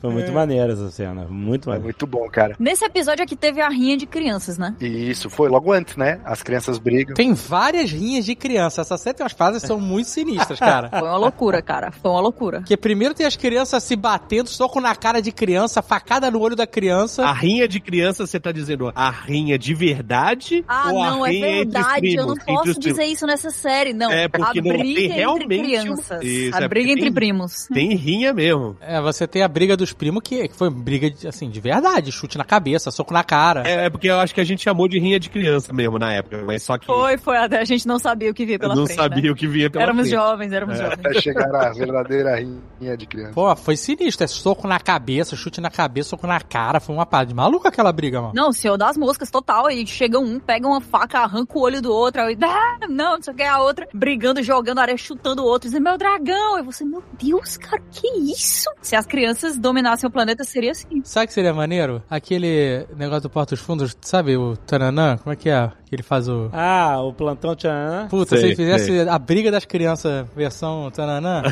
S6: Foi muito maneira essa cena. Muito
S3: É
S6: maneira.
S3: muito bom, cara.
S5: Nesse episódio aqui teve a rinha de crianças, né?
S3: E isso foi logo antes, né? As crianças brigam.
S2: Tem várias rinhas de criança. Essa série tem umas fases que são muito sinistras, cara.
S5: Foi uma loucura, cara. Foi uma loucura.
S2: Porque primeiro tem as crianças se batendo, soco na cara de criança, facada no olho da criança.
S4: A rinha de criança, você tá dizendo a rinha de verdade?
S5: Ah,
S4: ou
S5: não,
S4: a
S5: é
S4: rinha entre
S5: verdade.
S4: os primos,
S5: eu não
S4: entre os
S5: posso
S4: primos?
S5: dizer isso nessa série, não.
S4: É, porque
S5: a
S4: não
S5: briga
S4: tem
S5: entre
S4: realmente um-
S5: crianças.
S4: Isso, é
S5: a
S4: porque
S5: briga entre
S4: tem-
S5: primos.
S4: Tem rinha
S2: [laughs]
S4: mesmo.
S2: É, você tem a briga dos primos, que, que foi briga, de, assim, de verdade. Chute na cabeça, soco na cara.
S4: É, é porque eu acho que a gente chamou de rinha de criança mesmo na época, mas só que
S5: Foi, foi. até A gente não sabia o que via
S4: eu
S5: pela
S4: não
S5: frente.
S4: sabia
S5: né?
S4: o que via pela
S5: Éramos
S4: frente. É.
S5: jovens, éramos jovens.
S3: Até chegar a verdadeira rinha de criança.
S2: Pô, foi sinistro. É soco na cabeça, chute na cabeça, soco na cara. Foi uma parada de maluco aquela briga, mano.
S5: Não, o senhor das moscas, total. Aí chega um, pega uma faca, arranca o olho do outro. Aí, ah, não, não sei o que, a outra. Brigando, jogando areia, chutando o outro. Dizendo, meu dragão. Aí você, meu Deus, cara, que isso? Se as crianças dominassem o planeta, seria assim.
S2: Sabe o que seria maneiro? Aquele negócio do Porta dos Fundos, sabe? O Tananã, como é que é? Que ele faz o.
S6: Ah, o plantão Tchanã.
S2: Puta, se
S4: Sei,
S2: ele fizesse
S4: sei.
S2: a briga das crianças versão
S4: [laughs]
S2: Tananã,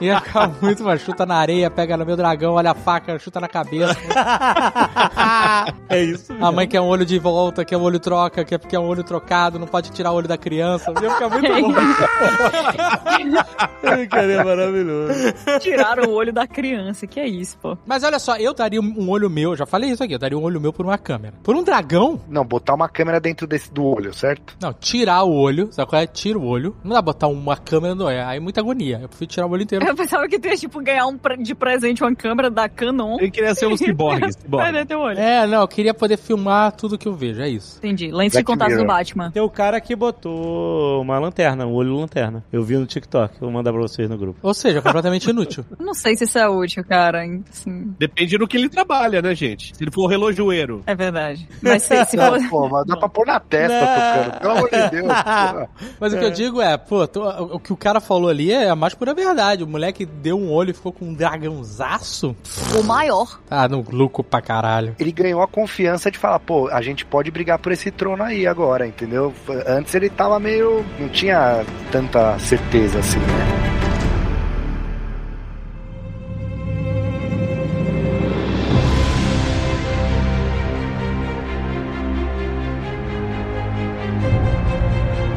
S2: ia ficar muito mais. Chuta na areia, pega no meu dragão, olha a faca, chuta na cabeça.
S6: É isso mesmo.
S2: A mãe quer um olho de volta, quer um olho troca, quer, quer um olho trocado, não pode tirar o olho da criança. Ia ficar muito bom.
S6: Cara, é maravilhoso.
S5: Tiraram o olho da criança. Que é isso, pô.
S2: Mas olha só, eu daria um olho meu, já falei isso aqui, eu daria um olho meu por uma câmera. Por um dragão?
S3: Não, botar uma câmera dentro desse, do olho, certo?
S2: Não, tirar o olho, sabe qual é? Tira o olho. Não dá botar uma câmera, não é. Aí é muita agonia. Eu prefiro tirar o olho
S6: [laughs]
S2: inteiro.
S5: Eu pensava que tu ia, tipo, ganhar um pre- de presente uma câmera da Canon.
S4: Ele queria ser um ciborgue.
S5: Vai
S4: ciborgue.
S5: dar teu olho.
S2: É, não, eu queria poder filmar tudo que eu vejo, é isso.
S5: Entendi. Lentes de
S3: Black
S5: contato do
S3: Mirror.
S5: Batman.
S6: Tem o cara que botou uma lanterna, um olho lanterna. Eu vi no TikTok, eu vou mandar pra vocês no grupo.
S2: Ou seja, completamente
S6: [laughs]
S2: inútil.
S5: Eu Não sei se isso é útil, cara. Assim,
S4: Depende do que ele trabalha, né, gente? Se ele for relojoeiro.
S5: é verdade. Mas se, se for...
S3: Pô, mas dá pra pôr na testa, tocando. Pelo amor de Deus. pô.
S2: Mas o que eu digo é, pô, tô- o que o cara falou ali é a mais pura verdade. O moleque deu um olho e ficou com um dragãozaço.
S5: o maior.
S2: Tá no lucro pra caralho.
S3: Ele ganhou a confiança de falar, pô, a gente pode brigar por esse trono aí agora, entendeu? F- Antes ele tava meio. não tinha tanta certeza assim, né?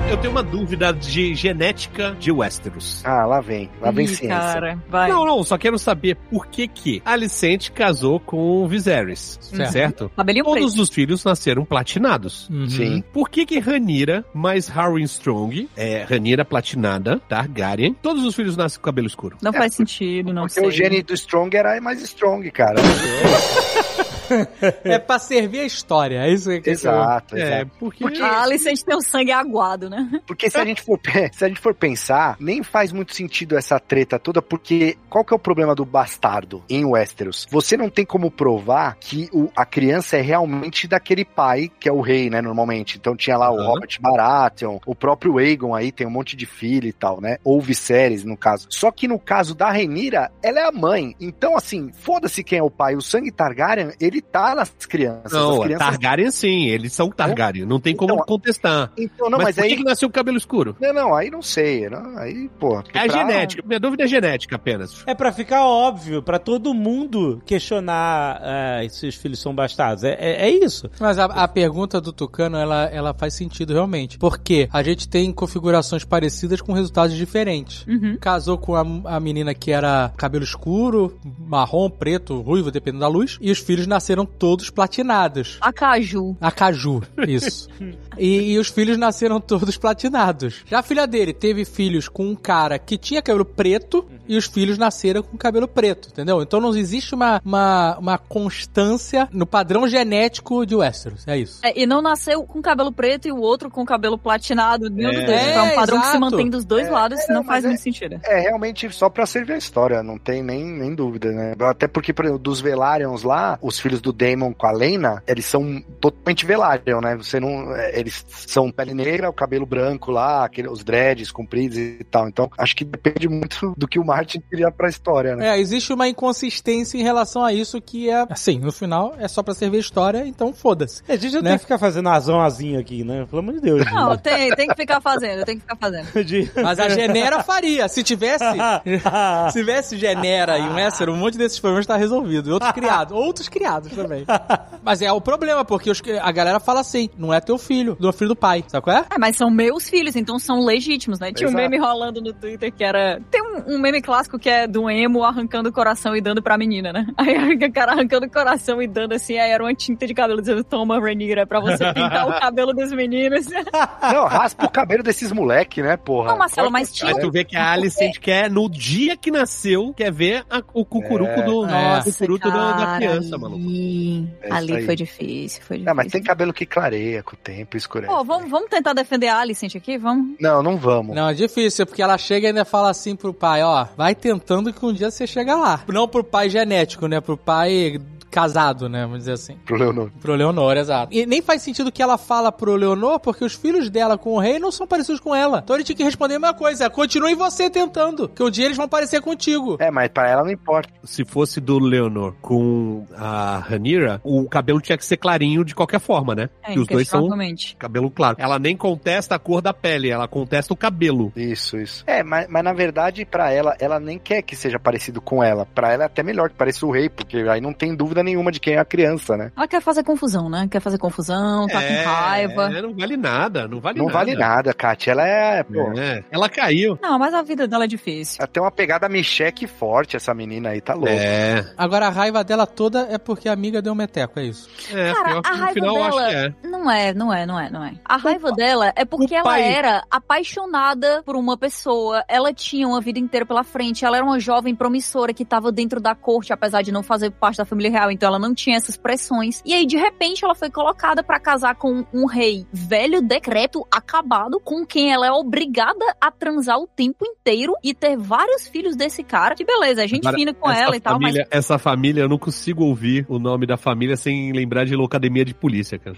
S4: Eu tenho uma dúvida de genética de Westeros.
S3: Ah, lá vem, lá vem
S5: Ih,
S3: ciência.
S5: cara, vai.
S4: Não, não, só quero saber por que que Alicente casou com o Viserys,
S2: Certo.
S4: certo?
S5: Cabelinho preto.
S4: Todos os filhos nasceram platinados.
S2: Uhum.
S3: Sim.
S4: Por que que Ranira mais Harwin Strong, é, Ranira platinada, Targaryen, todos os filhos nascem com cabelo escuro?
S5: Não faz sentido, não
S3: Porque
S5: sei.
S3: o gene do Strong era mais Strong, cara.
S2: É pra servir a história, é isso que
S3: exato,
S4: É,
S3: exato.
S4: porque...
S3: Porque-
S5: A Alicente tem o sangue aguado, né?
S3: Porque se a gente for, pe- se a gente for pensar, nem faz muito sentido essa treta toda, porque qual que é o problema do bastardo em Westeros? Você não tem como provar que o- a criança é realmente daquele pai que é o rei, né, normalmente. Então tinha lá o
S4: Aham.
S3: Robert Baratheon, o próprio Aegon aí tem um monte de filho e tal, né? Ou Viserys no caso. Só que no caso da Renira, ela é a mãe. Então assim, foda-se quem é o pai, o sangue Targaryen, ele tá nas crianças. As
S4: Não, é
S3: crianças...
S4: Targaryen sim, eles são Targaryen, não tem como
S3: Então,
S4: contestar.
S3: Então não,
S4: mas,
S3: mas,
S4: por que
S3: aí
S4: que nasceu com cabelo escuro?
S3: não, não, aí não sei, não, aí, pô.
S4: É a genética, minha dúvida é genética apenas.
S6: É pra ficar óbvio, pra todo mundo questionar
S8: é,
S6: ah, se os filhos são bastardos. É, é- é isso.
S2: Mas a, a pergunta do Tucano, ela, ela faz sentido realmente. Porque a gente tem configurações parecidas com resultados diferentes.
S5: Uhum.
S2: Casou com a, a menina que era cabelo escuro, marrom, preto, ruivo, dependendo da luz. E os filhos
S6: nasceram todos platinados.
S5: A Caju.
S6: A Caju, isso. e, e os filhos nasceram todos platinados. Já a filha dele teve filhos com um cara que tinha cabelo preto e os filhos nasceram com cabelo preto, entendeu? Então não existe uma, uma, uma constância no padrão genético de Westeros. É isso.
S5: É, e não nasceu com cabelo preto e o outro com cabelo platinado. Nenhum dos dois.
S6: É,
S5: É um padrão que se
S6: exato.
S5: mantém dos dois
S3: É,
S5: lados,
S3: é,
S5: não,
S3: não,
S5: faz
S3: mas
S5: muito sentido.
S3: É realmente só pra servir a história, não tem nem, nem dúvida, né? Até porque, por exemplo, dos Velarians lá, os filhos do Daemon com a Lena, eles são totalmente Velarian, né? Você não. é, Eles são pele negra, o cabelo branco lá, aquele, os dreads compridos e tal. Então, acho que depende muito do que o Martin queria pra história,
S6: [laughs]
S3: né?
S6: É, existe uma inconsistência em relação a isso que é, assim, no final é só pra servir a história, então foda-se.
S8: É, A gente não
S6: Né?
S8: tem que ficar fazendo azonazinho aqui, né? [laughs] Pelo amor de Deus.
S5: Não, tem, tem que ficar fazendo, tem que ficar fazendo.
S8: De-
S6: Mas a Genera faria,
S2: [laughs]
S6: se tivesse, se tivesse Genera e um Esser, um monte desses problemas tá resolvido. E Outros criados, outros criados também. Mas é o problema, porque os cri- a galera fala assim, não é teu filho, do filho do pai, sabe qual é?
S5: É, mas são meus filhos, então são legítimos, né? Tinha um
S3: Exato.
S5: meme rolando no Twitter que era. Tem um, um meme clássico que é do emo arrancando o coração e dando pra menina, né? [laughs] Aí o cara arrancando o coração e dando assim, aí era uma tinta de cabelo dizendo: Toma, Renira, é pra você pintar o cabelo dos meninos.
S3: Não, raspa o cabelo desses moleque, né, porra?
S5: Não, Marcelo, mas tinha
S4: Aí tu
S5: um.
S4: vê que a Alicent quer, no dia que nasceu, quer ver a- o cucuruco
S3: É.
S4: do
S6: Nossa,
S4: o cucuruco do- da criança, maluco.
S5: Ali,
S3: É isso ali aí.
S5: foi
S3: foi
S5: difícil, foi difícil.
S3: Não, É, mas tem cabelo que clareia com o tempo, escurece.
S5: um- Pô, vamos, vamos tentar defender a Alicent aqui? Vamos.
S3: Não, não vamos.
S6: Não, é difícil, porque ela chega e ainda fala assim pro pai, ó, vai tentando que um dia você chega lá. Não pro pai genético, né, pro pai casado, né, vamos dizer assim.
S3: Pro Leonor.
S6: Pro Leonor, exato. E nem faz sentido que ela fala pro Leonor, porque os filhos dela com o rei não são parecidos com ela. Então ele tinha que responder a mesma coisa. Continue você tentando, que um dia eles vão parecer contigo.
S3: É, mas pra ela não importa.
S4: Se fosse do Leonor com a Ranira, o cabelo tinha que ser clarinho de qualquer forma, né?
S5: É,
S4: e os dois são
S5: inquestionavelmente.
S4: cabelo claro. Ela nem contesta a cor da pele, ela contesta o cabelo.
S3: Isso, isso. É, mas, mas na verdade, pra ela, ela nem quer que seja parecido com ela. Pra ela é até melhor que pareça o rei, porque aí não tem dúvida nenhuma de quem é a criança, né?
S5: Ela quer fazer confusão, né? Quer fazer confusão, tá
S4: É,
S5: com raiva.
S4: é, não vale nada, não vale
S3: não
S4: nada.
S3: vale nada, Kátia. Ela é, pô,
S4: É, Ela caiu.
S5: Não, mas a vida dela é difícil.
S3: ela tem uma pegada mecheque forte, essa menina aí, tá louca.
S4: É,
S6: Agora a raiva dela toda é porque a amiga deu um meteco, é isso.
S4: é
S5: Cara,
S4: pior que
S5: a
S4: no
S5: raiva
S4: final eu acho
S5: dela-
S4: que é.
S5: Não é, não é, não é, não é. A raiva dela é porque
S4: o
S5: ela
S4: pai-
S5: era apaixonada por uma pessoa. Ela tinha uma vida inteira pela frente. Ela era uma jovem promissora que tava dentro da corte, apesar de não fazer parte da família real. Então ela não tinha essas pressões. E aí, de repente, ela foi colocada pra casar com um rei velho, decreto, acabado, com quem ela é obrigada a transar o tempo inteiro e ter vários filhos desse cara. Que beleza, é gente
S4: Agora,
S5: fina com
S4: essa
S5: ela e tal, mas
S4: família, Essa família, eu não consigo ouvir o nome da família sem lembrar de Locademia de Polícia,
S5: [laughs]
S4: cara.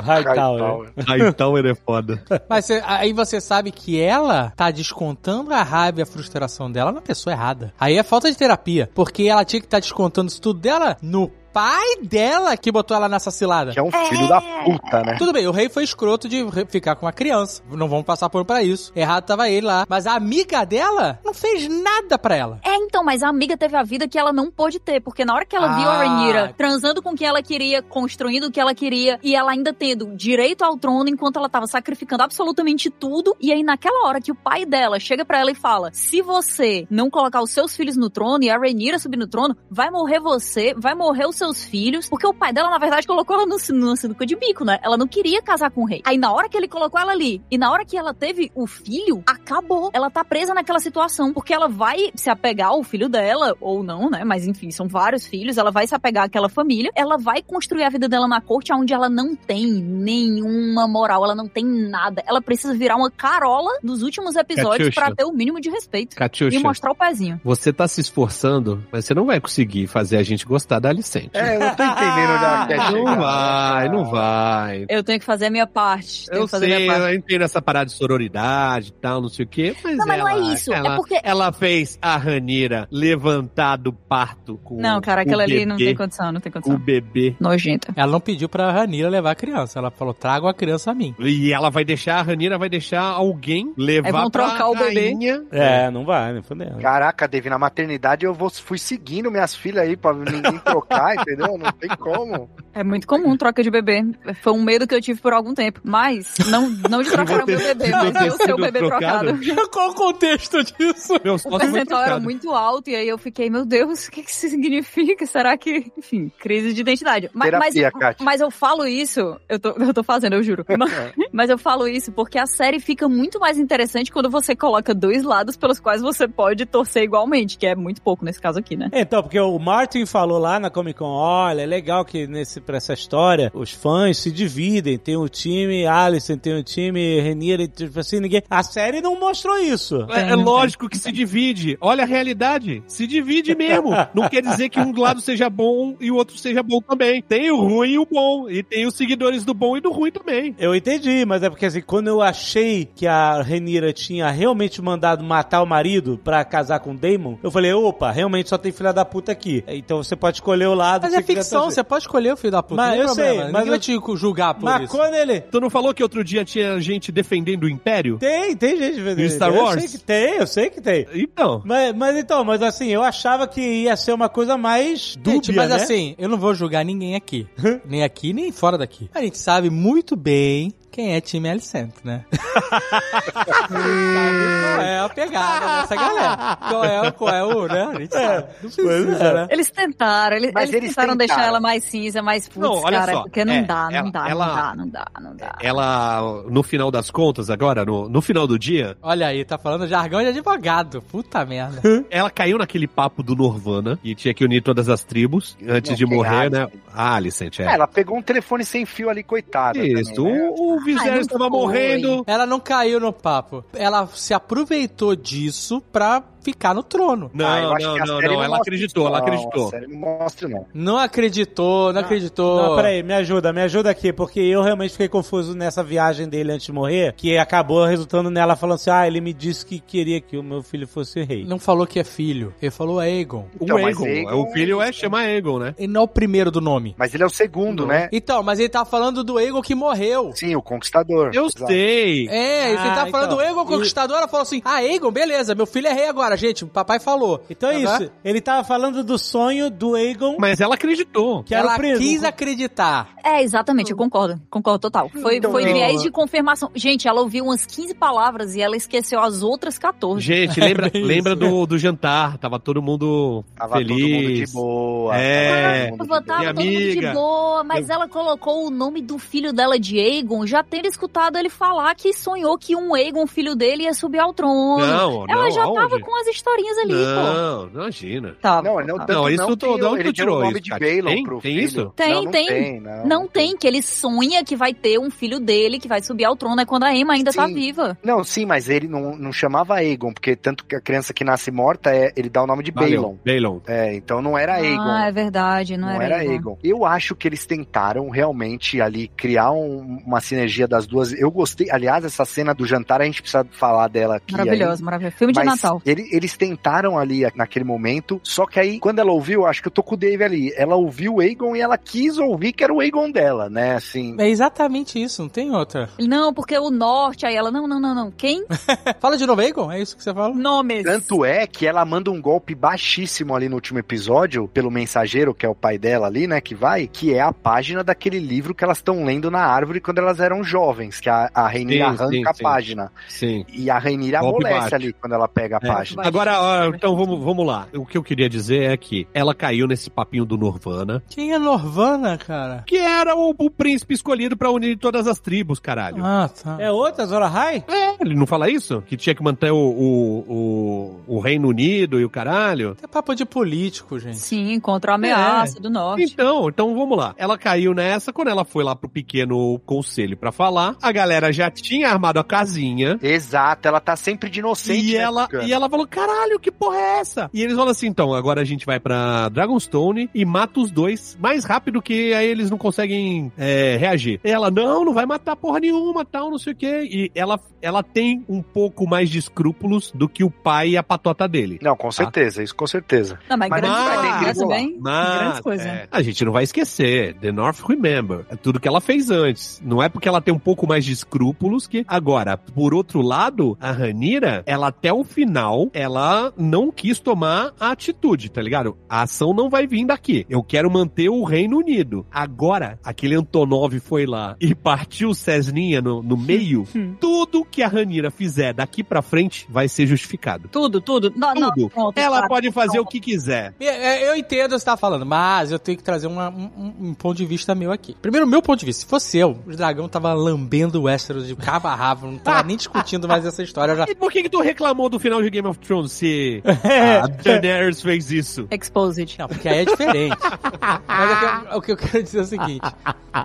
S8: Hightower.
S3: Hightower.
S4: Ah, então ele é foda.
S6: Mas você- aí você sabe que ela tá descontando a raiva e a frustração dela na pessoa errada. Aí é falta de terapia, porque ela tinha que estar descontando isso tudo dela no pai dela que botou ela nessa cilada.
S3: Que é um filho da puta, né?
S6: Tudo bem, o rei foi escroto de re- ficar com uma criança. Não vamos passar por pra isso. Errado tava ele lá. Mas a amiga dela não fez nada pra ela.
S5: É, então, mas a amiga teve a vida que ela não pôde ter, porque na hora que ela viu a
S6: Ah.
S5: Rhaenyra transando com quem ela queria, construindo o que ela queria, e ela ainda tendo direito ao trono, enquanto ela tava sacrificando absolutamente tudo, e aí naquela hora que o pai dela chega pra ela e fala, se você não colocar os seus filhos no trono e a Rhaenyra subir no trono, vai morrer você, vai morrer os seus filhos, porque o pai dela, na verdade, colocou ela no, sin- no sinuca de bico, né? Ela não queria casar com o rei. Aí na hora que ele colocou ela ali, e na hora que ela teve o filho, acabou. Ela tá presa naquela situação, porque ela vai se apegar ao filho dela, ou não, né? Mas enfim, são vários filhos, ela vai se apegar àquela família, ela vai construir a vida dela na corte, onde ela não tem nenhuma moral, ela não tem nada. Ela precisa virar uma carola nos últimos
S4: É
S5: episódios
S4: Catiuxa.
S5: pra ter o mínimo de respeito.
S4: Catiuxa,
S5: E mostrar o pezinho.
S4: você tá se esforçando, mas você não vai conseguir fazer a gente gostar da Alicente.
S3: É, eu não tô entendendo onde ela
S5: Ah,
S3: quer
S4: não
S3: chegar.
S4: vai, não vai.
S5: Eu tenho que fazer a minha parte. Tenho
S4: Eu
S5: que fazer a
S4: sei,
S5: minha parte.
S4: eu entendo essa parada de sororidade e tal, não sei o quê, mas
S5: Não, mas não
S4: ela,
S5: é isso, é
S4: Ela,
S5: porque-
S4: ela fez a Ranira levantar do parto com
S5: Não, cara,
S4: o
S5: aquela ali
S4: bebê,
S5: não tem condição, não tem
S4: O
S5: condição.
S4: bebê.
S5: Nojenta.
S6: Ela não pediu pra Ranira levar a criança. Ela falou, trago a criança a mim.
S4: E ela vai deixar, a Ranira vai deixar alguém levar
S5: É, vão
S4: pra
S5: trocar o bebê.
S4: rainha.
S8: É, não vai, né? Fudeu.
S3: Caraca, Davi, na maternidade eu vou, fui seguindo minhas filhas aí pra ninguém trocar, [laughs] entendeu? Não tem como.
S5: É muito comum troca de bebê. Foi um medo que eu tive por algum tempo. Mas, não, não [laughs] de trocar o
S4: ter
S5: meu bebê,
S4: sido-
S5: mas
S4: ter
S5: eu ser o
S4: sido
S5: bem bebê trocado.
S4: [laughs] trocado.
S6: Qual o contexto disso?
S4: Meu
S5: O
S4: sócio foi
S5: percentual era
S4: trocado.
S5: muito muito alto, e aí eu fiquei, meu Deus, o que, que isso significa? Será que. Enfim, crise de identidade. Ma- Mas,
S3: Terapia,
S5: mas,
S3: Kátia.
S5: eu falo isso, eu tô, eu tô fazendo, eu [laughs] juro. Mas, mas eu falo isso porque a série fica muito mais interessante quando você coloca dois lados pelos quais você pode torcer igualmente, que é muito pouco nesse caso aqui, né?
S8: Então, porque o Martin falou lá na Comic Con, olha, é legal que nesse, pra essa história os fãs se dividem, tem o time Allison, tem o time Renier, tipo assim, ninguém... A série não mostrou isso.
S4: É, é lógico que se divide. Olha a realidade. Se divide mesmo. Não quer dizer que um lado seja bom e o outro seja bom também. Tem o ruim e o bom. E tem os seguidores do bom e do ruim também.
S8: Eu entendi, mas é porque assim, [laughs] quando eu achei que a Renira tinha realmente mandado matar o marido pra casar com o Damon, eu falei, opa, realmente só tem filha da puta aqui. Então você pode escolher o lado
S6: Mas
S8: que
S6: é
S8: você quiser
S6: ficção,
S8: fazer.
S6: você pode escolher o filho da puta.
S8: Mas
S6: não tem
S8: eu sei,
S6: problema.
S8: mas
S6: Ninguém
S8: eu-
S6: vai te julgar por
S8: Mas
S6: isso.
S8: quando ele...
S4: Tu não falou que outro dia tinha gente defendendo o Império?
S8: Tem, tem gente vendo
S4: E Star
S8: Eu
S4: Wars?
S8: sei que tem, eu sei que tem.
S4: Então.
S8: Mas, mas então, mas assim, eu achava que ia ser uma coisa mais dúbia,
S6: Gente, mas
S8: né?
S6: assim, eu não vou julgar ninguém
S8: [laughs]
S6: aqui. nem aqui, nem fora daqui. A gente sabe muito bem quem é time Alicento,
S8: [laughs]
S6: né? sabe qual é a pegada dessa galera. Qual é, o- qual é o, né? A gente sabe. Não precisa,
S8: é.
S6: né?
S5: Eles tentaram, eles,
S3: Mas
S5: eles
S3: eles
S5: tentaram deixar
S3: tentaram.
S5: ela mais cinza, mais putz,
S4: Não, olha
S5: cara,
S4: só,
S5: porque não
S4: é,
S5: dá, não
S4: ela-
S5: dá,
S4: ela-
S5: não dá, não dá, não dá.
S4: Ela, no final das contas, agora, no, no final do dia,
S6: Olha aí, tá falando jargão de advogado. Puta merda.
S4: ela caiu naquele papo do Norvana e tinha que unir todas as tribos antes
S3: Não,
S4: de
S3: quem é
S4: morrer,
S3: Alicent?
S4: né? Ah, Alicent, é.
S3: É, ela pegou um telefone sem fio ali, coitada.
S4: Isso,
S3: também, né?
S4: o, o
S5: Ah, não
S4: Viserys estava
S5: foi.
S4: morrendo.
S6: Ela não caiu no papo. Ela se aproveitou disso pra ficar no trono.
S4: Não,
S3: Ah, eu acho
S4: não,
S3: que a
S4: não,
S3: série
S4: não, ela
S3: mostra
S4: acreditou,
S3: isso,
S4: ela
S3: não, é
S4: acreditou.
S3: A série não mostra, não.
S6: Não acreditou, não acreditou.
S8: Ah, Não, peraí, me ajuda, me ajuda aqui, porque eu realmente fiquei confuso nessa viagem dele antes de morrer, que acabou resultando nela falando assim, ah, ele me disse que queria que o meu filho fosse rei.
S6: Não falou que é filho. Ele falou é Aegon.
S3: Então,
S4: o
S3: mas
S4: Egon,
S3: Aegon-
S4: o filho é chama Egon, né?
S6: Ele não é o primeiro do nome.
S3: Mas ele é o segundo, né?
S6: Então, mas ele tá falando do Aegon que morreu.
S3: Sim, o Conquistador.
S4: Eu
S3: Exato.
S4: sei.
S6: É,
S8: Ah,
S6: ele tá
S8: então.
S6: falando do Aegon Conquistador, ela falou assim, ah, Aegon, beleza, meu filho é rei agora, gente, o papai falou.
S8: Então é
S6: Tá,
S8: isso, ele tava falando do sonho do
S5: um
S8: Aegon,
S4: Mas ela acreditou.
S8: que era
S6: ela
S8: o príncipe.
S6: quis acreditar.
S5: É, exatamente, eu concordo, concordo total. Foi, foi
S6: não.
S5: viés de confirmação. Gente, ela ouviu umas 15 palavras e ela esqueceu as outras 14. [laughs]
S4: Gente,
S5: É
S4: lembra,
S6: bem
S4: lembra
S5: né?
S6: isso.
S4: do, do jantar, tava todo mundo
S3: Tava
S4: feliz.
S3: todo mundo de boa.
S4: É.
S3: tava todo mundo de
S5: Tava
S4: Minha
S5: todo mundo de
S4: amiga.
S5: boa, mas ela colocou o nome do filho dela de Aegon, já tendo escutado ele falar que sonhou que um Aegon, filho dele, ia subir ao trono.
S4: Não,
S5: ela
S4: não,
S5: já tava
S4: aonde?
S5: com as historinhas ali, pô.
S4: Não, imagina.
S5: Tava,
S3: Não, não,
S5: tava.
S3: tanto
S4: Não, isso
S3: não
S4: tu-
S3: tem,
S4: de onde
S3: ele
S4: tu
S3: deu
S4: tirou
S3: o nome
S4: isso,
S3: de
S4: Kat?
S3: Baylor
S4: Tem?
S3: pro
S4: Tem
S3: filho.
S4: isso?
S5: Tem,
S3: não, não
S5: tem.
S3: não.
S5: Não tem, que ele sonha que vai ter um filho dele que vai subir ao trono, é quando a Emma ainda tá
S3: Sim.
S5: viva.
S3: Não, sim, mas ele não, não chamava Aegon, porque tanto que a criança que nasce morta, é, ele dá o nome de Baylon.
S4: Bailon.
S3: É, então não era Aegon.
S5: Ah, é verdade, não,
S3: Não
S5: era,
S3: era Aegon. Eu acho que eles tentaram realmente ali criar um- uma sinergia das duas. Eu gostei, aliás, essa cena do jantar, a gente precisa falar dela aqui.
S5: Maravilhoso, maravilhoso. Filme
S3: aí.
S5: de
S3: Mas
S5: Natal.
S3: ele- eles tentaram ali a- naquele momento, só que aí, quando ela ouviu, acho que eu tô com o Dave ali, ela ouviu o Aegon e ela quis ouvir que era o Aegon dela, né, assim.
S6: É exatamente isso, não tem outra.
S5: Não, porque o norte, aí ela, não, não, não, não. Quem?
S6: Fala de novo, Aegon, é isso que você fala?
S5: Nomes.
S3: Tanto é que ela manda um golpe baixíssimo ali no último episódio, pelo mensageiro, que é o pai dela ali, né, que vai, que é a página daquele livro que elas estão lendo na árvore quando elas eram jovens, que a, a Rainha
S4: Sim, sim,
S3: arranca a
S4: sim.
S3: página.
S4: Sim.
S3: E a Rainira
S4: Golpe
S3: amolece
S4: baixo.
S3: ali quando ela pega a
S4: É.
S3: página.
S4: Agora, ó, então vamos, vamos lá. O que eu queria dizer é que ela caiu nesse papinho do Norvana,
S6: Quem é Norvana, cara?
S4: que era o, o príncipe escolhido pra unir todas as tribos, caralho.
S6: Ah, tá.
S8: É outra Zora High?
S4: É, Ele não fala isso? Que tinha que manter o, o, o, o Reino Unido e o caralho?
S6: É papo de político, gente.
S5: Sim, contra a ameaça
S3: É.
S5: do norte.
S4: Então, então vamos lá. Ela caiu nessa quando ela foi lá pro pequeno conselho pra falar. A galera já tinha armado a casinha.
S3: Exato, ela tá sempre de inocente.
S4: E
S3: né,
S4: ela,
S3: Tucano?
S4: e ela falou, caralho, que porra é essa? E eles falam assim, então, agora a gente vai pra Dragonstone e mata os dois mais rápido que aí eles não conseguem é, reagir. E ela, não, não vai matar porra nenhuma, tal, não sei o quê. E ela, ela tem um pouco mais de escrúpulos do que o pai e a patota dele.
S3: Não, com certeza, isso com certeza.
S5: Não, mas,
S3: Mas- é
S5: grande coisa, né,
S3: mas-
S5: também? Grande
S4: Mas,
S5: coisa.
S4: é, a gente não vai esquecer. The North Remember. É tudo que ela fez antes. Não é porque ela tem um pouco mais de escrúpulos que... Agora, por outro lado, a Ranira, ela até o final, ela não quis tomar a atitude, tá ligado? A ação não vai vir daqui. Eu quero manter o Reino Unido. Agora, aquele Antonov foi lá e partiu o Cesninha no, no meio. Tudo que a Ranira fizer daqui pra frente vai ser justificado.
S5: Tudo, tudo. Não, não,
S4: Tudo.
S5: pronto,
S4: Ela
S5: para.
S4: pode fazer o que quiser.
S6: É, é, Eu entendo o que você tá falando, mas eu tenho que trazer uma- um, um- um ponto de vista meu aqui. Primeiro, meu ponto de vista. Se fosse eu, o dragão tava lambendo o Westeros de cabo a rabo, não tava nem discutindo mais essa história. Eu já-
S4: E por que que tu reclamou do final de Game of Thrones [laughs] se a Daenerys fez isso?
S5: Exposed.
S6: Não, porque aí é diferente. Mas o que eu- o que eu quero dizer é o seguinte: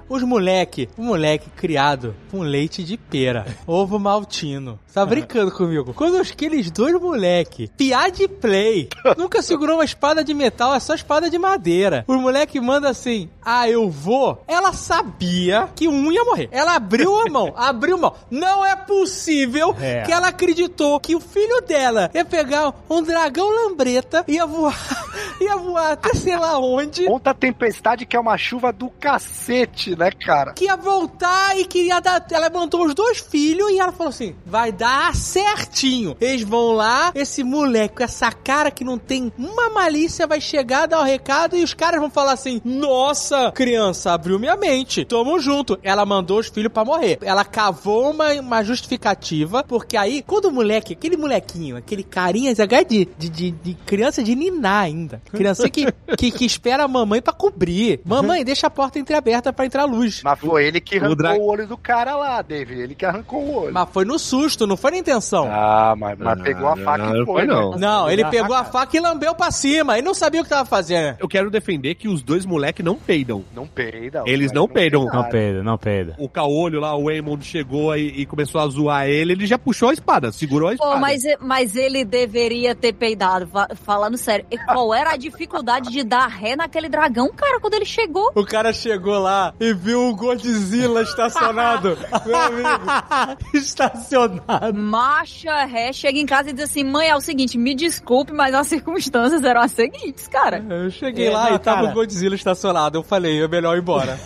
S6: os moleque, o moleque criado com leite de pera, ovo maltino, você tá brincando comigo? Quando aqueles dois moleque, piá de play, nunca segurou uma espada de metal, é só espada de madeira. Os moleque manda assim: ah, eu vou. Ela sabia que um ia morrer. Ela abriu a mão, abriu mão. Não é possível
S2: É.
S6: que ela acreditou que o filho dela ia pegar um dragão lambreta, ia voar, [laughs] ia voar até sei lá onde.
S3: Conta a tempestade que é uma chuva do cacete, né, cara?
S6: Que ia voltar e queria dar. Ela mandou os dois filhos e ela falou assim: vai dar certinho. Eles vão lá, esse moleque com essa cara que não tem uma malícia vai chegar, dar o recado e os caras vão falar assim: nossa, criança, abriu minha mente, tamo junto. Ela mandou os filhos pra morrer. Ela cavou uma, uma justificativa, porque aí, quando o moleque, aquele molequinho, aquele carinha H de, de, de, de criança de ninar ainda, criança que, que, que espera a mamãe pra cobrir. Mamãe, deixa a porta entreaberta pra entrar luz.
S3: Mas foi ele que
S4: O
S3: arrancou
S4: dra-
S3: o olho do cara lá, David. Ele que arrancou o olho.
S6: Mas foi no susto, não foi na intenção.
S3: Ah, mas, mas
S4: Ah,
S3: pegou a faca
S4: não
S3: e foi,
S4: foi, não.
S3: né?
S6: Não, ele pegou a faca e lambeu pra cima. Ele não sabia o que tava fazendo.
S4: Eu quero defender que os dois moleques não peidam.
S3: Não peidam.
S4: Eles
S3: mas
S4: não peidam.
S3: tem
S4: Não
S3: nada.
S8: Pedro, não, Pedro.
S4: O caolho lá, o Eamon chegou e, e começou a zoar ele, ele já puxou a espada, segurou a espada.
S5: Pô, mas, mas ele deveria ter peidado, fa- falando sério. E Qual era a dificuldade de dar ré naquele dragão, cara, quando ele chegou?
S6: O cara chegou lá e viu o Godzilla estacionado. Meu amigo, [laughs] estacionado.
S5: Marcha ré, chega em casa e diz assim: mãe, é o seguinte, me desculpe, mas as [laughs] circunstâncias eram as seguintes, cara.
S6: Eu cheguei
S2: É,
S6: lá
S2: não,
S6: e tava
S2: cara.
S6: o Godzilla estacionado. Eu falei, é melhor ir embora.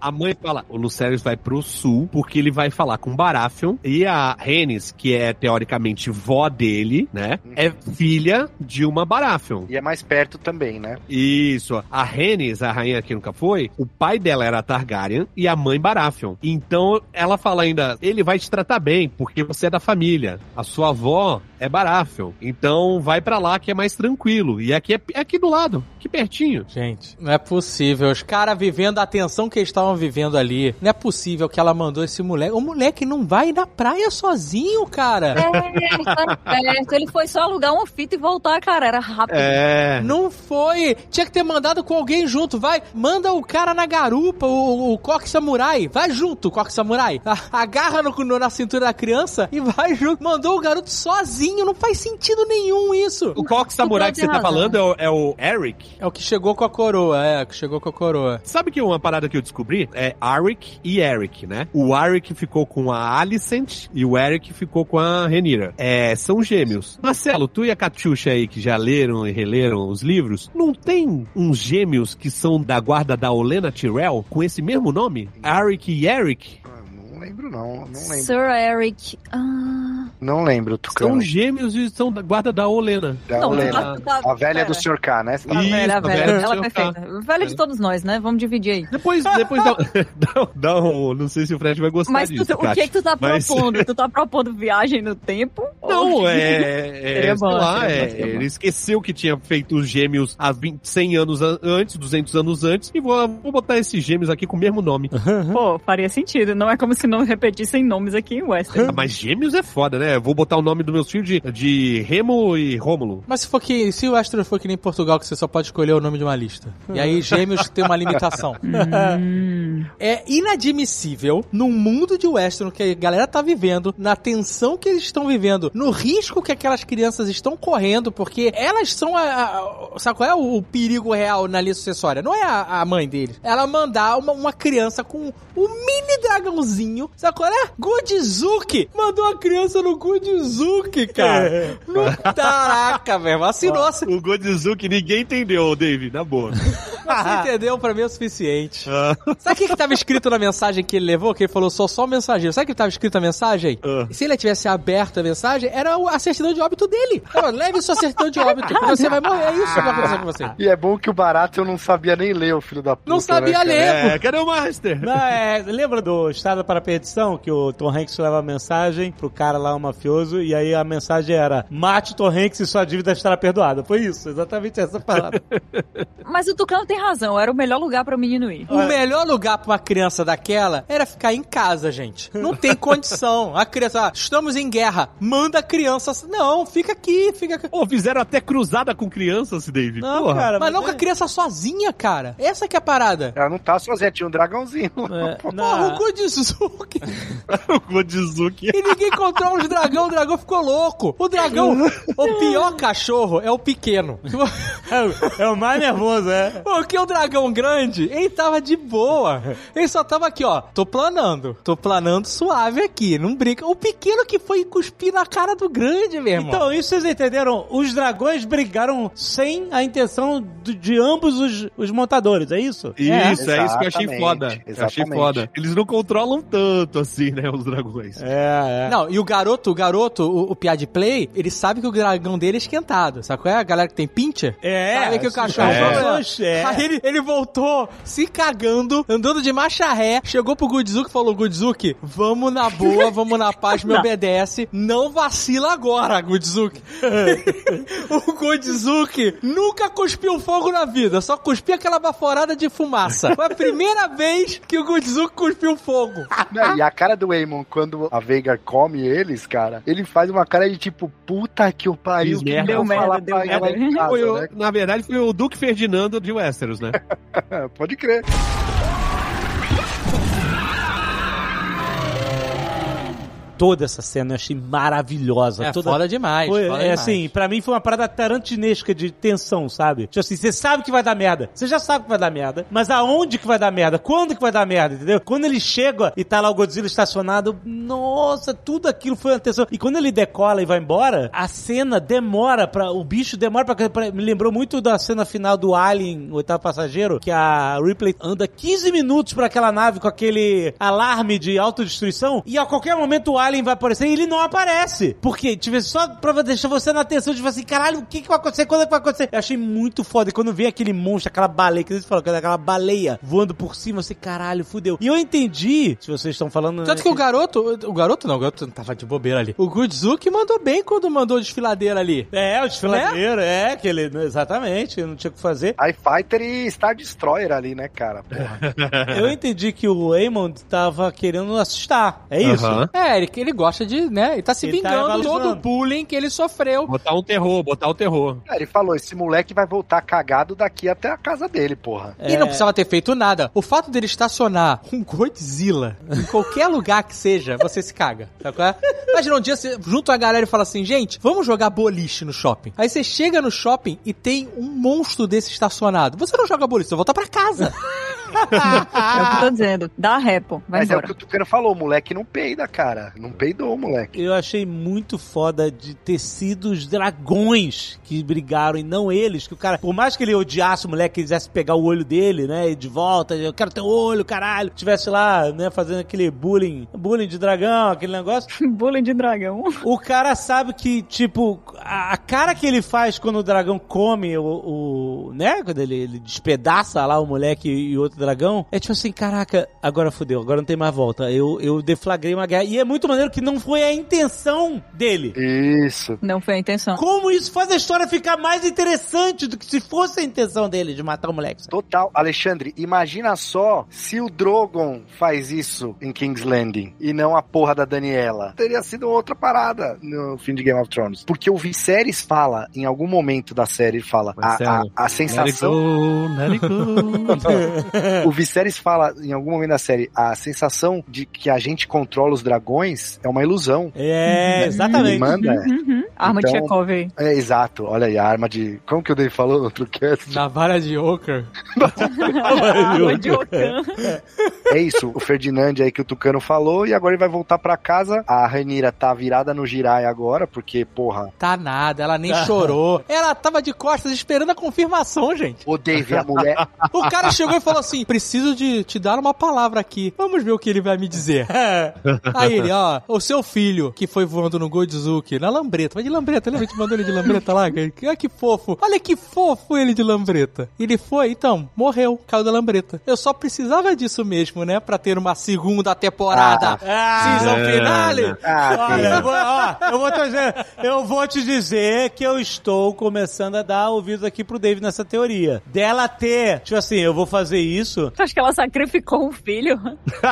S4: A mãe fala, o Lucérius vai pro sul porque ele vai falar com Baratheon e a Rhaenys, que é teoricamente vó dele, né,
S3: Uhum.
S4: é filha de uma Baratheon.
S3: E é mais perto também, né?
S4: Isso. A Rhaenys, a rainha que nunca foi, o pai dela era Targaryen e a mãe Baratheon. Então ela fala ainda, ele vai te tratar bem porque você é da família. A sua avó é Baratheon. Então vai pra lá que é mais tranquilo. E aqui é, é aqui do lado, aqui pertinho.
S6: Gente, não é possível. Os caras vivendo a tensão que eles estavam vivendo ali. Não é possível que ela mandou esse moleque. O moleque não vai na praia sozinho, cara.
S5: É, ele tá perto. Ele foi só alugar uma fita e voltar, cara. Era rápido.
S4: É.
S6: Não foi! Tinha que ter mandado com alguém junto, vai! Manda o cara na garupa, o, o coque samurai! Vai junto, coque samurai! [laughs] A- Agarra no, no- na cintura da criança e vai junto! Mandou o garoto sozinho, não faz sentido nenhum isso!
S4: O Cox Samurai que você tá
S5: razão.
S4: falando é o, é o Eric.
S6: É o que chegou com a coroa, é, o que chegou com a coroa.
S4: Sabe que uma parada que eu descobri é Arik e Eric, né? O Arik ficou com a Alicent e o Eric ficou com a Renira. É, são gêmeos. Marcelo, tu e a Catiuxa aí que já leram e releram os livros, não tem uns gêmeos que são da guarda da Olena Tyrell com esse mesmo nome? Arik e Eric?
S3: Ah, Não lembro, não. Não lembro.
S5: Sir Eric. Ah,
S3: Não lembro, Tucano.
S4: São gêmeos e são da guarda da Olena.
S3: Da
S5: não,
S3: Olena.
S5: tá- tá-
S3: A velha do
S5: pera.
S3: Sr. K, né?
S5: A
S4: Isso,
S5: velha, a
S4: a
S5: velha.
S4: velha do
S5: Ela é
S4: Sr.
S5: perfeita. Velha de todos nós, né? Vamos dividir aí.
S4: Depois, depois dá, um, [laughs] dá, dá um... Não sei se o Fred vai gostar
S5: Mas tu-
S4: disso,
S5: o que,
S4: Kátia.
S5: que tu tá
S4: Mas-
S5: propondo? Tu tá propondo viagem no tempo?
S4: Não, [laughs]
S5: Ou-
S4: é. é
S5: Seria
S4: sei
S5: bom,
S4: lá,
S5: seria
S4: é,
S5: bom, seria bom.
S4: ele esqueceu que tinha feito os gêmeos há 20, 100 anos an- antes, 200 anos antes, e vou, vou botar esses gêmeos aqui com o mesmo [laughs] nome.
S5: Pô, faria sentido. Não é como se não repetissem nomes aqui em Western.
S4: Ah, Mas gêmeos é foda, né? Eu Vou botar o nome do meu filho de, de Remo e Rômulo.
S6: Mas se for que. Se o Astro for que nem Portugal, que você só pode escolher o nome de uma lista. E aí gêmeos tem uma limitação.
S5: Hum.
S6: É inadmissível num mundo de western que a galera tá vivendo, na tensão que eles estão vivendo, no risco que aquelas crianças estão correndo, porque elas são a. a- a- sabe qual é o, o perigo real na lista sucessória? Não é a, a mãe deles. Ela mandar uma, uma criança com um mini dragãozinho, sabe qual é? Godzuki! Mandou a criança no Godzuki, cara! No, caraca, velho, assinou
S4: O Godzuki ninguém entendeu, David, na boa. [laughs]
S6: Você entendeu? Pra mim é o suficiente.
S4: Ah.
S6: Sabe o que, que tava escrito na mensagem que ele levou? Que ele falou, sou só o mensageiro. Sabe o que tava escrito na mensagem?
S4: Ah.
S6: Se ele tivesse aberto a mensagem, era o- a certidão de óbito dele. Falou, leve sua certidão de óbito, que você vai morrer. É isso que vai acontecer com você.
S3: E é bom que o barato eu não sabia nem ler, o filho da puta.
S6: Não
S3: né, cara?
S6: sabia ler, pô.
S4: Ah. É, [laughs] cadê o Master?
S2: Não, é, lembra do Estrada para a Perdição? Que o Tom Hanks leva a mensagem pro cara lá, o mafioso, e aí a mensagem era: mate o Tom Hanks e sua dívida estará perdoada. Foi isso, exatamente essa palavra.
S5: Mas o Tucano tem razão, era o melhor lugar pra o menino ir.
S2: Ah.
S6: O melhor lugar pra uma criança daquela era ficar em casa, gente. Não
S2: [laughs]
S6: tem condição. A criança, ah, estamos em guerra. Manda a criança. Não, fica aqui, fica aqui.
S4: Pô, fizeram até cruzada com crianças, Dave.
S2: Não,
S4: Porra.
S2: cara,
S6: Mas não com a
S2: é-
S6: criança sozinha, cara. Essa que é a parada.
S3: Ela não tá sozinha, tinha um dragãozinho. [laughs]
S2: é,
S6: Porra, o
S2: na-
S6: Godzuki.
S4: [laughs] O Godzuki.
S6: E ninguém controla os dragão, o dragão ficou louco. O dragão, o pior cachorro é o pequeno.
S2: é, o mais nervoso, é.
S6: Porque o dragão grande, ele tava de boa. Ele só tava aqui, ó. Tô planando. Tô planando suave aqui. Não brinca. O pequeno que foi cuspir na cara do grande, meu irmão.
S2: Então, isso vocês entenderam? Os dragões brigaram sem a intenção do- de ambos os, os montadores, é isso?
S4: Isso, é isso que eu achei
S3: Exatamente,
S4: foda. Eu achei
S3: exatamente.
S4: foda. Eles não controlam tanto assim, né, os dragões.
S2: É, é.
S6: Não, e o garoto, o garoto, o, o piá de play, ele sabe que o dragão dele é esquentado. Sabe qual é? A galera que tem pincher?
S2: É,
S6: Sabe que o cachorro
S2: é.
S6: falou,
S2: É.
S6: Aí ele, ele voltou se cagando, andando de marcha ré, chegou pro Gudzuki e falou: Gudzuki, vamos na boa, vamos na paz, me obedece. Não vacila agora, Gudzuki. o Gudzuki nunca cuspiu fogo na vida, só cuspia aquela baforada de fumaça. Foi a primeira vez que o Gudzuki cuspiu fogo.
S3: Não, Né? e a cara do Eamon, quando a Veiga come eles, cara, ele faz uma cara de tipo, puta que o pariu,
S4: Fiz
S3: que
S4: merda.
S3: eu vou
S5: Deu
S3: falar
S5: merda,
S3: pra
S5: deu
S3: ela
S5: merda.
S3: em casa,
S4: Foi o-
S3: né?
S4: na verdade, foi o Duque Ferdinando de Westeros, né?
S3: É, Pode crer.
S2: Toda essa cena eu achei maravilhosa.
S6: É
S2: toda...
S6: foda demais.
S2: Foi,
S6: foda
S2: é
S6: demais.
S2: assim, pra mim foi uma parada tarantinesca de tensão, sabe? Tipo assim, você sabe que vai dar merda. Você já sabe que vai dar merda. Mas aonde que vai dar merda? Quando que vai dar merda, entendeu? Quando ele chega e tá lá o Godzilla estacionado, nossa, tudo aquilo foi uma tensão. E quando ele decola e vai embora, a cena demora pra. O bicho demora pra. pra- me lembrou muito da cena final do Alien, o oitavo passageiro, que a Ripley anda 15 minutos pra aquela nave com aquele alarme de autodestruição e a qualquer momento o Alien vai aparecer e ele não aparece. Porque, tipo, só pra deixar você na atenção, tipo assim, caralho, o que, que vai acontecer? Quando é que vai acontecer? Eu achei muito foda. E quando vem aquele monstro, aquela baleia, que eles falam, que é aquela baleia voando por cima, você, caralho, fudeu. E eu entendi, se vocês estão falando. né,
S6: Tanto que o garoto, o garoto não, o garoto tava de bobeira ali. O Gudzuki mandou bem quando mandou desfiladeira ali. Né?
S2: É, o desfiladeiro, é, que ele. Exatamente, não tinha o que fazer.
S3: Eye Fighter e Star Destroyer ali, né, cara? Porra.
S2: Eu entendi que o Raymond tava querendo assustar. É isso?
S4: Aham.
S6: É, ele, ele gosta de, né, ele tá se
S2: Ele tá
S6: vingando de todo o
S2: valorizando.
S6: bullying que ele sofreu.
S4: Botar um terror, botar o terror.
S3: É, Ele falou, esse moleque vai voltar cagado daqui até a casa dele, porra.
S6: E não precisava ter feito nada. O fato dele estacionar um Godzilla em qualquer lugar que seja, você se caga. Sabe qual é? Imagina um dia você junto a galera e fala assim, gente, vamos jogar boliche no shopping. Aí você chega no shopping e tem um monstro desse estacionado. Você não joga boliche, você volta pra casa.
S5: É o que eu tô dizendo. Dá ré, pô. Vai
S3: Mas é o
S5: embora.
S3: que o Tucano falou, o moleque não peida, cara. Não peidou o moleque.
S2: Eu achei muito foda de ter sido os dragões que brigaram e não eles. Que o cara, por mais que ele odiasse o moleque, quisesse pegar o olho dele, né? E de volta, eu quero teu olho, caralho. Tivesse lá, né, fazendo aquele bullying, bullying de dragão, aquele negócio.
S3: [laughs]
S5: Bullying de dragão.
S2: O cara sabe que, tipo, a, a cara que ele faz quando o dragão come o. o- né? Quando ele, ele despedaça lá o moleque e, o outro dragão, é tipo assim: caraca, agora fodeu, agora não tem mais volta. Eu, eu deflagrei uma guerra. E é muito maneiro que não foi a intenção dele.
S3: Isso.
S5: Não foi a intenção.
S2: Como isso faz a história ficar mais interessante do que se fosse a intenção dele de matar o moleque?
S3: Total. Alexandre, imagina só se o Drogon faz isso em King's Landing e não a porra da Daniela. Teria sido outra parada no fim de Game of Thrones. Porque o Viserys fala, em algum momento da série, ele fala, a, a,
S4: Marcelo,
S3: a
S4: Let it
S3: sensação...
S4: go, let it go.
S3: O Viserys fala, em algum momento da série, a sensação de que a gente controla os dragões é uma ilusão.
S2: É,
S3: Ele
S2: [laughs] exatamente.
S3: manda, é.
S5: Uhum. Arma de
S3: Então- [laughs]
S5: Chekhov aí.
S3: É, exato. Olha aí, a arma de. Como que o Dave falou no outro cast?
S6: Navalha de Ocker.
S5: Arma de Okan.
S3: É isso, o Ferdinand aí que o Tucano falou, e agora ele vai voltar pra casa. A Ranira tá virada no Jirai agora, porque, porra.
S6: Tá nada, ela nem
S2: [laughs]
S6: chorou. Ela tava de costas esperando a confirmação, gente.
S3: Ô, Dave, é a mulher.
S4: [laughs]
S6: O cara chegou e falou assim: preciso de te dar uma palavra aqui. Vamos ver o que ele vai me dizer. Aí ele, ó, o seu filho que foi voando no Godzuki, na lambreta. Vai de lambreta, lembra? A gente mandou ele de lambreta lá? Olha que fofo. Olha que fofo ele de lambreta. Ele foi, então, morreu, caiu da lambreta. Eu só precisava disso mesmo, né? Pra ter uma segunda temporada. Season finale.
S3: Ah,
S2: Olha,
S3: Dave.
S2: eu vou, ó, eu, vou te dizer, eu vou te dizer que eu estou começando a dar ouvidos aqui pro Dave nessa teoria. Dela ter, tipo assim, eu vou fazer isso,
S5: Acho que ela sacrificou um filho.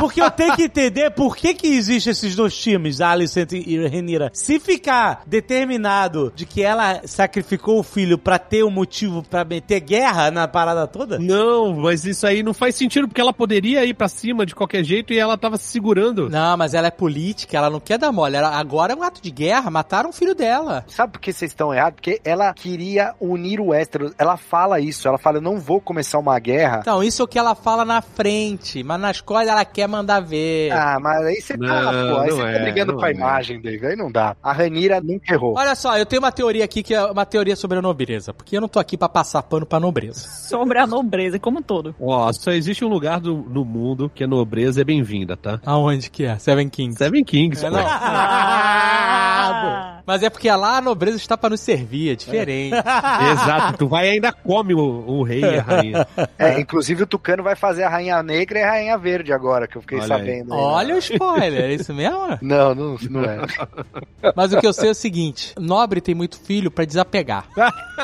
S2: porque eu tenho que entender por que que existem esses dois times, Alicent e Renira. Se ficar determinado de que ela sacrificou o filho pra ter um motivo pra meter guerra na parada toda,
S4: né? [laughs] Não, mas isso aí não faz sentido, porque ela poderia ir pra cima de qualquer jeito e ela tava se segurando.
S6: Não, mas ela é política, ela não quer dar mole. Ela- agora é um ato de guerra, mataram o filho dela.
S3: Sabe por que vocês estão errados? Porque ela queria unir o Westeros. Ela fala isso. Ela fala, eu não vou começar uma guerra.
S6: Então, isso é o que ela fala na frente, mas nas costas ela quer mandar ver.
S3: Ah, mas aí você tá,
S4: É. Não,
S3: pô. Aí
S4: não
S3: você
S4: é,
S3: tá brigando
S4: não
S3: com a
S4: é.
S3: imagem, Dave. Aí não dá. A Ranira nunca errou.
S6: Olha só, eu tenho uma teoria aqui que é uma teoria sobre a nobreza, porque eu não tô aqui pra passar pano pra nobreza.
S5: Sobre a nobreza, como um todo.
S4: Ó, só existe um lugar do- no mundo que a nobreza é bem-vinda, tá?
S6: Aonde que é? Seven Kings.
S4: Seven Kings,
S6: É,
S4: pô. [laughs]
S6: não.
S5: Ah,
S6: Mas é porque lá a nobreza está pra nos servir, é [laughs] diferente.
S4: Exato, tu vai e ainda come o, o rei e a rainha.
S3: É, inclusive o Tucano vai fazer a Rainha Negra e a Rainha Verde agora, que eu fiquei
S4: Olha
S3: sabendo. aí.
S6: Olha o spoiler, é isso mesmo?
S3: Não, não, não é.
S6: Mas o que eu sei é o seguinte: nobre tem muito filho pra [laughs] desapegar.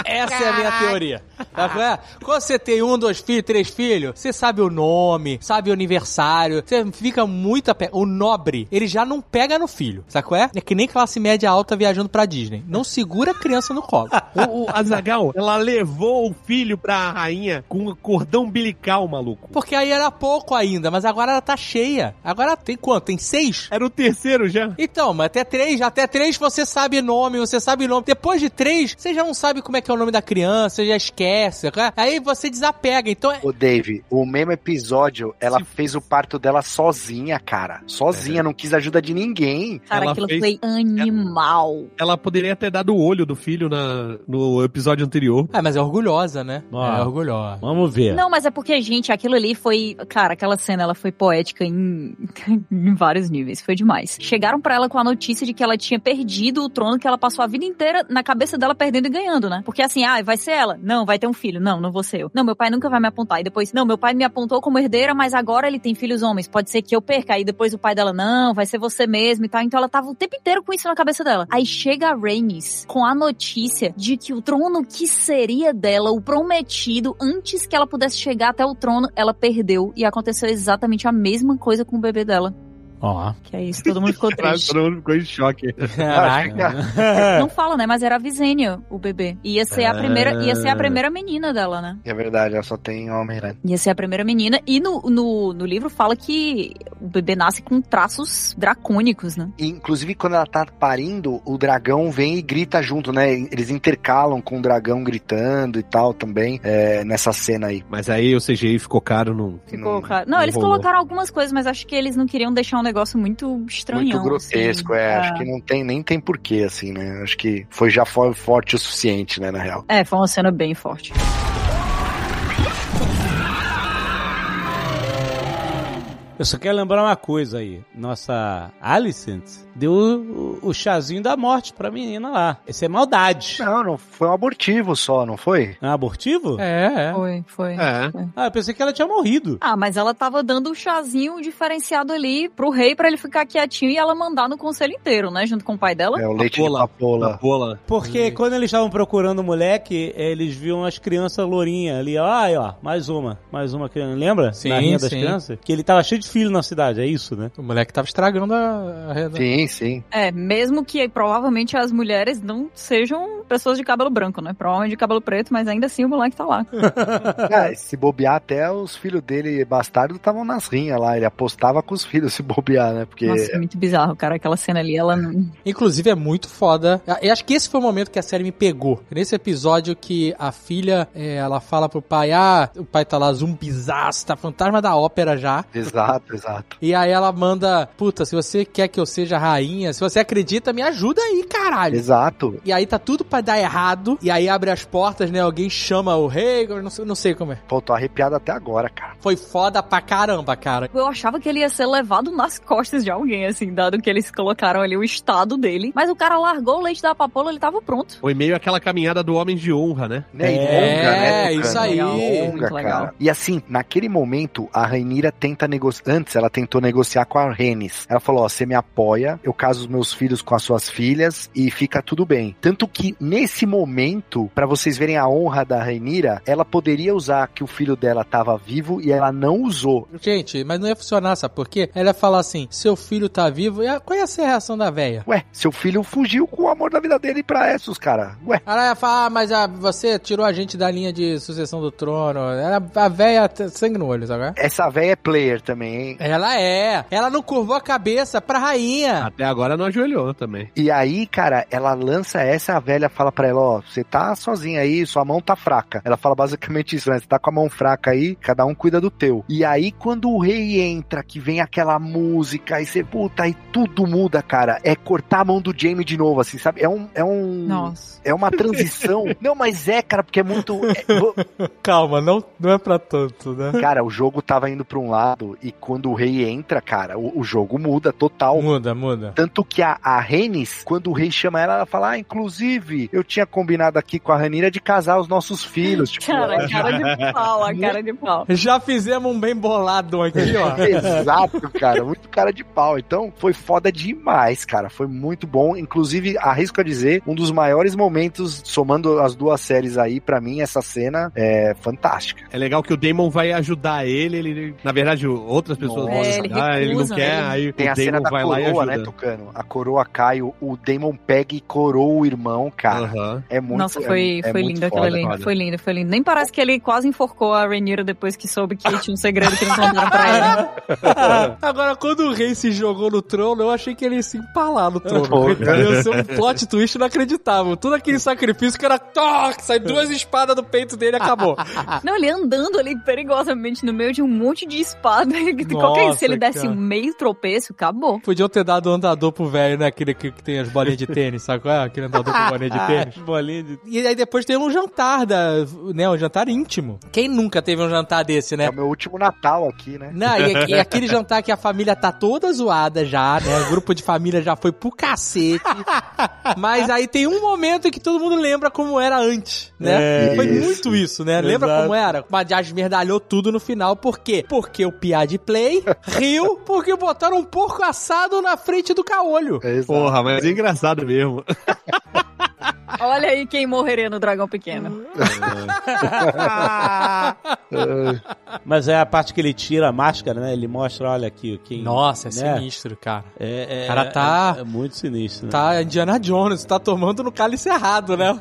S6: Essa é a minha teoria. Tá qual é? Quando você tem um, dois filhos, três filhos, você sabe o nome, sabe o aniversário, você fica muito apegado. O nobre, ele já não pega no filho, sabe qual é? É que nem classe média alta viajando pra Disney. Não segura a criança no colo.
S4: [laughs] O, o Azagal, ela levou o filho pra rainha com um cordão umbilical, maluco.
S6: Porque aí era pouco ainda, mas agora ela tá cheia. Agora tem quanto? Tem seis?
S4: Era o terceiro já.
S6: Então, mas até três, até três você sabe nome, você sabe nome. Depois de três, você já não sabe como é que é o nome da criança, você já esquece. né? Aí você desapega. Então, é-
S3: Ô, Dave, o mesmo episódio, ela fez o parto dela sozinha, cara. Sozinha, não quis ajuda de ninguém.
S5: Cara,
S4: Ela
S5: aquilo
S4: fez-
S5: foi animal.
S4: Ela poderia ter dado o olho do filho na, no episódio anterior.
S6: ah, mas é orgulhosa, né?
S2: Ah.
S6: É orgulhosa.
S2: vamos ver.
S5: Não, mas é porque, gente, aquilo ali foi. Cara, aquela cena ela foi poética em, [laughs] em vários níveis. Foi demais. Chegaram pra ela com a notícia de que ela tinha perdido o trono que ela passou a vida inteira na cabeça dela perdendo e ganhando, né? Porque assim, ah, vai ser ela. Não, vai ter um filho. Não, não vou ser eu. Não, meu pai nunca vai me apontar. E depois, não, meu pai me apontou como herdeira, mas agora ele tem filhos homens. Pode ser que eu perca. Aí depois o pai dela, não, vai ser você mesmo e tal. Então ela tava o tempo inteiro com isso na cabeça dela. Aí chega a Rhaenys com a notícia de que o trono que seria dela, o prometido, antes que ela pudesse chegar até o trono, ela perdeu. E aconteceu exatamente a mesma coisa com o bebê dela.
S6: Ó.
S5: Que é isso, todo
S4: [laughs]
S5: mundo ficou triste.
S4: todo mundo ficou em choque.
S6: Caraca.
S5: Não fala, né? Mas era a Visênia, o bebê. E Ia ser a primeira, ia ser
S4: Ah.
S5: a primeira menina dela, né?
S3: É verdade, ela só tem homem, né?
S5: Ia ser a primeira menina. E no, no, no livro fala que o bebê nasce com traços dracônicos, né?
S3: E, Inclusive, quando ela tá parindo, o dragão vem e grita junto, né? Eles intercalam com o dragão gritando e tal também, é, nessa cena aí.
S4: Mas aí o CGI ficou caro, não.
S5: Ficou,
S3: Não-
S5: cara. Não,
S4: não
S5: eles
S4: rolou.
S5: colocaram algumas coisas, mas acho que eles não queriam deixar um negócio muito estranhão.
S3: Muito grotesco,
S5: assim.
S3: é. Acho que não tem, nem tem porquê, assim, né? Acho que foi já foi forte o suficiente, né, na real.
S5: É, foi uma cena bem forte.
S2: Eu só quero lembrar uma coisa aí. Nossa Alicent deu o, o chazinho da morte pra menina lá. Isso é maldade.
S3: Não, não, foi um abortivo só, não foi?
S2: É um abortivo?
S6: [laughs] É, é.
S5: Foi, foi.
S4: É.
S2: Ah, eu pensei que ela tinha morrido.
S5: Ah, mas ela tava dando um chazinho diferenciado ali pro rei pra ele ficar quietinho e ela mandar no conselho inteiro, né? Junto com o pai dela.
S3: É o leite
S4: Papola.
S3: de papola.
S4: bola.
S2: Porque
S6: Hum.
S2: quando eles estavam procurando o moleque, eles viam as crianças lourinhas ali. Ó, aí, ó, mais uma, mais uma criança. Lembra?
S6: Sim,
S2: Na rinha das
S6: sim. [laughs]
S2: crianças? Que ele tava cheio de filho na cidade, é isso, né?
S6: O moleque tava estragando a, a reda-
S3: Sim, sim.
S5: É, mesmo que provavelmente as mulheres não sejam pessoas de cabelo branco, né? Provavelmente de cabelo preto, mas ainda assim o moleque tá lá.
S3: Ah, se bobear, até os filhos dele bastardo estavam nas rinhas lá. Ele apostava com os filhos se bobear, né? Porque
S5: Nossa, é muito bizarro, cara. Aquela cena ali, ela não.
S6: Inclusive é muito foda. Eu acho que esse foi o momento que a série me pegou. Nesse episódio que a filha, é, ela fala pro pai, ah, o pai tá lá zumbizaço, tá fantasma da ópera já.
S3: Exato, exato.
S6: E aí ela manda, puta, se você quer que eu seja rainha, se você acredita, me ajuda aí, caralho.
S3: Exato.
S6: E aí tá tudo pra dar errado. E aí abre as portas, né? Alguém chama o rei, eu não sei, não sei como é.
S3: Pô, tô arrepiado até agora, cara.
S6: Foi foda pra caramba, cara.
S5: Eu achava que ele ia ser levado nas costas de alguém, assim, dado que eles colocaram ali o estado dele. Mas o cara largou o leite da papoula, ele tava pronto.
S4: Foi meio aquela caminhada do homem de honra, né?
S3: Né? E
S6: É,
S3: cara?
S6: isso aí.
S3: Longa,
S5: Muito legal.
S3: cara. E assim, naquele momento, a Rainira tenta negociar. Antes, ela tentou negociar com a Renis. Ela falou: Ó, você me apoia, eu caso os meus filhos com as suas filhas e fica tudo bem. Tanto que nesse momento, pra vocês verem a honra da Rainira, ela poderia usar que o filho dela tava vivo e ela não usou.
S6: Gente, mas não ia funcionar, sabe por quê? Ela ia falar assim: seu filho tá vivo. E a- qual ia ser a reação da véia?
S3: Ué, seu filho fugiu com o amor da vida dele pra Essos, cara. Ué,
S6: Ela ia falar, ah, mas ah, você tirou a gente da linha de sucessão do trono. Ela, a véia, t- sangue no olho, sabe? qual é?
S3: essa véia é player também, hein?
S6: Ela é. Ela não curvou a cabeça pra rainha.
S4: Até agora não ajoelhou também.
S3: E aí, cara, ela lança essa, a velha fala pra ela, ó, você tá sozinha aí, sua mão tá fraca. Ela fala basicamente isso, né? Você tá com a mão fraca aí, cada um cuida do teu. E aí, quando o rei entra, que vem aquela música, e você, puta, aí tudo muda, cara. É cortar a mão do Jamie de novo, assim, sabe? É um... É um...
S5: Nossa.
S3: É uma transição. Não, mas é, cara, porque é muito. é, vo-
S6: Ah, Calma, não, não é pra tanto, né?
S3: cara, o jogo tava indo pra um lado e quando o rei entra, cara, o, o jogo muda total.
S6: Muda, muda.
S3: Tanto que a, a Renis, quando o rei chama ela, ela fala: Ah, inclusive, eu tinha combinado aqui com a Ranira de casar os nossos filhos. Tipo,
S5: Cara, cara
S3: [laughs]
S5: de pau, a cara de pau.
S6: Já fizemos um [laughs] bem bolado aqui,
S3: [laughs]
S6: ó.
S3: Exato, cara, muito cara de pau. Então, foi foda demais, cara. Foi muito bom. Inclusive, arrisco a dizer, um dos maiores momentos, somando as duas séries aí, pra mim, essa cena é fantástica.
S4: É legal que o Damon vai ajudar ele, ele na verdade o- outras pessoas
S3: Nossa.
S4: vão
S3: É,
S5: ele
S4: ajudar, ele, não
S5: recusa,
S4: quer,
S5: né?
S4: aí
S3: Tem
S4: o
S3: a cena
S4: Damon
S3: da
S4: vai lá e ajuda.
S3: coroa, né, Tucano? A coroa cai, o, o Damon pega e coroa o irmão, cara.
S4: Aham.
S3: É muito
S5: Nossa,
S3: é-
S5: foi,
S3: é
S5: foi
S3: muito
S5: lindo aquilo
S3: foda.
S5: ali.
S4: foda.
S5: Foi lindo, foi lindo. Nem parece que ele quase enforcou a Renira depois que soube que tinha um segredo que não contaram pra ele.
S6: Agora, quando o rei se jogou no trono, eu achei que ele ia se empalar no trono.
S3: Pô, cara.
S6: Ia ser um plot twist inacreditável. Tudo aquele sacrifício que era toque, sai duas espadas do peito dele e acabou.
S5: [laughs] Não, ele andando ali perigosamente no meio de um monte de espada. [laughs] Qualquer isso, se ele
S6: Nossa,
S5: desse
S6: cara.
S5: um meio tropeço, acabou.
S6: Podiam ter dado um andador pro velho, né? Aquele que, que tem as bolinhas de tênis, sabe qual é? Aquele andador com
S8: [laughs]
S6: bolinha de tênis.
S8: Ah, Bolinha de...
S6: E aí depois tem um jantar, da, né? Um jantar íntimo. Quem nunca teve um jantar desse, né?
S3: É o meu último Natal aqui, né?
S6: Não, e, e aquele jantar que a família tá toda zoada já, né? O grupo de família já foi pro cacete. Mas aí tem um momento que todo mundo lembra como era antes, né?
S3: É,
S6: foi
S3: isso.
S6: muito isso, né? Lembra
S8: Exato.
S6: como era? Mas já esmerdalhou tudo no final. Por quê? Porque o piá de play riu porque botaram um porco assado na frente do caolho.
S3: Exato.
S4: Porra, mas é engraçado mesmo.
S5: Olha aí quem morreria no dragão pequeno.
S8: Mas é a parte que ele tira a máscara, né? Ele mostra, olha aqui, quem...
S6: Nossa, é
S8: Né?
S6: sinistro, cara.
S8: É, é,
S6: O cara tá-
S8: É, é muito sinistro, né?
S6: Tá Indiana Jones, tá tomando no cálice errado, né?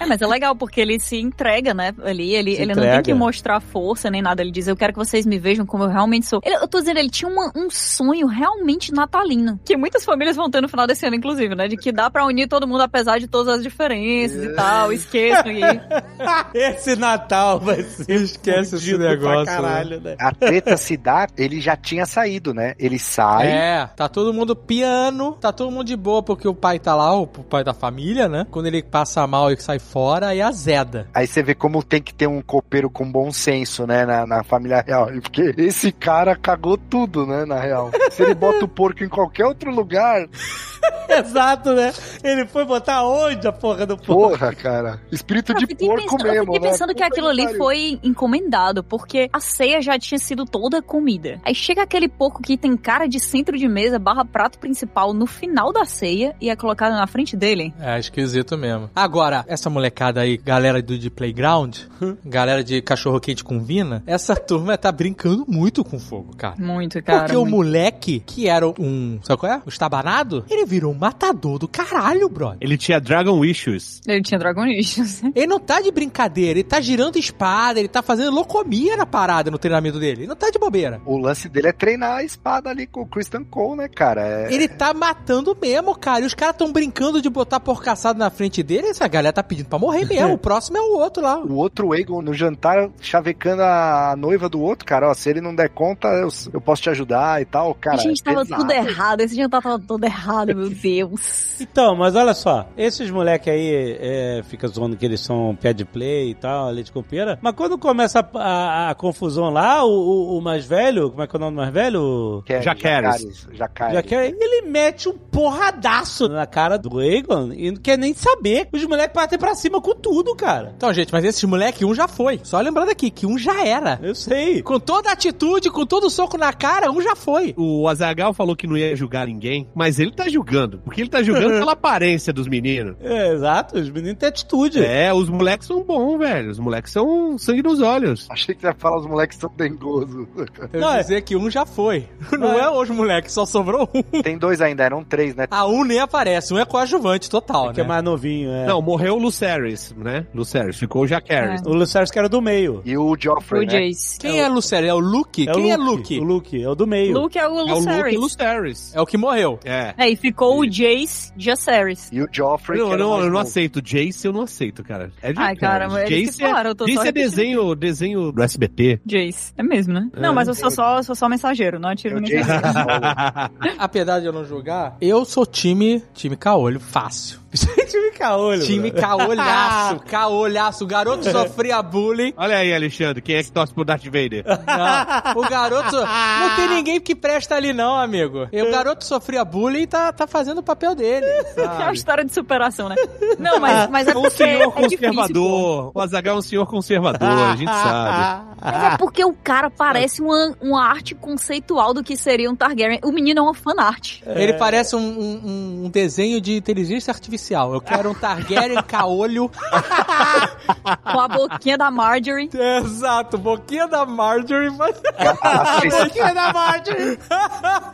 S5: É, mas é legal, porque ele se entrega, né? Ali, ele,
S8: Se
S5: ele não tem
S8: entrega.
S5: que mostrar força nem nada. Ele diz, eu quero que vocês me vejam como eu realmente sou. Ele- eu tô dizendo, ele tinha uma- um sonho realmente natalino. Que muitas famílias vão ter no final desse ano, inclusive, né? De que dá pra unir todo mundo, apesar de todas as diferenças e tal. Esqueçam. E...
S8: [laughs] Esse Natal vai ser
S6: Esquece esse
S8: fudido pra
S6: negócio,
S8: caralho, né?
S3: A treta se dá, ele já tinha saído, né? Ele sai.
S6: É, tá todo mundo piano, tá todo mundo de boa, porque o pai tá lá, o pai da família, né? Quando ele passa mal e sai fora, aí azeda.
S3: Aí você vê como tem que ter um copeiro com bom senso, né, na, na família real. Porque esse cara cagou tudo, né, na real. Se ele bota o porco em qualquer outro lugar,
S8: [laughs] Exato, né?
S2: Ele foi botar onde a porra do porco?
S3: Porra, cara. Espírito de
S5: Eu fiquei
S3: porco
S5: pensando- Eu
S3: mesmo,
S5: fiquei
S3: né?
S5: pensando que
S3: Puta
S5: aquilo ali
S3: pariu.
S5: foi encomendado, porque a ceia já tinha sido toda comida. Aí chega aquele porco que tem cara de centro de mesa barra prato principal no final da ceia e é colocado na frente dele.
S6: É esquisito mesmo. Agora, essa molecada aí, galera do de playground,
S8: Hum?
S6: galera de cachorro quente com vina, essa turma tá brincando muito com fogo, cara.
S5: Muito, cara.
S6: Porque o
S5: muito.
S6: moleque, que era um. Sabe qual é? O estabanado? Ele virou um matador do caralho, brother.
S4: Ele tinha Dragon Issues.
S5: Ele tinha dragonistas.
S6: Ele não tá de brincadeira, ele tá girando espada, ele tá fazendo locomia na parada no treinamento dele. Ele não tá de bobeira.
S3: O lance dele é treinar a espada ali com o Christian Cole, né, cara? É-
S6: Ele tá matando mesmo, cara. E os caras tão brincando de botar porco assado na frente dele. Essa galera tá pedindo pra morrer
S2: [laughs]
S6: mesmo. O próximo é o outro lá.
S3: O outro Egon no jantar chavecando a noiva do outro, cara. Ó, se ele não der conta, eu, eu posso te ajudar e tal, cara.
S5: a gente tava
S3: pesado.
S5: tudo errado, esse jantar tava todo errado, meu Deus.
S2: Então, mas olha só, esses moleque aí é, fica zoando que eles são pé de play e tal, leite com pera. Mas quando começa a, a- a confusão lá, o, o- o mais velho, como é que é o nome do mais velho?
S3: Quer-
S4: Jaqueres.
S3: Jacares, Jacares.
S2: Já que ele mete um porradaço na cara do Egon e não quer nem saber. Os moleques partem pra cima com tudo, cara.
S6: Então, gente, mas esses moleque, um já foi. Só lembrando aqui que um já era.
S2: Eu sei.
S6: Com toda a atitude, com todo o soco na cara, um já foi.
S4: O Azagal falou que não ia julgar ninguém, mas ele tá julgando. Porque ele
S3: [laughs]
S4: tá julgando pela aparência dos meninos.
S2: É, exato, os meninos têm atitude.
S4: É, os moleques são bons, velho. Os moleques são sangue nos olhos.
S3: Achei que você ia falar os moleques são dengosos. [laughs]
S6: Eu
S2: Não,
S6: ia
S2: é-
S6: dizer que um já foi. [laughs] Não é hoje, moleque, só sobrou um.
S3: Tem dois ainda, eram três, né?
S6: A um nem aparece, um é coadjuvante total,
S2: Que é
S6: né?
S2: mais novinho, é.
S4: Não, morreu o Luceris, né? Luceris, ficou o Jacares.
S5: É.
S2: O Lucerys que era do meio.
S3: E o Joffrey,
S5: Pro
S3: né?
S5: Jace.
S6: Quem é Lucero? É o Luke?
S2: É o
S6: Quem é
S2: Luke?
S6: Luke?
S2: O Luke, é o do meio.
S5: Luke é o
S4: É o Luke
S5: Lucerys.
S4: Luceris.
S6: É o que morreu.
S4: É.
S5: É, e ficou o Jace Jaceres.
S3: E o Joffrey. que
S4: Não,
S3: era o
S4: não,
S3: mais
S4: eu não
S3: novo.
S4: aceito. Jace eu não aceito, cara. É
S5: Ai, cara, mas eles que
S4: é,
S5: falaram, eu tô só
S4: Jace é
S5: repetindo.
S4: desenho, desenho do SBT.
S5: Jace. É mesmo, né? Não, mas eu sou só, eu sou só mensageiro, não
S3: É
S5: atiro
S3: o
S5: ninguém.
S3: Jace Snow.
S6: Apesar de eu não jogar, eu sou time. Time caolho, fácil.
S2: time caolho. né?
S6: Time
S2: [laughs]
S6: caolhaço, caolhaço. O garoto sofria bullying.
S4: Olha aí, Alexandre, quem é que torce pro Darth
S5: [laughs]
S4: Vader?
S6: Não, o garoto. Não tem ninguém que presta ali, não, amigo. E o garoto sofria bullying e tá, tá fazendo o papel dele.
S5: [laughs] É uma história de superação, né? Não, mas, mas é
S4: um
S5: porque
S4: senhor
S5: é difícil, pô.
S4: conservador. o Azagal é um senhor conservador, a gente
S5: [laughs]
S4: sabe.
S5: Mas é porque o cara parece uma, uma arte conceitual do que seria um Targaryen. O menino é uma fanart.
S6: Ele parece um, um- um desenho de inteligência artificial. Eu quero um Targaryen [laughs] caolho.
S5: Com a boquinha da Marjorie.
S6: Exato, boquinha da Marjorie. Mas...
S3: As
S4: Ah,
S3: feições-
S6: boquinha da Marjorie.
S3: [laughs]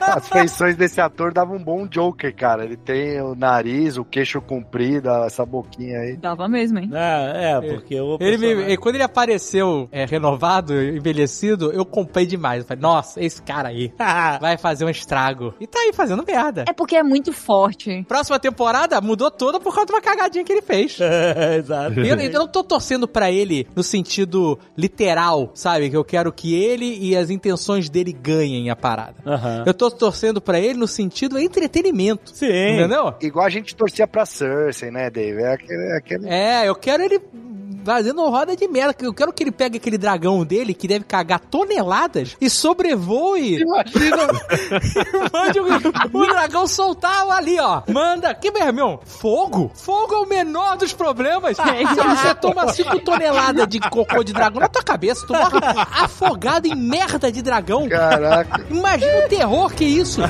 S3: As feições desse ator davam um bom Joker, cara. Ele tem o nariz, o queixo comprido, essa boquinha aí.
S5: Dava mesmo, hein?
S2: É, é, porque o
S6: Ele me-
S2: personagem-
S6: e quando ele apareceu é, renovado, envelhecido, eu comprei demais. Eu falei, nossa, esse cara [laughs] aí vai fazer um estrago. E tá aí fazendo merda.
S5: É porque é muito forte.
S6: Próxima temporada mudou toda por causa de uma cagadinha que ele fez.
S2: Exato.
S6: E Eu, eu não tô torcendo pra ele no sentido literal, sabe? Que eu quero que ele e as intenções dele ganhem a parada.
S4: Ah.
S2: Aham.
S6: Eu tô torcendo pra ele no sentido entretenimento.
S2: Sim.
S6: Entendeu?
S3: Igual a gente torcia pra Cersei, né, Dave? É aquele. é aquele-
S6: É, eu quero ele fazendo roda de merda. Eu quero que ele pegue aquele dragão dele que deve cagar toneladas e sobrevoe.
S3: Imagina!
S6: [laughs] Mande o, o dragão soltar ali, ó. Manda. Que meu irmão? Fogo? Fogo é o menor dos problemas. Se você toma 5 toneladas de cocô de dragão na tua cabeça, tu morre afogado em merda de
S3: [laughs]
S6: dragão.
S3: Caraca!
S6: Imagina o terror que é isso.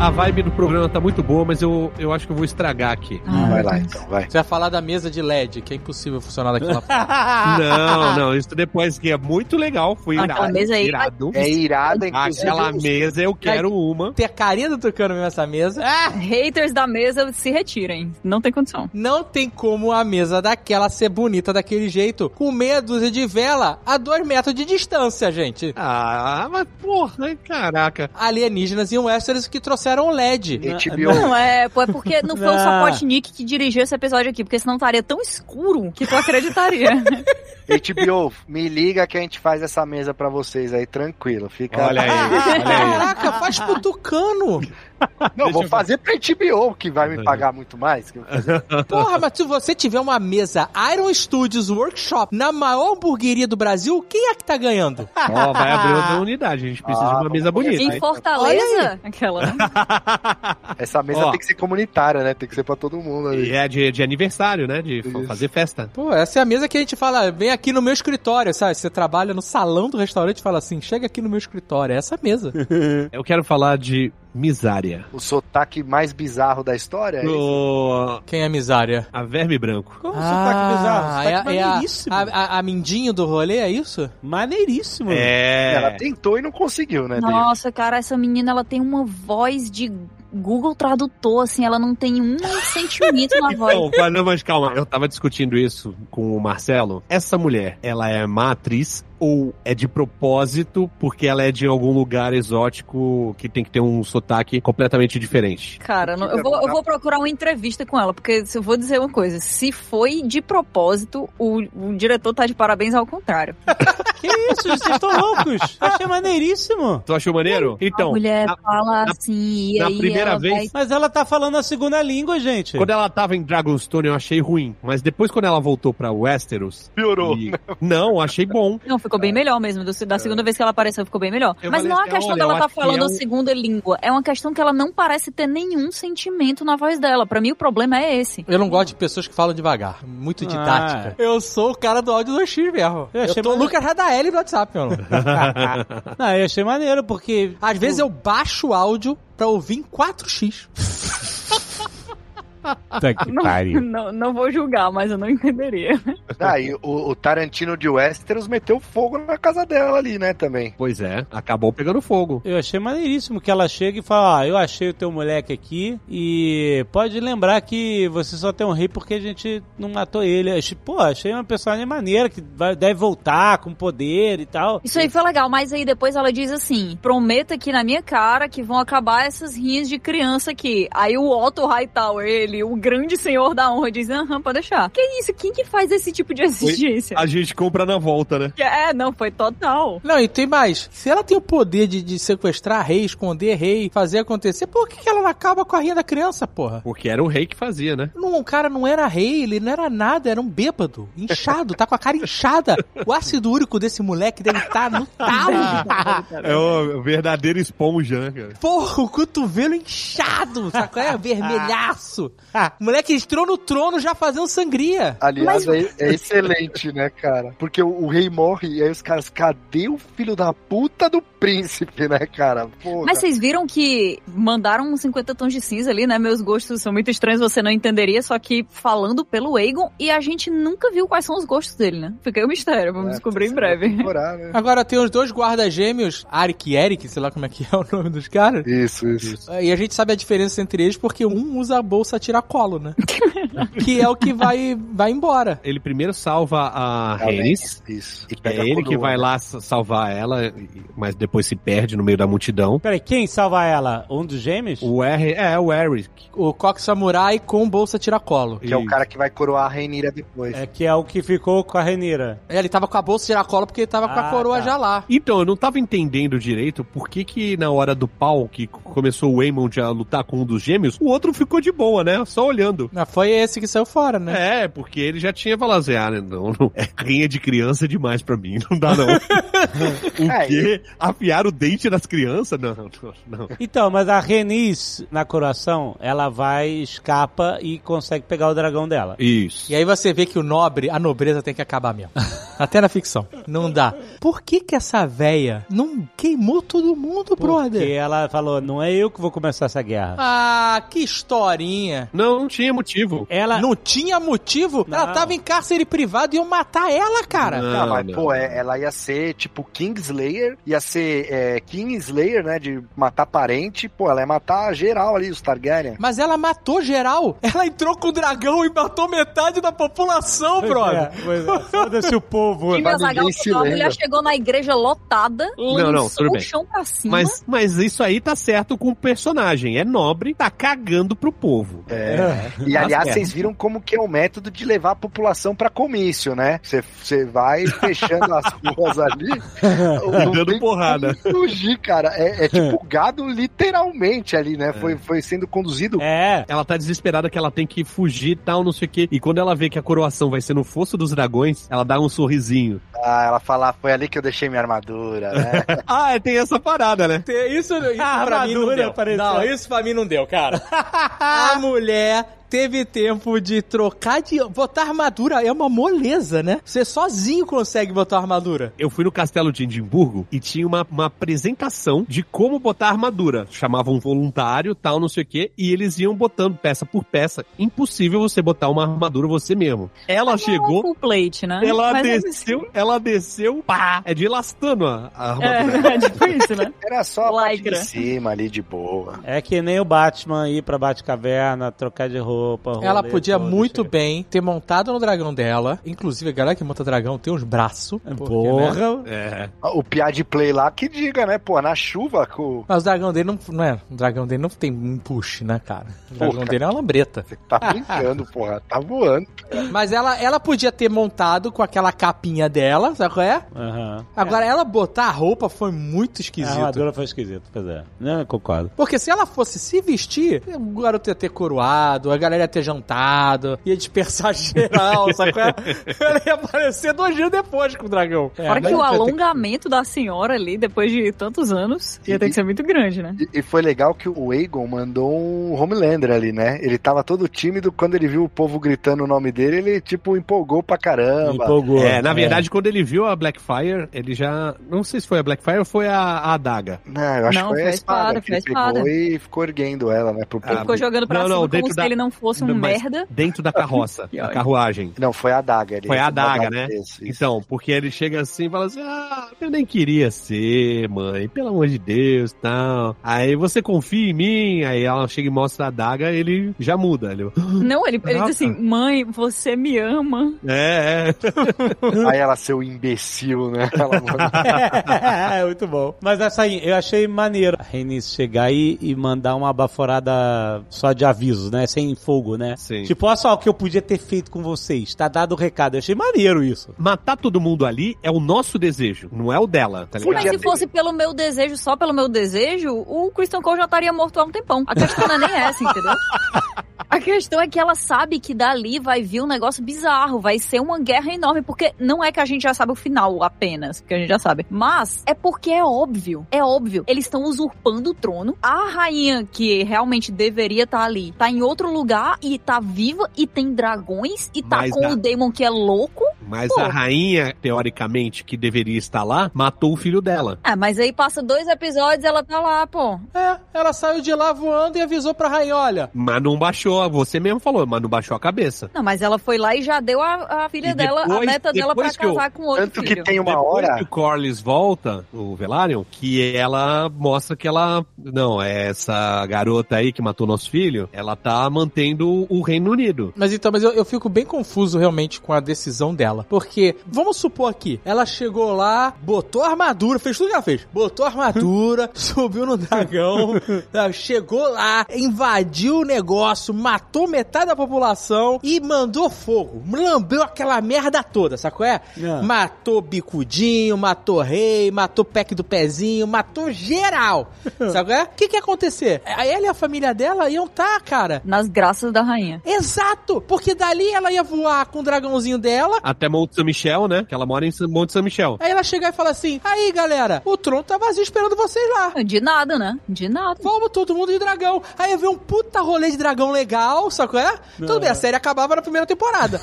S4: A vibe do programa tá muito boa, mas eu, eu acho que eu vou estragar aqui.
S3: Vai lá então, vai.
S6: Você vai falar da mesa de LED, que é impossível funcionar daquela forma.
S4: Não, não, isso depois que é muito legal. Foi
S5: Aquela
S4: irado.
S5: mesa aí-
S4: irado.
S3: É irada, inclusive.
S4: Aquela mesa eu quero uma.
S6: Ter a carinha do Tucano mesmo essa mesa.
S5: Ah, Haters da mesa se retirem. Não tem condição.
S6: Não tem como a mesa daquela ser bonita daquele jeito, com meia dúzia de vela a dois metros de distância, gente.
S4: Ah, mas porra, caraca.
S6: Alienígenas e Westeros que trouxeram o LED.
S3: HBO.
S4: [laughs]
S5: Não, é, pô, é porque não foi o
S2: Não.
S5: Sapotnik que dirigiu esse episódio aqui, porque senão estaria tão escuro que tu acreditaria.
S3: HBO, me liga que a gente faz essa mesa pra vocês aí, tranquilo. Fica.
S2: É.
S4: Olha aí, olha
S2: [laughs]
S4: aí.
S6: Caraca, faz pro Tucano!
S3: Não, vou fazer pra HBO, que vai me pagar muito mais. que eu vou fazer.
S6: Porra, mas se você tiver uma mesa Iron Studios Workshop na maior hamburgueria do Brasil, quem é que tá ganhando?
S4: Ó, vai abrir outra unidade, a gente precisa de uma mesa bonita.
S5: Em
S4: hein?
S5: Fortaleza, aquela. né?
S3: Essa mesa
S4: Ó.
S3: tem que ser comunitária, né? Tem que ser pra todo mundo.
S4: E
S3: ali.
S4: é de, de aniversário, né? De fa-
S3: Isso.
S4: fazer festa.
S6: [laughs] Pô, essa é a mesa que a gente fala, vem aqui no meu escritório, sabe? Você trabalha no salão do restaurante e fala assim, chega aqui no meu escritório, é essa mesa.
S4: Eu quero falar de misária.
S3: O sotaque mais bizarro da história? é esse?
S4: O...
S6: [laughs] Quem é misária?
S4: A verme branco.
S2: Como sotaque bizarro? Sotaque
S6: Ah, é, é a,
S2: maneiríssimo.
S6: a, a- a Mindinho do rolê, é isso?
S2: Maneiríssimo.
S3: Ela
S4: É.
S3: tentou e não conseguiu, né? David?
S5: Nossa, cara, essa menina, ela tem uma voz de Google Tradutor, assim, ela não tem um sentimento na voz.
S4: Não, Então, mas- não, mas calma, eu tava discutindo isso com o Marcelo. Essa mulher, ela é má atriz ou é de propósito porque ela é de algum lugar exótico que tem que ter um sotaque completamente diferente?
S5: Cara, não- eu, vou, eu vou procurar uma entrevista com ela, porque se eu vou dizer uma coisa, se foi de propósito, o, o diretor tá de parabéns ao contrário.
S2: Que isso, vocês estão loucos.
S6: [laughs]
S2: Achei maneiríssimo.
S4: Tu achou maneiro?
S5: a
S4: Então,
S5: mulher
S4: na-
S5: fala
S4: na-
S5: assim, e
S4: na
S5: aí
S4: primeira
S5: ela
S4: vez-
S5: vai-
S2: Mas ela tá falando a segunda língua, gente.
S4: quando ela tava em Dragonstone eu achei ruim, mas depois quando ela voltou pra Westeros...
S3: Piorou.
S4: e- Não, achei bom.
S5: Não, ficou bem melhor mesmo. do- Da segunda vez que ela apareceu, ficou bem melhor.
S4: É. Eu
S5: Mas
S4: falei
S5: não é uma
S4: assim,
S5: questão
S4: olha,
S5: dela
S4: eu
S5: tá
S4: acho que
S5: falando
S4: é um-
S5: segunda língua. É uma questão que ela não parece ter nenhum sentimento na voz dela. Pra mim, o problema é esse.
S6: Eu não gosto de pessoas que falam devagar, muito didática.
S2: Ah.
S6: Eu sou o cara do áudio 2x mesmo. Eu,
S2: Eu achei
S6: tô
S2: mais-
S6: Lucas Radaeli do WhatsApp, meu irmão.
S2: [laughs] Não, eu achei maneiro, porque...
S6: Às vezes eu baixo o áudio pra ouvir em 4x.
S5: Não, [laughs] não, não vou julgar, mas eu não entenderia.
S3: Ah, e o, o Tarantino de Westeros meteu fogo na casa dela ali, né? Também.
S4: Pois é, acabou pegando fogo.
S2: Eu achei maneiríssimo que ela chega e fala, ó, eu achei o teu moleque aqui e pode lembrar que você só tem um rei porque a gente não matou ele. Eu achei- Pô, achei uma personagem maneira que vai- deve voltar com poder e tal.
S5: Isso aí foi legal, mas aí depois ela diz assim: prometa aqui na minha cara que vão acabar essas rinhas de criança aqui. Aí o Otto Hightower, ele, o grande senhor da honra, diz: aham, pode deixar. Que isso? Quem que faz esse tipo de exigência?
S4: A gente compra na volta, né?
S5: É, não, foi total.
S6: Não, e tem mais. Se ela tem o poder de, de sequestrar rei, esconder rei, fazer acontecer, por que, que ela não acaba com a rinha da criança, porra?
S4: Porque era o rei que fazia, né?
S6: Não, o cara não era rei, ele não era nada, era um bêbado, inchado, tá com a cara inchada. O ácido úrico desse moleque deve estar no talo. tipo,
S4: É o verdadeiro esponja, né, cara?
S6: Porra, o cotovelo inchado, sacou? É vermelhaço. O moleque entrou no trono já fazendo sangria.
S3: Aliás, é, é excelente, né, cara? Porque o, o rei morre e aí os caras, cadê o filho da puta do príncipe, né, cara? Porra.
S4: tá.
S5: Mas vocês viram que mandaram uns 50 tons de cinza ali, né? Meus gostos são muito estranhos, você não entenderia, só que falando pelo Aegon, e a gente nunca viu quais são os gostos dele, né? Fiquei um mistério, vamos
S3: É,
S5: descobrir em
S4: tá
S3: você
S5: breve.
S3: vai procurar, né?
S6: Agora tem os dois guardas gêmeos, Arik e Eric, sei lá como é que é o nome dos caras.
S3: Isso, isso.
S6: E a gente sabe a diferença entre eles porque um usa a bolsa tiracolo, né? que é o que vai, vai embora.
S4: Ele primeiro salva a
S3: Tá bem.
S4: Rhaenys.
S3: Isso. E
S4: É
S3: pega a
S4: ele
S3: coroa,
S4: que vai
S3: né?
S4: lá sa- salvar ela, e- mas depois se perde no meio da multidão.
S2: Peraí, quem salva ela? Um dos gêmeos?
S4: O R é o Eric.
S6: O Coque Samurai com bolsa tiracolo.
S3: Que é o cara que vai coroar a Rainira depois.
S2: É que é o que ficou com a Renira.
S6: É, Ele tava com a bolsa tiracolo porque ele tava com a
S2: Ah,
S6: coroa
S2: tá.
S6: já lá.
S4: Então, eu não tava entendendo direito por que que na hora do pau, que c- começou o Waymond a lutar com um dos gêmeos, o outro ficou de boa, né? Só olhando.
S6: Mas foi esse que saiu fora, né?
S4: É, porque ele já tinha falado assim, ah, né, não, não, é rinha de criança é demais pra mim, não dá não.
S3: [laughs]
S4: o
S3: É,
S4: quê? Afiar o dente nas crianças? Não, não, não.
S2: Então, mas a Renis, na coroação, ela vai, escapa e consegue pegar o dragão dela.
S4: Isso.
S6: E aí você vê que o nobre, a nobreza tem que acabar mesmo. [laughs] Até na ficção. Não dá. Por que que essa véia não queimou todo mundo,
S2: Porque
S6: brother?
S2: ela falou, não é eu que vou começar essa guerra.
S6: Ah, que historinha.
S4: Não, não tinha motivo.
S2: Ela...
S6: Não tinha motivo? Ela
S2: Não.
S6: tava em cárcere privado e iam matar ela, cara.
S4: Não.
S3: Ah, mas,
S4: não.
S3: pô, é- ela ia ser tipo Kingslayer, ia ser é, Kingslayer, né? De matar parente, pô, ela ia matar geral ali, os Targaryen.
S6: Mas ela matou geral. Ela entrou com o dragão e matou metade da população,
S2: Pois
S6: brother.
S2: é, pois é. Foda-se o povo.
S5: E meu
S3: Mas
S6: [laughs]
S5: Zagal
S3: ninguém se
S5: total, a
S3: lembra.
S5: mulher chegou chegou na igreja lotada, lançou
S4: não, tudo
S5: o
S4: bem.
S5: chão pra cima.
S4: Mas, mas isso aí tá certo com o personagem. É nobre, tá cagando pro povo.
S6: É.
S3: É. E
S4: Tá
S3: aliás,
S4: certo.
S3: vocês viram como que é o método de levar a população pra comício, né? Você- Você vai fechando as [laughs] ruas ali. não
S4: dando
S3: tem
S4: porrada.
S3: como Fugir, cara. É, é
S4: [laughs]
S3: tipo gado literalmente ali, né?
S4: É.
S3: Foi, foi sendo conduzido.
S2: É.
S4: Ela tá desesperada que ela tem que fugir e tal, não sei o quê. E quando ela vê que a coroação vai ser no fosso dos dragões, ela dá um sorrisinho.
S3: Ah, ela fala, foi ali que eu deixei minha armadura, né?
S4: [laughs] ah, é, tem essa parada, né?
S6: Isso, isso
S2: A
S6: pra mim não
S2: Ah, armadura
S6: deu.
S2: apareceu.
S6: Não, isso pra mim não deu, cara. A mulher teve tempo de trocar de... Botar armadura é uma moleza, né? Você sozinho consegue botar armadura.
S4: Eu fui no castelo de Edimburgo e tinha uma, uma apresentação de como botar armadura. Chamavam um voluntário, tal, não sei o quê, e eles iam botando peça por peça. Impossível você botar uma armadura você mesmo. Ela
S5: Não é
S4: chegou,
S5: full plate, né?
S4: ela
S5: Mas é-
S4: desceu, ela desceu, pá! É de elastano a, a armadura.
S5: É, [laughs] é tipo isso, né?
S3: Era só a parte de
S5: Lycra.
S3: cima ali de boa.
S2: É que nem o Batman ir pra Batcaverna, trocar de roupa. rolê,
S6: Ela podia
S2: todo,
S6: muito
S2: chega.
S6: bem ter montado no dragão dela. Inclusive, a galera que monta dragão tem uns braços. porque, né?
S2: Porra.
S4: É.
S3: O piá de play lá que diga, né? Pô, na chuva, com...
S6: Mas o dragão dele não, não é. O dragão dele não tem um push, né, cara? O dragão
S3: Porra.
S6: dele é uma lambreta.
S3: você [laughs] tá brincando, porra. Tá voando.
S6: Mas ela, ela podia ter montado com aquela capinha dela, sabe qual é?
S2: Aham.
S6: Agora, ela botar a roupa foi muito
S2: A
S6: esquisito.
S2: armadura foi esquisita, pois é. Não, eu concordo.
S6: Porque se ela fosse se vestir, o garoto ia ter coroado, a galera ia ter jantado, ia dispersar [laughs] geral, sabe qual é? Ela ia aparecer dois dias depois com o dragão.
S4: É,
S5: Fora
S6: mas
S5: que o
S6: ia ter-
S5: alongamento da senhora ali, depois de tantos anos, ia ter que ser muito grande, né?
S3: E, e foi legal que o Egon mandou um Homelander ali, né? Ele tava todo tímido quando ele viu o povo gritando o nome dele, ele tipo empolgou pra caramba.
S2: Empolgou.
S4: É, na verdade, quando ele viu a Blackfire, ele já. Não sei se foi a Blackfire ou foi a, a adaga.
S3: Não, eu acho
S5: Não,
S3: que foi a
S5: foi a
S3: espada,
S5: espada,
S3: que ele
S5: foi a espada.
S3: pegou e ficou erguendo ela, né? Pro
S5: Ele
S3: povo.
S5: ficou jogando pra
S4: não,
S5: cima
S4: não,
S5: como
S4: dentro
S5: se
S4: da-
S5: ele não fosse um
S4: Mas
S5: merda.
S4: Dentro [laughs] da carroça, da
S5: ódio.
S4: carruagem.
S3: Não, foi a adaga. Ele
S4: Foi a
S3: recebeu
S4: adaga, né?
S3: Isso, isso.
S4: Então, porque ele chega assim e fala assim: Ah, eu nem queria ser, mãe, pelo amor de Deus, tal. Aí você confia em mim, aí ela chega e mostra a adaga, ele já muda. Ele,
S5: Não, ele, ele
S4: Nossa.
S5: diz assim, mãe, você me ama.
S4: é, é. [laughs]
S3: Aí ela, seu imbecil,
S5: [laughs]
S3: né? Ela mandou-
S2: é, [laughs] muito bom. Mas essa aí, eu achei maneiro a Renice chegar e, e mandar uma baforada só de aviso, né? Sem fogo, né?
S4: Sim.
S2: Tipo, olha só o que eu podia ter feito com vocês. Tá dado o recado. Eu achei maneiro isso.
S4: Matar todo mundo ali é o nosso desejo, não é o dela, tá ligado?
S5: Mas
S3: Podia
S5: se
S3: ter-
S5: fosse pelo meu desejo, só pelo meu desejo, o Christian Cole já estaria morto há um tempão. A questão não é nem essa, entendeu? A questão é que ela sabe que dali vai vir um negócio bizarro, vai ser uma guerra enorme, porque não é que a gente já sabe o final apenas, porque a gente já sabe. Mas é porque é óbvio, é óbvio. Eles estão usurpando o trono. A rainha que realmente deveria estar ali, tá em outro lugar e tá viva e tem dragões e tá
S4: Mas
S5: com
S4: na-
S5: o Daemon que é louco.
S4: Mas
S5: Pô.
S4: a rainha, teoricamente, que deveria estar lá, matou o filho dela.
S5: Ah, mas aí passa dois episódios, ela tá lá, pô.
S6: É, ela saiu de lá voando e avisou pra rainha, olha,
S4: Mas não baixou, você mesmo falou, mas não baixou a cabeça.
S5: Não, mas ela foi lá e já deu a, a filha
S4: E
S5: dela, a
S4: depois-
S5: neta dela pra
S4: depois que eu-
S5: casar com outro
S3: Tanto que
S5: filho.
S3: tem uma
S4: Depois
S3: hora.
S4: que o Corlys volta, o Velaryon, que ela mostra que ela, não, é essa garota aí que matou nosso filho, ela tá mantendo o Reino Unido.
S6: Mas então, mas eu, eu fico bem confuso realmente com a decisão dela. Porque, vamos supor aqui, ela chegou lá, botou a armadura, fez tudo que ela fez. Botou a armadura, [laughs] subiu no dragão, tá? chegou lá, invadiu o negócio, matou metade da população e mandou fogo. Lambeu aquela merda toda, sacou? É?
S2: Não.
S6: Matou bicudinho, matou rei, matou pack do pezinho, matou geral. Sabe? O que, que ia acontecer? A ela e a família dela iam tá, cara.
S5: Nas graças da rainha.
S6: Exato! Porque dali ela ia voar com o dragãozinho dela.
S4: Até Monte São Michel, né? Que ela mora em San- Monte São Michel.
S6: Aí ela chegar e falar assim: Aí galera, o trono tá vazio esperando vocês lá.
S5: De nada, né? De nada.
S6: Vamos todo mundo de dragão. Aí ia ver um puta rolê de dragão legal, sabe qual é? Tudo bem, a série acabava na primeira temporada.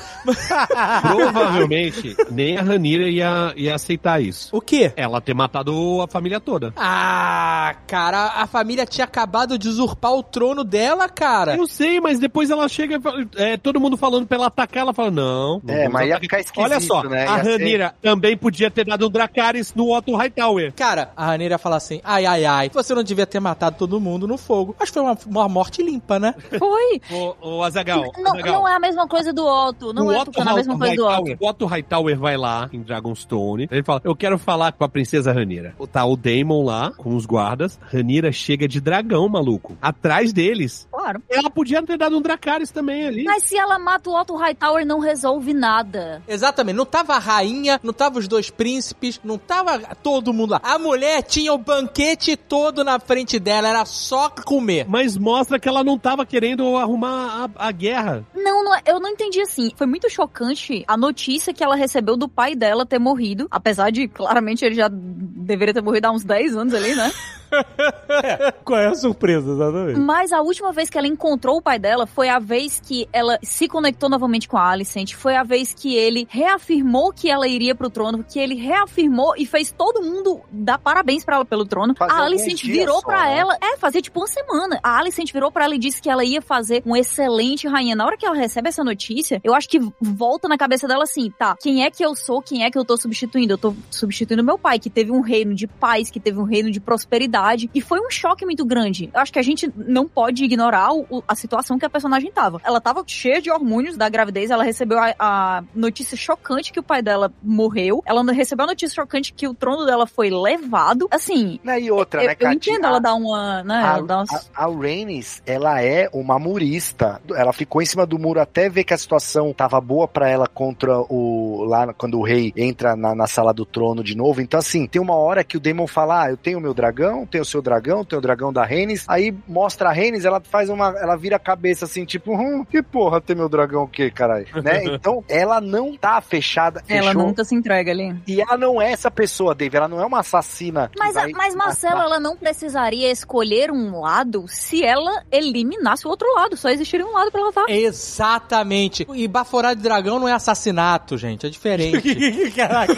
S4: Provavelmente, nem a Ranira ia, ia aceitar isso.
S6: [laughs] o quê?
S4: Ela ter matado a família toda.
S6: Ah, cara, a família tinha acabado de usurpar o trono dela, cara.
S4: Eu sei, mas depois ela chega, e fala- é, todo mundo falando pra ela atacar, ela fala, não. não
S3: É,
S4: vamos
S3: mas ia
S4: atacar
S3: ficar
S4: esse
S3: esquisito,
S4: Olha só,
S3: né?
S4: a
S3: Ia ser-
S4: Ranira também podia ter dado um Dracarys no Otto Hightower.
S6: Cara, a Raneira ia falar assim: ai, ai, ai, você não devia ter matado todo mundo no fogo. Mas foi uma, uma morte limpa, né?
S5: Foi.
S4: Ô, ô Azagal,
S5: Não, não é a mesma coisa do Otto. Não é Tucano, é a mesma coisa do Otto.
S4: Hightower, o Otto Hightower vai lá em Dragonstone. Ele fala: Eu quero falar com a princesa Ranira. Tá o Daemon lá com os guardas. Ranira chega de dragão, maluco. Atrás deles.
S5: Claro.
S4: Ela podia ter dado um Dracarys também ali.
S5: Mas se ela mata o Otto Hightower, não resolve nada.
S6: Exatamente, não tava a rainha, não tava os dois príncipes, não tava todo mundo lá. A mulher tinha o banquete todo na frente dela, era só comer.
S4: Mas mostra que ela não tava querendo arrumar a, a guerra.
S5: Não, não é- eu não entendi assim. Foi muito chocante a notícia que ela recebeu do pai dela ter morrido. Apesar de, claramente, ele já deveria ter morrido há uns 10 anos ali, né?
S8: Qual [laughs] é a surpresa, exatamente?
S5: Mas a última vez que ela encontrou o pai dela foi a vez que ela se conectou novamente com a Alicent. Foi a vez que ele reafirmou que ela iria pro trono, que ele reafirmou e fez todo mundo dar parabéns pra ela pelo trono.
S3: Fazia
S5: a
S3: alguns
S5: Alicent
S3: dias
S5: virou
S3: um só,
S5: pra
S3: né?
S5: ela, é, fazia tipo uma semana. A Alicent virou pra ela e disse que ela ia fazer um excelente rainha. Na hora que ela recebe essa notícia, eu acho que volta na cabeça dela assim, tá, quem é que eu sou, quem é que eu tô substituindo? Eu tô substituindo meu pai, que teve um reino de paz, que teve um reino de prosperidade, e foi um choque muito grande. Eu acho que a gente não pode ignorar o- a situação que a personagem tava. Ela tava cheia de hormônios da gravidez, ela recebeu a, a notícia chocante que o pai dela morreu, ela recebeu a notícia chocante que o trono dela foi levado, assim...
S3: Né, E outra,
S5: eu,
S3: né,
S5: eu
S3: Katia?
S5: entendo ela dar uma, né,
S3: a,
S5: ela dar uma
S3: a, a Rhaenys, ela é uma murista. Ela ficou em cima do muro até ver que a situação tava boa pra ela contra o. lá quando o rei entra na, na sala do trono de novo. Então, assim, tem uma hora que o Daemon fala: ah, eu tenho meu dragão, tenho o seu dragão, tenho o dragão da Rhaenys. Aí mostra a Rhaenys, ela faz uma. ela vira a cabeça assim, tipo, hum, que porra tem meu dragão o quê,
S4: [laughs]
S3: caralho? né? Então, ela não tá fechada.
S5: É, Ela
S3: fechou.
S5: nunca se entrega ali.
S3: E ela não é essa pessoa, Dave. Ela não é uma assassina. que
S5: Mas, a-
S3: vai
S5: mas Marcelo,
S3: matar.
S5: ela não precisaria escolher um lado se ela eliminasse o outro lado. Só existiria um lado pra ela
S3: [laughs]
S5: estar.
S6: Exatamente. E baforar de dragão não é assassinato, gente, é diferente. [laughs]
S8: Caraca,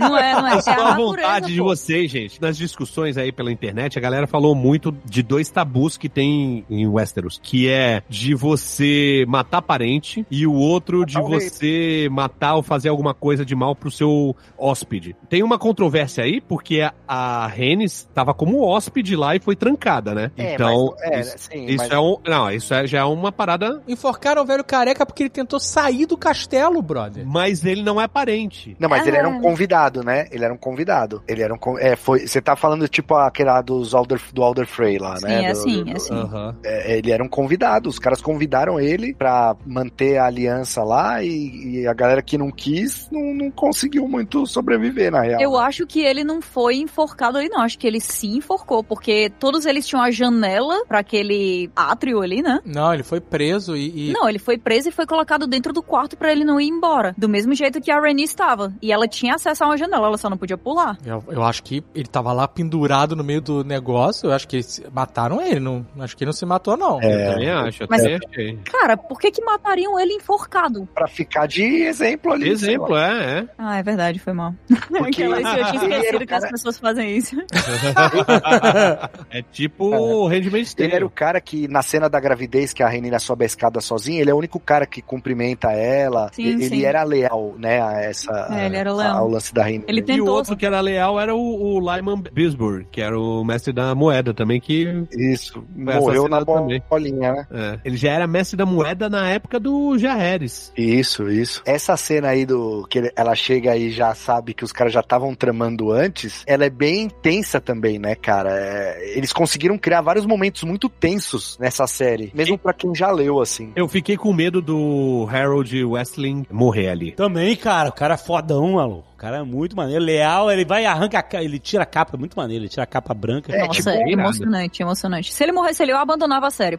S5: Não é, não é. É
S4: Só
S5: a
S4: a vontade
S5: natureza,
S4: de
S5: pô.
S4: vocês, gente. Nas discussões aí pela internet, a galera falou muito de dois tabus que tem em Westeros, que é de você matar parente e o outro de
S3: o rei.
S4: você matar ou fazer alguma coisa de mal pro seu hóspede. Tem uma controvérsia aí, porque a, a Rhaenys tava como hóspede lá e foi trancada, né?
S3: É,
S4: então,
S3: mas- é,
S4: isso,
S3: sim,
S4: isso
S3: mas-
S4: é um... Não, isso é- já é uma parada...
S6: Enforcaram o velho careca porque ele tentou sair do castelo, brother.
S4: Mas ele não é parente.
S3: Não, mas
S5: Ah.
S3: ele era um convidado, né? Ele era um convidado. Ele era um. con- É, foi. Você tá falando tipo aquela dos Alder, do Alder Frey lá,
S5: Sim,
S3: né?
S5: é
S3: Do-
S5: assim,
S3: do-
S5: é assim.
S4: Aham.
S3: é, ele era um convidado. Os caras convidaram ele pra manter a aliança lá e, e a galera que não quis não, não conseguiu muito sobreviver, na real.
S5: Eu acho que ele não foi enforcado ali, não. Acho que ele se enforcou, porque todos eles tinham a janela pra aquele átrio ali, né?
S6: Não, ele foi preso e. e-
S5: Não, ele foi preso e foi colocado dentro do quarto pra ele não ir embora. Do mesmo jeito que a Renée estava. E ela tinha acesso a uma janela, ela só não podia pular.
S6: Eu, eu acho que ele tava lá pendurado no meio do negócio. Eu acho que eles mataram ele. Não, acho que ele não se matou, não.
S3: É,
S4: Eu também acho, eu
S5: Mas-
S4: também achei.
S5: Cara, por que que matariam ele enforcado?
S3: Pra ficar de exemplo ali. sei lá.
S4: Exemplo, é, é.
S5: Ah, é verdade, foi mal.
S3: [laughs] Porque-
S5: Aquela, [laughs] eu tinha
S3: Ele era
S5: esquecido
S3: o
S5: que
S3: cara-
S5: as pessoas fazem isso.
S4: é tipo o rendimento
S3: Ele era o
S4: estéreo.
S3: cara que, na cena da gravidez, que a Renina sobe a escada sozinha, ele é o único cara que cumprimenta ela.
S5: Sim,
S3: E- ele
S5: sim.
S3: era leal, né, a essa...
S5: É, ele era
S3: a-
S5: leal.
S3: Ao lance da Renina.
S5: [laughs] Ele
S4: E o
S5: tentou,
S4: outro que era leal era o, o Lyman Bisburg, que era o mestre da moeda também, que
S3: Isso,
S4: Foi
S3: morreu na
S4: assassinado
S3: bo-
S4: também.
S3: bolinha, né?
S4: é, ele já era mestre da moeda na época do Jaehaerys.
S3: Isso, isso. Essa cena aí do que ele- ela chega e já sabe que os caras já estavam tramando antes, ela é bem tensa também, né, cara? É, eles conseguiram criar vários momentos muito tensos nessa série, mesmo pra quem já leu assim.
S4: Eu fiquei com medo do Harold Westling morrer ali.
S8: Também, cara, o cara é fodão, maluco. O cara é muito maneiro. Leal, ele vai e arranca a capa. Ele tira a capa, é muito maneiro. Ele tira a capa branca.
S2: [laughs]
S3: É,
S5: Nossa,
S4: tipo,
S5: emocionante, emocionante. Se ele morresse ali, eu abandonava a série.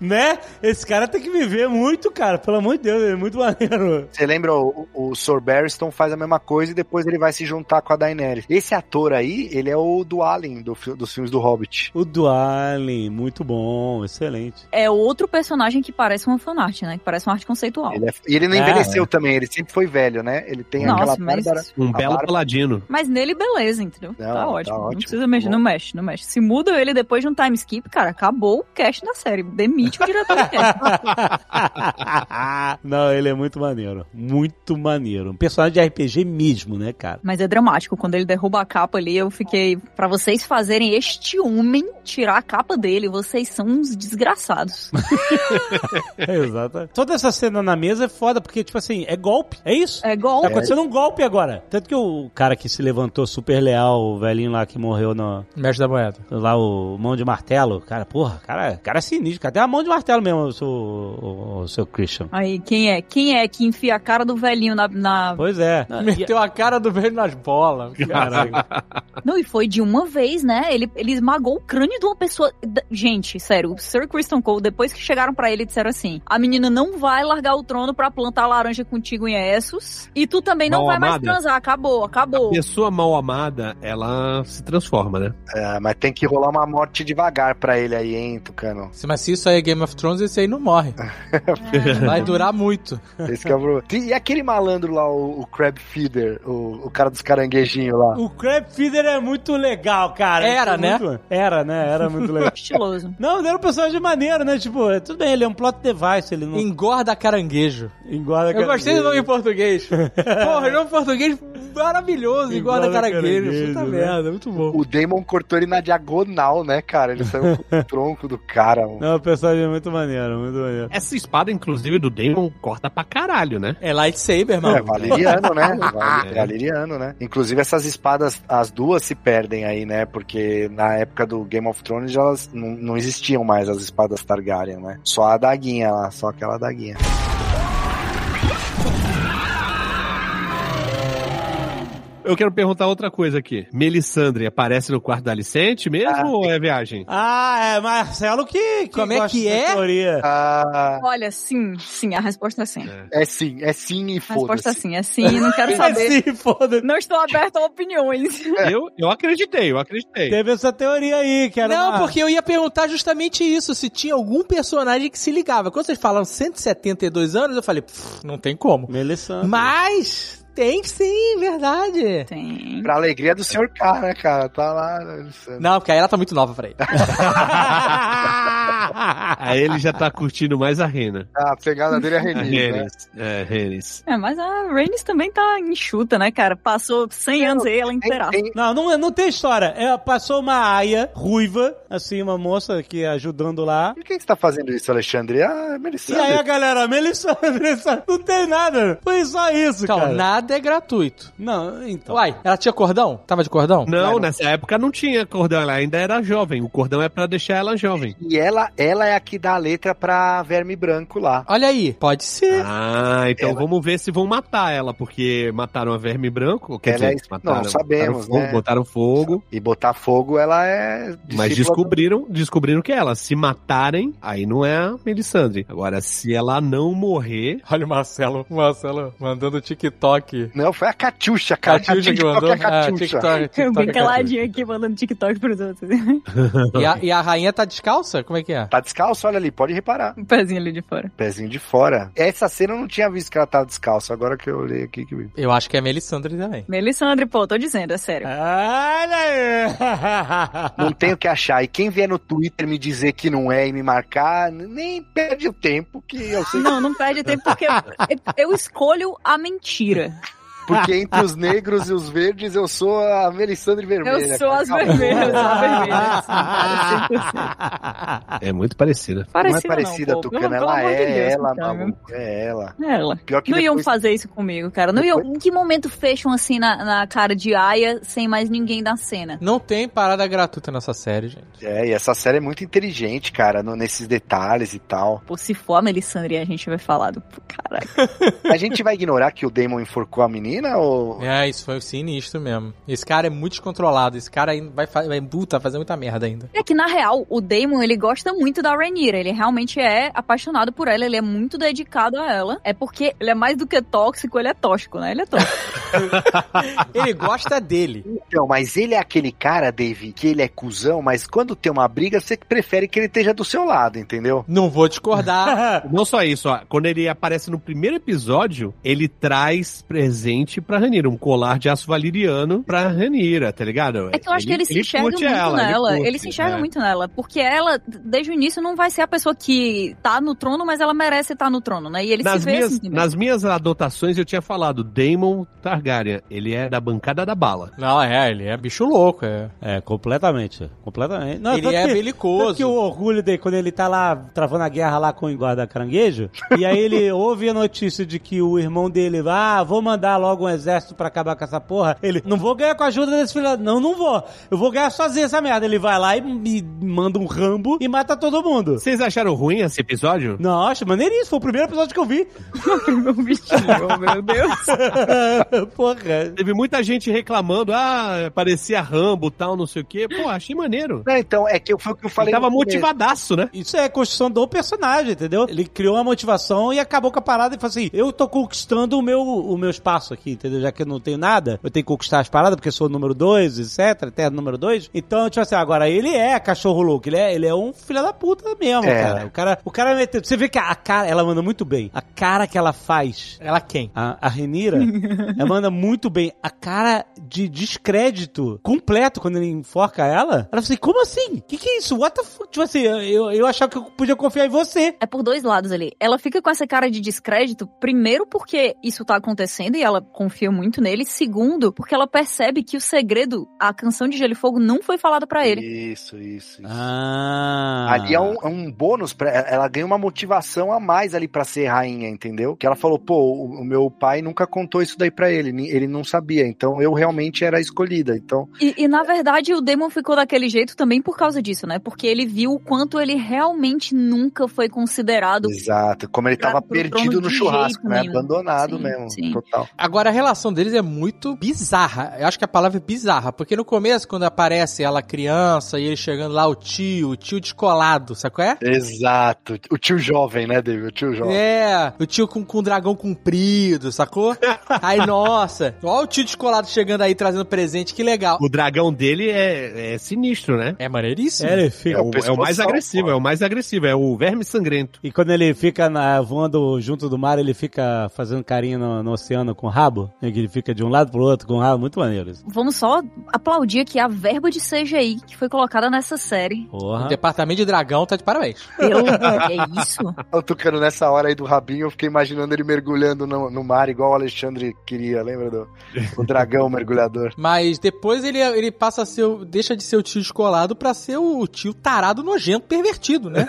S8: Né? Esse cara tem que viver muito, cara. Pelo amor de Deus, ele é muito maneiro.
S3: Você lembra o, o Sor Barristan faz a mesma coisa e depois ele vai se juntar com a Daenerys. Esse ator aí, ele é o do Alien do fi- dos filmes do Hobbit.
S8: O Dualen, muito bom, excelente. [laughs]
S5: É outro personagem que parece uma fanart, né? Que parece uma arte conceitual.
S3: Ele é- e ele não
S8: Ah,
S3: envelheceu também, ele sempre foi velho, né? Ele tem
S5: Nossa,
S3: aquela
S5: mas-
S3: barba cara.
S4: Um
S3: A
S4: belo
S3: barba-
S4: paladino.
S5: Mas nele, beleza, entendeu?
S3: Não,
S5: tá
S3: tá
S5: ótimo. Não
S3: ótimo.
S5: precisa mexer, não mexe, não mexe. Se muda ele depois de um time skip, cara, acabou o cast da série. Demite o diretor do cast.
S8: Não, ele é muito maneiro. Muito maneiro. Um personagem de RPG mesmo, né,
S5: [laughs]
S8: cara?
S5: Mas é dramático. Quando ele derruba a capa ali, eu fiquei. Pra vocês fazerem este homem tirar a capa dele, vocês são uns desgraçados.
S8: Exato. Toda essa cena na mesa é foda, porque, tipo assim, é golpe. É isso?
S5: É
S2: [laughs]
S8: Tá
S5: golpe.
S8: acontecendo um golpe agora. Tanto que o cara que se levantou super leal, o velhinho lá que morreu no,
S6: Mestre da moeda.
S8: lá o mão de martelo, cara, porra, cara, cara é sinistro, cara, tem uma mão de martelo mesmo, o seu, o, o seu Christian.
S5: Aí, quem é? Quem é que enfia a cara do velhinho na. na-
S8: Pois é.
S6: Meteu a cara do velho nas bolas. Caralho.
S5: Não, e foi de uma vez, né? Ele, ele esmagou o crânio de uma pessoa. da- Gente, sério, o Sir Kristen Cole, depois que chegaram pra ele, disseram assim: a menina não vai largar o trono pra plantar laranja contigo em Essos. E tu também não
S4: Mal
S5: vai mais
S4: amada.
S5: transar. Acabou, acabou.
S4: Pessoa mal amada, ela se transforma, né?
S3: É, mas tem que rolar uma morte devagar pra ele aí, hein, Tucano?
S6: Se- Mas se isso aí é Game of Thrones, esse aí não morre.
S5: É,
S6: Vai durar muito.
S3: Esse que é o problema. E aquele malandro lá, o, o Crab Feeder, o, o cara dos caranguejinhos lá?
S8: O Crab Feeder é muito legal, cara. Isso
S6: Era,
S8: é
S6: né?
S8: muito- Era, né? Era muito
S6: [laughs]
S8: legal.
S5: Estiloso.
S8: Não, ele era um personagem maneiro, né? Tipo, é- tudo bem, ele é um plot device, ele não
S6: [laughs] Engorda caranguejo.
S2: É
S8: engorda...
S6: Eu gostei do nome em português. Porra, nome em português maravilhoso. Engorda caranguejo. Puta
S8: né?
S6: merda, muito bom.
S3: O Damon cortou ele na diagonal, né, cara? Ele saiu com o tronco do cara. um mano.
S8: Não, o personagem é muito maneiro, muito maneiro.
S4: Essa espada, inclusive, do Damon corta pra caralho, né?
S6: É lightsaber,
S3: É
S6: mano.
S3: valeriano, né? Vale- Valeriano, né? Inclusive, essas espadas, as duas se perdem aí, né? Porque na época do Game of Thrones, elas não, não existiam mais as espadas Targaryen, né? Só a daguinha lá, só aquela daguinha.
S4: Eu quero perguntar outra coisa aqui. Melisandre aparece no quarto da Alicente mesmo ou é
S3: [laughs]
S4: viagem?
S8: Ah, é Marcelo que, que
S6: Como é
S8: gosta
S6: que
S8: dessa
S6: é?
S8: teoria.
S3: Ah,
S5: Olha, sim, sim, a resposta é sim.
S3: é sim, é sim e
S5: A resposta é
S3: foda-se. Assim.
S5: sim, é sim. Não
S3: [laughs]
S5: quero saber.
S8: Sim, foda-se.
S5: Não estou aberto a opiniões.
S4: Eu, eu acreditei, eu acreditei.
S8: Teve essa teoria aí, que era
S6: Não,
S8: uma-
S6: porque eu ia perguntar justamente isso, se tinha algum personagem que se ligava. Quando vocês falam 172 anos, eu falei, "Pff, não tem como.
S8: Melisandre.
S6: Mas tem sim, verdade.
S5: Tem.
S3: Pra alegria do senhor K, né, cara? Tá lá. né,
S6: Não, porque aí ela tá muito nova [laughs] pra ele.
S4: Aí ele já tá curtindo mais a Rena.
S3: A pegada dele é
S4: A
S3: Renis, né?
S4: Renis. É, Renis.
S5: É, mas a Rhaenys também tá enxuta, né, cara? Passou 100 anos aí, ela
S3: Tem,
S6: é.
S5: inteira.
S3: tem-
S8: Não, não, não tem história. É, passou uma aia ruiva, assim, uma moça que ajudando lá.
S3: Por que você tá fazendo isso, Alexandre? Ah, é
S8: E aí a
S3: Melisandre.
S8: galera, [laughs] Melisandre, só- não tem nada. Foi só isso,
S6: Então,
S8: cara.
S6: nada é gratuito.
S8: Não, então.
S6: Uai, ela tinha cordão? Tava de cordão?
S4: Não, nessa época não tinha cordão, ela ainda era jovem. O cordão é pra deixar ela jovem.
S3: E ela, ela é a que dá a letra pra verme branco lá.
S6: Olha aí, pode ser.
S4: Ah, então
S3: Ela-
S4: vamos ver se vão matar ela, porque mataram a verme branco. Quer
S3: Ela é
S4: dizer,
S3: esp-
S4: mataram,
S3: não, sabemos,
S4: botaram fogo,
S3: né?
S4: botaram fogo.
S3: E botar fogo, ela é.
S4: Mas
S3: discípula
S4: descobriram, descobriram que é ela, se matarem, aí não é a Melisandre. Agora, se ela não morrer,
S6: Olha o Marcelo, o Marcelo mandando TikTok.
S3: Não, foi a Catiuxa, cara.
S6: Catiuxa que
S3: TikTok
S6: mandou.
S3: é a
S6: Ah,
S3: Catiuxa.
S6: TikTok,
S5: Eu
S6: TikTok.
S5: bem caladinha aqui mandando TikTok pros outros. [laughs]
S6: E a, e a rainha tá descalça? Como é que é?
S3: Tá descalço, olha ali, pode reparar.
S5: Um pezinho ali de fora.
S3: Pezinho de fora. Essa cena eu não tinha visto que ela tava descalço, agora que eu olhei aqui
S8: [laughs]
S3: que eu vi.
S6: Eu acho que é Melisandre também.
S5: Melisandre, pô, tô dizendo, é sério.
S8: Olha aí.
S3: Não tenho o que achar. E quem vier no Twitter me dizer que não é e me marcar, n- nem perde o tempo, que eu sei.
S5: Não,
S3: [laughs]
S5: não perde tempo porque eu- eu escolho a mentira.
S3: Porque entre os negros e os verdes eu sou a Melisandre Vermelha.
S5: Eu sou
S3: cara.
S5: as
S3: Calma.
S5: vermelhas, é eu sou a vermelha.
S4: [laughs] é muito parecida.
S3: Não é
S5: Parecida,
S3: parecida,
S5: não, pô.
S3: Tucano.
S5: Pelo
S3: Ela
S5: amor de
S3: é
S5: Deus,
S3: ela,
S5: cara.
S3: maluco. É ela.
S5: É Ela.
S3: Pior que
S5: Não iam
S3: depois-
S5: fazer isso comigo, cara. Não iam...
S3: Depois-
S5: Em que momento fecham assim na, na cara de Aya sem mais ninguém na cena?
S6: Não tem parada gratuita nessa série, gente.
S3: É, e essa série é muito inteligente, cara, no- nesses detalhes e tal.
S5: Pô, se for a Melisandre, a gente vai falar do. Pô, Caraca.
S3: A gente vai ignorar que o Damon enforcou a menina ou.
S6: É, isso foi sinistro mesmo. Esse cara é muito descontrolado. Esse cara ainda vai, fa- vai puta, fazer muita merda ainda.
S5: É que na real, o Damon ele gosta muito da Rhaenyra. Ele realmente é apaixonado por ela, ele é muito dedicado a ela. É porque ele é mais do que tóxico, ele é tóxico, né? Ele é tóxico.
S6: [laughs] Ele gosta dele.
S3: Então, mas ele é aquele cara, Dave, que ele é cuzão, mas quando tem uma briga, você prefere que ele esteja do seu lado, entendeu?
S6: Não vou discordar.
S4: Não só isso, ó. Quando ele aparece no primeiro episódio, ele traz presente presente pra Ranira, um colar de aço valiriano pra Ranira, tá ligado?
S5: É que eu acho que ele se enxerga
S4: curte
S5: muito nela. Ele,
S4: curte,
S5: se enxerga
S4: é.
S5: muito nela. Porque ela, desde o início, não vai ser a pessoa que tá no trono, mas ela merece estar no trono, né? E ele
S4: nas
S5: se vê
S4: minhas,
S5: assim também.
S4: nas minhas adotações eu tinha falado, Damon Targaryen, ele é da bancada da bala.
S2: Não, é, ele é bicho louco, é.
S6: É, completamente. Completamente. Não,
S2: ele
S6: tanto
S2: é
S6: que- tanto
S2: belicoso.
S6: que o orgulho dele, quando ele tá lá travando a guerra lá com o guarda
S2: [laughs]
S6: caranguejo, e aí ele ouve a notícia de que o irmão dele, ah, vou mandar logo um exército pra acabar com essa porra. Ele, não vou ganhar com a ajuda desse filho. da- Não, não vou. Eu vou ganhar sozinho essa merda. Ele vai lá e me manda um rambo e mata todo mundo.
S4: Vocês acharam ruim esse episódio?
S6: Não, acho maneiríssimo. Foi o primeiro episódio que eu vi.
S5: Meu bichinho, meu Deus.
S6: porra.
S4: Teve muita gente reclamando, ah, parecia Rambo, tal, não sei o quê. Pô, achei maneiro.
S3: Não, então, é que foi o que eu
S4: Ele
S3: falei.
S4: tava
S3: no começo.
S4: motivadaço, né?
S6: Isso é construção do personagem, entendeu? Ele criou uma motivação e acabou com a parada e falou assim: eu tô conquistando o meu, o meu espaço aqui, entendeu? Já que eu não tenho nada, eu tenho que conquistar as paradas porque eu sou o número 2, etc. Terra número 2. Então, tipo assim, agora ele é cachorro louco, ele é, ele é um filho da puta mesmo,
S3: É.
S6: cara. O cara, o cara meteu. Você vê que a, a cara, ela manda muito bem. A cara que ela faz.
S2: Ela quem?
S6: A, a Renira, ela manda muito bem. A cara de descrédito completo quando ele enforca ela. Ela fala assim, como assim? Que que é isso? What the fuck? Tipo assim, eu, eu achava que eu podia confiar em você.
S5: É por dois lados ali. Ela fica com essa cara de descrédito, primeiro porque isso tá acontecendo e ela confia muito nele, segundo porque ela percebe que o segredo, a canção de Gelo e Fogo, não foi falada pra ele.
S3: Isso, isso. isso.
S6: Ah.
S3: Ali é um, é um bônus, pra, ela ganha uma motivação a mais ali pra ser rainha, entendeu? Que ela falou, pô, o, o meu pai nunca contou isso daí pra ele, ni- ele não sabia, então eu realmente era a escolhida, então...
S5: E, e, na verdade o Demon ficou daquele jeito também por causa disso, né? Porque ele viu o quanto ele realmente nunca foi considerado.
S3: Exato, como ele
S5: Pra-
S3: tava
S5: pro trono
S3: perdido no
S5: de
S3: churrasco,
S5: jeito
S3: né?
S5: nenhum.
S3: Abandonado
S5: Sim,
S3: mesmo,
S5: sim.
S3: total.
S2: Agora, a relação deles é muito bizarra. Eu acho que a palavra é bizarra, porque no começo, quando aparece ela criança e ele chegando lá, o tio, o tio descolado, sabe qual é?
S3: Exato, o tio jovem, né, David? O tio jovem.
S2: É, o tio com, com o dragão comprido,
S6: [laughs]
S2: sacou? Aí, nossa, ó o tio descolado chegando aí trazendo presente, que legal.
S4: O dragão dele é, é sinistro, né?
S2: É maneiríssimo.
S6: Ele fica...
S4: É o, é o mais
S3: pescoção,
S4: agressivo,
S3: pô.
S4: é o mais agressivo, é o verme sangrento.
S6: E quando ele fica na- voando junto do mar, ele fica fazendo carinho no, no oceano com o rabo. né? Que Ele fica de um lado pro outro com o rabo. Muito maneiro isso.
S5: Vamos só aplaudir aqui a verba de CGI que foi colocada nessa série.
S2: O
S6: Porra.
S2: departamento de dragão tá de parabéns.
S5: Pelo... é isso?
S3: O Tucano, nessa hora aí do rabinho, eu fiquei imaginando ele mergulhando no, no mar, igual o Alexandre queria, lembra do o dragão mergulhador?
S2: Mas depois ele, ele passa a ser. o- Deixa de ser o tio descolado pra ser o tio tarado nojento, pervertido, né?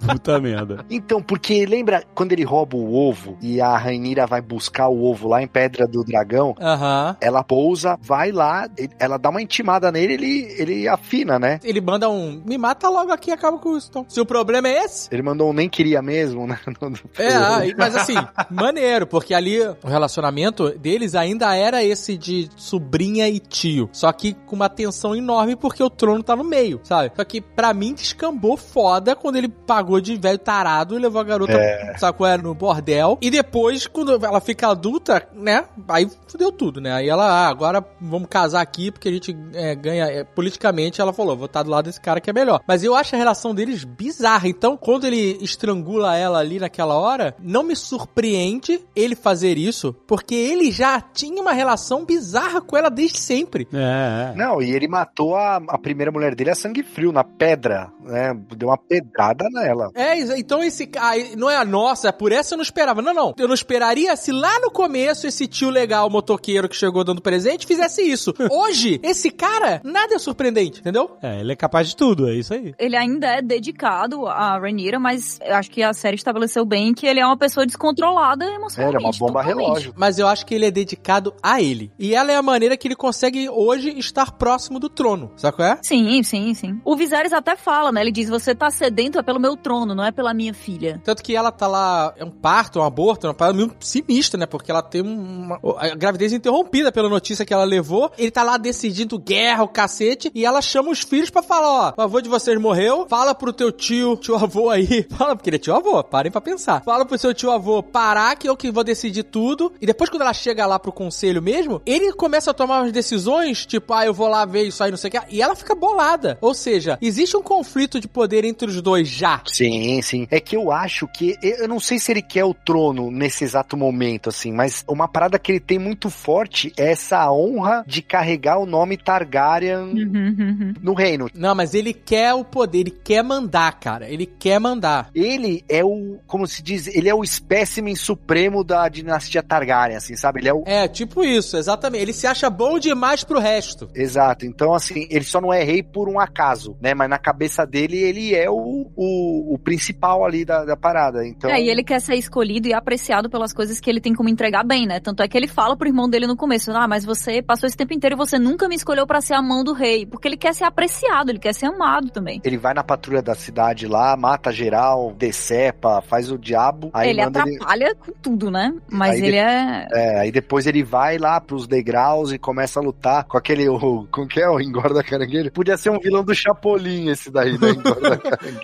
S6: Puta merda.
S3: Então, porque lembra quando ele rouba o ovo e a Rainira vai buscar o ovo lá em Pedra do Dragão?
S2: Aham.
S3: Ela pousa, vai lá, ele- ela dá uma intimada nele, ele, ele afina, né?
S2: Ele manda um. Me mata logo aqui e acaba com isso. Então. Se o problema é esse.
S3: Ele mandou um nem queria mesmo, né? [laughs] No- no-
S2: É, ah, e- mas assim, maneiro, porque ali o relacionamento deles ainda era esse de sobrinha e tio. Só que com uma tensão enorme porque o trono tá no meio, sabe? Só que pra mim descambou foda quando ele pagou de velho tarado e levou a garota, sabe qual era, no bordel. E depois, quando ela fica adulta, né? Aí fudeu tudo, né? Aí ela, ah, agora vamos casar aqui porque a gente é, ganha é, politicamente. Ela falou, vou estar do lado desse cara que é melhor. Mas eu acho a relação deles bizarra. Então, quando ele estrangula ela ali naquela hora, não me surpreende ele fazer isso, porque ele já tinha uma relação bizarra com ela desde sempre.
S6: É, é.
S3: Não, e ele matou a, a primeira mulher dele a sangue frio, na pedra, né? Deu uma pedrada nela.
S2: É, ex- então esse ca- ah, não é a nossa, por essa eu não esperava. Não, não. Eu não esperaria se lá no começo esse tio legal motoqueiro que chegou dando presente fizesse
S6: [laughs]
S2: isso. Hoje, esse cara, nada é surpreendente, entendeu?
S6: É, ele é capaz de tudo, é isso aí.
S5: ele ainda é dedicado à Rhaenyra, mas eu acho que a série estabeleceu bem que ele é uma pessoa descontrolada emocionalmente.
S3: Era é uma bomba
S5: totalmente.
S3: relógio.
S2: Mas eu acho que ele é dedicado a ele. E ela é a maneira que ele consegue hoje estar próximo do trono. Sabe qual é?
S5: Sim, sim, sim. O Viserys até fala, né? Ele diz: Você tá sedento é pelo meu trono, não é pela minha filha.
S2: Tanto que ela tá lá, é um parto, um aborto, uma parada meio sinistra, né? Porque ela tem uma a gravidez é interrompida pela notícia que ela levou. Ele tá lá decidindo guerra, o cacete, e ela chama os filhos pra falar, ó, o avô de vocês morreu, fala pro teu tio, tio avô aí, [laughs] fala, porque ele é tio avô, parem pra pensar. Fala pro seu tio avô parar que eu que vou decidir tudo. E depois quando ela chega lá pro conselho mesmo, ele começa a tomar umas decisões, tipo, ah, eu vou lá ver isso aí, não sei o que, e ela fica bolada. Ou seja, existe um conflito de poder entre os dois já.
S3: Sim, sim. É que eu acho que. Eu não sei se ele quer o trono nesse exato momento, assim, mas uma parada parada que ele tem muito forte é essa honra de carregar o nome Targaryen
S5: Uhum, uhum.
S3: no reino.
S6: Não, mas ele quer o poder, ele quer mandar, cara. Ele quer mandar.
S3: Ele é o, como se diz, ele é o espécimen supremo da dinastia Targaryen, assim, sabe? Ele é o
S6: É, tipo isso, exatamente. Ele se acha bom demais
S2: [laughs]
S6: pro resto.
S3: Exato. Então, assim, ele só não é rei por um acaso, né? Mas na cabeça dele, ele é o, o, o principal ali da, da parada. Então,
S5: É, e ele quer ser escolhido e apreciado pelas coisas que ele tem como entregar bem, né? Tanto é que ele fala pro irmão dele no começo, ah, mas você passou esse tempo inteiro e você nunca me escolheu pra ser a mão do rei. Porque ele quer ser apreciado, ele quer ser amado também.
S3: ele vai na patrulha da cidade lá, mata geral, decepa, faz o diabo. Aí
S5: ele
S3: manda ele...
S5: atrapalha com tudo, né? Mas
S3: Aí
S5: ele é...
S3: É, aí depois ele vai lá pros degraus e começa a lutar com aquele. O, com que é o Engorda Caranguejo? Podia ser um vilão do Chapolin esse daí, né? Engorda Caranguejo.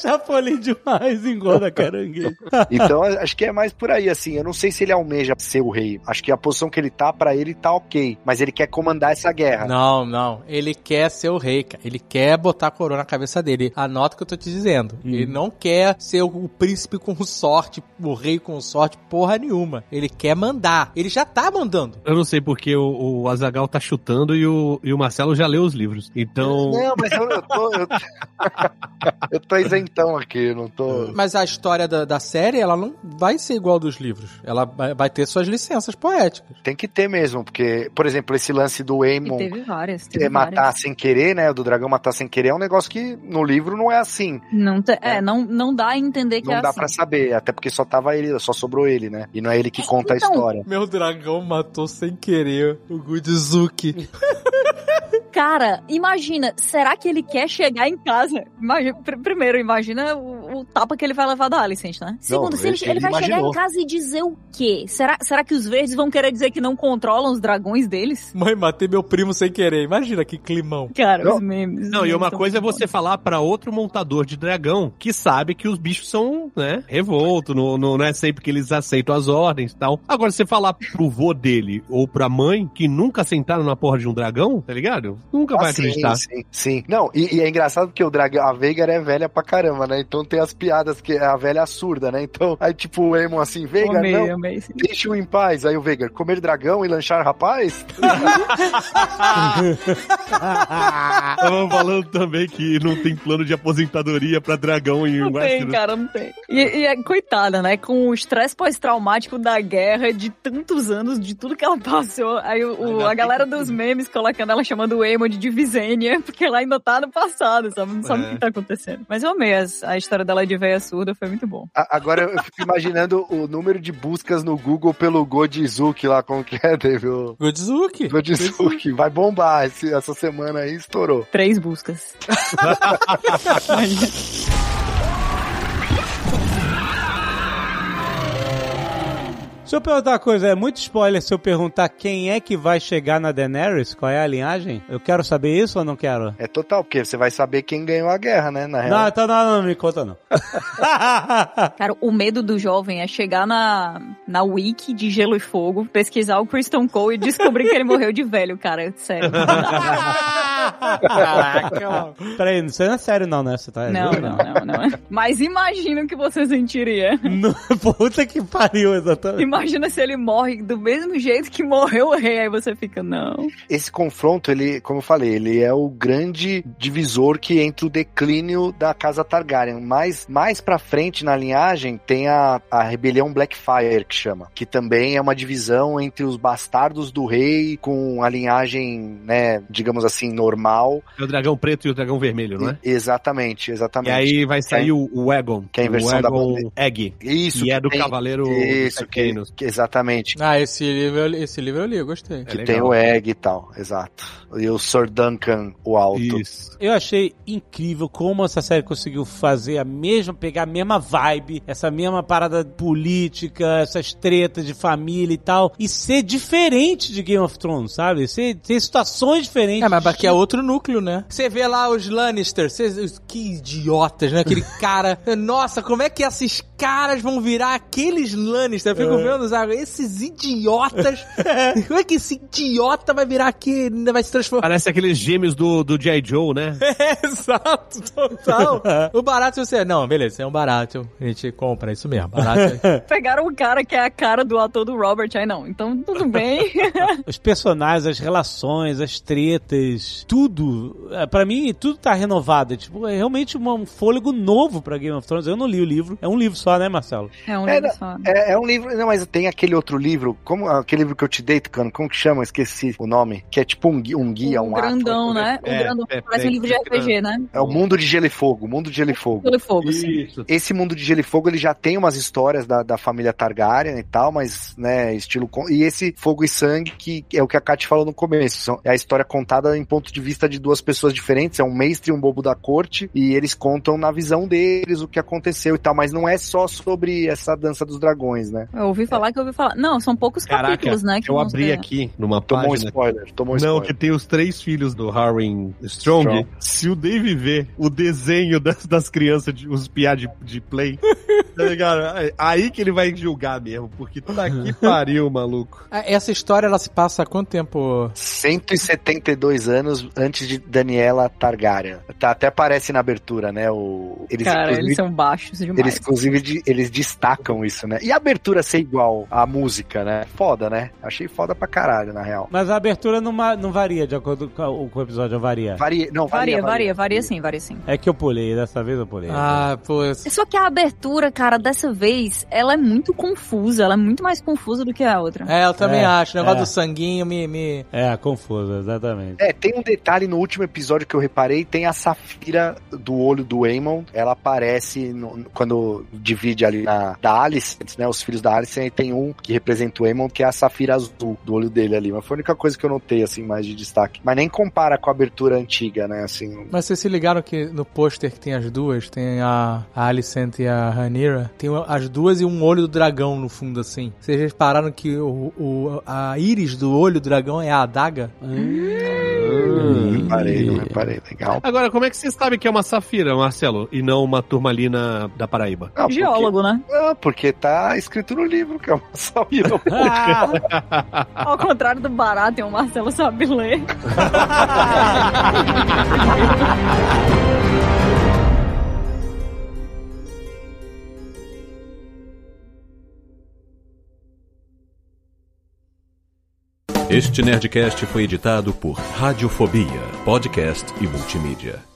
S2: Chapolin demais, engorda caranguejo.
S3: Então, acho que é mais por aí, assim. Eu não sei se ele almeja ser o rei. Acho que a posição que ele tá, pra ele tá ok. Mas ele quer comandar essa guerra.
S6: Não, não. Ele quer ser o rei, cara. Ele quer botar a coroa na cabeça dele. Anota o que eu tô te dizendo.
S2: Hum.
S6: Ele não quer ser o, o príncipe com sorte, o rei com sorte, porra nenhuma. Ele quer mandar. Ele já tá mandando.
S4: Eu não sei porque o, o Azagal tá chutando e o, e o Marcelo já leu os livros. Então.
S3: Não, mas eu, eu tô. [laughs] Eu, eu tô isentão aqui, eu não
S2: É.
S3: tô.
S6: Mas a história da, da série, ela não vai ser igual dos livros. Ela vai vai ter suas licenças poéticas.
S3: Tem que ter mesmo, porque, por exemplo, esse lance do
S5: E
S3: Aemon
S5: teve várias, teve
S3: é, matar
S5: várias.
S3: sem querer, né? Do dragão matar sem querer é um negócio que no livro não é assim.
S5: Não te- é, não, não dá a entender que
S3: Não
S5: é
S3: dá
S5: assim.
S3: pra saber, até porque só tava ele, só sobrou ele, né? E não é ele que
S5: É,
S3: conta
S5: então.
S3: a história.
S6: Meu dragão matou sem querer o Gudzuki.
S5: Cara, imagina, será que ele quer chegar em casa? Imagina, pr- primeiro, imagina o, o tapa que ele vai levar da Alicent, né? Segundo, se ele,
S3: ele-
S5: ele vai
S3: ele
S5: chegar
S3: imaginou.
S5: em casa e dizer o quê? Será, será que os verdes vão querer dizer que não controlam os dragões deles?
S6: Mãe, matei meu primo sem querer. Imagina que climão.
S5: Cara,
S3: Não.
S5: os memes. os
S4: Não, e
S5: memes
S4: uma
S5: são
S4: coisa é
S5: muito
S4: você falar pra outro montador de dragão que sabe que os bichos são, né, revolto, não, não, não é sempre que eles aceitam as ordens e tal. Agora, você falar pro vô dele ou pra mãe que nunca sentaram na porra de um dragão, tá ligado? Nunca vai
S3: Ah, sim,
S4: acreditar.
S3: Sim, sim. Não, e, e é engraçado porque o dragão, a Veigar é velha pra caramba, né? Então tem as piadas que a velha é surda, né? Então, aí tipo o Aemon assim,
S5: bons.
S3: Veigar,
S5: Amei,
S3: não,
S5: amei, sim.
S3: deixa-o em paz. Aí o Veigar, comer dragão e lanchar rapaz?
S4: Tava falando também que não tem plano de aposentadoria pra dragão em
S5: Não tem,
S4: Westeros.
S5: cara, não tem. E, e é coitada, né? Com o estresse pós-traumático da guerra, de tantos anos, de tudo que ela passou. Aí o- o- a galera dos memes colocando ela chamando o Eamon de Visênia, [laughs] porque ela ainda tá no passado, sabe? Não sabe o que tá acontecendo. Mas eu amei as- a, história dela de veia surda, foi muito bom.
S3: A- Agora eu fico imaginando o número de buscas no Google pelo Godizuki lá, como que é, teve o
S6: Gudzuki.
S4: é.
S3: Godizuki. Vai bombar, esse- essa semana aí estourou.
S5: Três buscas.
S2: Deixa eu perguntar uma coisa, é muito spoiler se eu perguntar quem é que vai chegar na Daenerys, qual é a linhagem? Eu quero saber isso ou não quero?
S3: É total, porque você vai saber quem ganhou a guerra, né? Na real.
S2: Não, então não, não, não me conta não.
S5: [laughs] Cara, o medo do jovem é chegar na, na wiki de Gelo e Fogo, pesquisar o Kristen Cole e descobrir que ele morreu de velho, cara. Sério.
S6: Caraca, mano.
S2: Peraí, não sei, não é sério não, né? Você tá
S5: Não, não, não, não. [laughs] Mas imagina o que você sentiria.
S2: não. Puta que pariu, exatamente.
S5: Imagina se ele morre do mesmo jeito que morreu o rei. Aí você fica, não.
S3: Esse confronto, ele, como eu falei, ele é o grande divisor que entre o declínio da casa Targaryen. Mas mais pra frente na linhagem tem a, a rebelião Blackfyre, que chama, que também é uma divisão entre os bastardos do rei com a linhagem, né, digamos assim, normal.
S4: É o dragão preto e o dragão vermelho, não é?
S3: E- Exatamente,
S4: E
S3: exatamente. é
S4: aí vai sair o, o Egon.
S3: Que é a inversão
S4: o
S3: da
S4: Egon
S3: bandeira.
S4: Egg.
S3: Isso
S4: e é
S3: que
S4: do
S3: tem-
S4: Cavaleiro
S3: Isso, que,
S4: Arcanos.
S3: que- exatamente.
S6: Ah, esse livro, eu li- esse livro eu li, eu gostei.
S4: É
S3: que
S4: legal.
S3: tem o Egg e tal, exato. E o Sir Duncan, o alto.
S4: Isso.
S2: Eu achei incrível como essa série conseguiu fazer a mesma, pegar a mesma vibe, essa mesma parada política, essas tretas de família e tal, e ser diferente de Game of Thrones, sabe? Ser, ter situações diferentes.
S6: É, mas aqui é outro núcleo, né? Você vê [laughs] lá os Lannisters, vocês- os- que idiotas, né? Aquele cara. Nossa, como é que esses caras vão virar aqueles Lannister. Eu fico vendo, sabe? Esses [laughs] idiotas. Como é que esse idiota vai virar aqui? Ainda vai se transformar.
S4: Parece aqueles gêmeos do, do G.I. Joe, né?
S6: É, [laughs] exato, total. [laughs] o barato você. Não, beleza, é um barato. A gente compra, é isso mesmo. Barato. [laughs]
S5: Pegaram um cara que é a cara do ator do Robert, aí não. Então, tudo bem.
S8: Os personagens, as relações, as tretas, tudo. é, Pra mim, tudo tá renovado. É, Tipo, é realmente uma- um fôlego novo pra Game of Thrones. Eu não li o livro. É um livro só, né, Marcelo?
S5: É um
S3: É,
S5: livro
S3: não,
S5: só.
S3: É, é um livro, não, mas tem aquele outro livro, como aquele livro que eu te dei, Tucano, como que chama? Esqueci o nome. Que é tipo um, gui- um guia, um,
S5: um grandão,
S3: ato.
S5: né? Um
S4: É,
S5: grandão.
S4: é,
S5: Parece
S4: é,
S5: um livro de
S4: é
S5: RPG, né?
S3: É o Mundo de Gelo e Fogo, Mundo de Gelo e [laughs] Fogo.
S5: Pelo fogo, assim. sim.
S3: Esse Mundo de Gelo e Fogo, ele já tem umas histórias da, da família Targaryen e tal, mas, né, estilo... con- E esse Fogo e Sangue, que é o que a Kat falou no começo, são- é a história contada em ponto de vista de duas pessoas diferentes, é um mestre e um bobo da corte, e eles contam na visão deles o que aconteceu e tal, mas não é só sobre essa dança dos dragões, né?
S5: Eu ouvi falar que eu ouvi falar. Não, são poucos
S4: Caraca,
S5: capítulos, né? Que
S4: eu
S5: vão
S4: abri
S5: ser-
S4: aqui numa
S3: Tomou um
S4: página
S3: spoiler, tomou um
S4: Não,
S3: spoiler.
S4: que tem os três filhos do Harwin Strong.
S3: Strong.
S4: Se o Dave ver o desenho das, das crianças, de, os piá de,
S3: [laughs]
S4: de play, tá ligado? Aí- Aí que ele vai julgar mesmo, porque tá que pariu, maluco.
S6: Ah, Essa história, ela se passa há quanto tempo?
S3: 172 anos antes de Daniela Targaryen. Tá, até aparece na abertura, né? O, eles,
S5: Cara,
S3: inclusive,
S5: eles são baixos demais.
S3: eles, inclusive, de- eles destacam isso, né? E a abertura ser igual à música, né? Foda, né? Achei foda pra caralho, na real.
S8: Mas a abertura não, ma- não varia de acordo com, a- com o episódio,
S2: É.
S8: varia.
S3: Varia, não,
S5: Varia, varia, varia sim, varia sim.
S8: É que eu pulei, dessa vez eu pulei.
S6: Ah, pô.
S5: Só que a abertura, cara, dessa vez, ela é muito confusa. Ela é muito mais confusa do que a outra.
S6: É, eu também
S8: É,
S6: acho. O negócio
S8: é.
S6: do sanguinho me. me...
S8: É, confuso, exatamente.
S3: É, tem um detalhe no último episódio que eu reparei, tem a safira do olho do Aemon, ela aparece no- quando divide ali na, da Alicent, né, os filhos da Alicent, e tem um que representa o Aemon, que é a safira azul do olho dele ali, mas foi a única coisa que eu notei, assim, mais de destaque. Mas nem compara com a abertura antiga, né, assim...
S6: Mas vocês se ligaram que no pôster que tem as duas, tem a, a Alicent e a Rhaenyra, tem as duas e um olho do dragão no fundo, assim. Vocês repararam que o, o- a íris do olho do dragão é a adaga?
S5: Hum,
S3: Não reparei, não reparei, legal.
S4: Agora, como é que você sabe que é uma safira, Marcelo, e não uma turmalina da Paraíba?
S3: Ah, porque,
S5: Geólogo, né?
S3: ah, porque tá escrito no livro que é uma [laughs] safira.
S8: Ah,
S5: Ao contrário do barato, o Marcelo sabe ler.
S9: Este Nerdcast foi editado por Radiofobia, podcast e multimídia.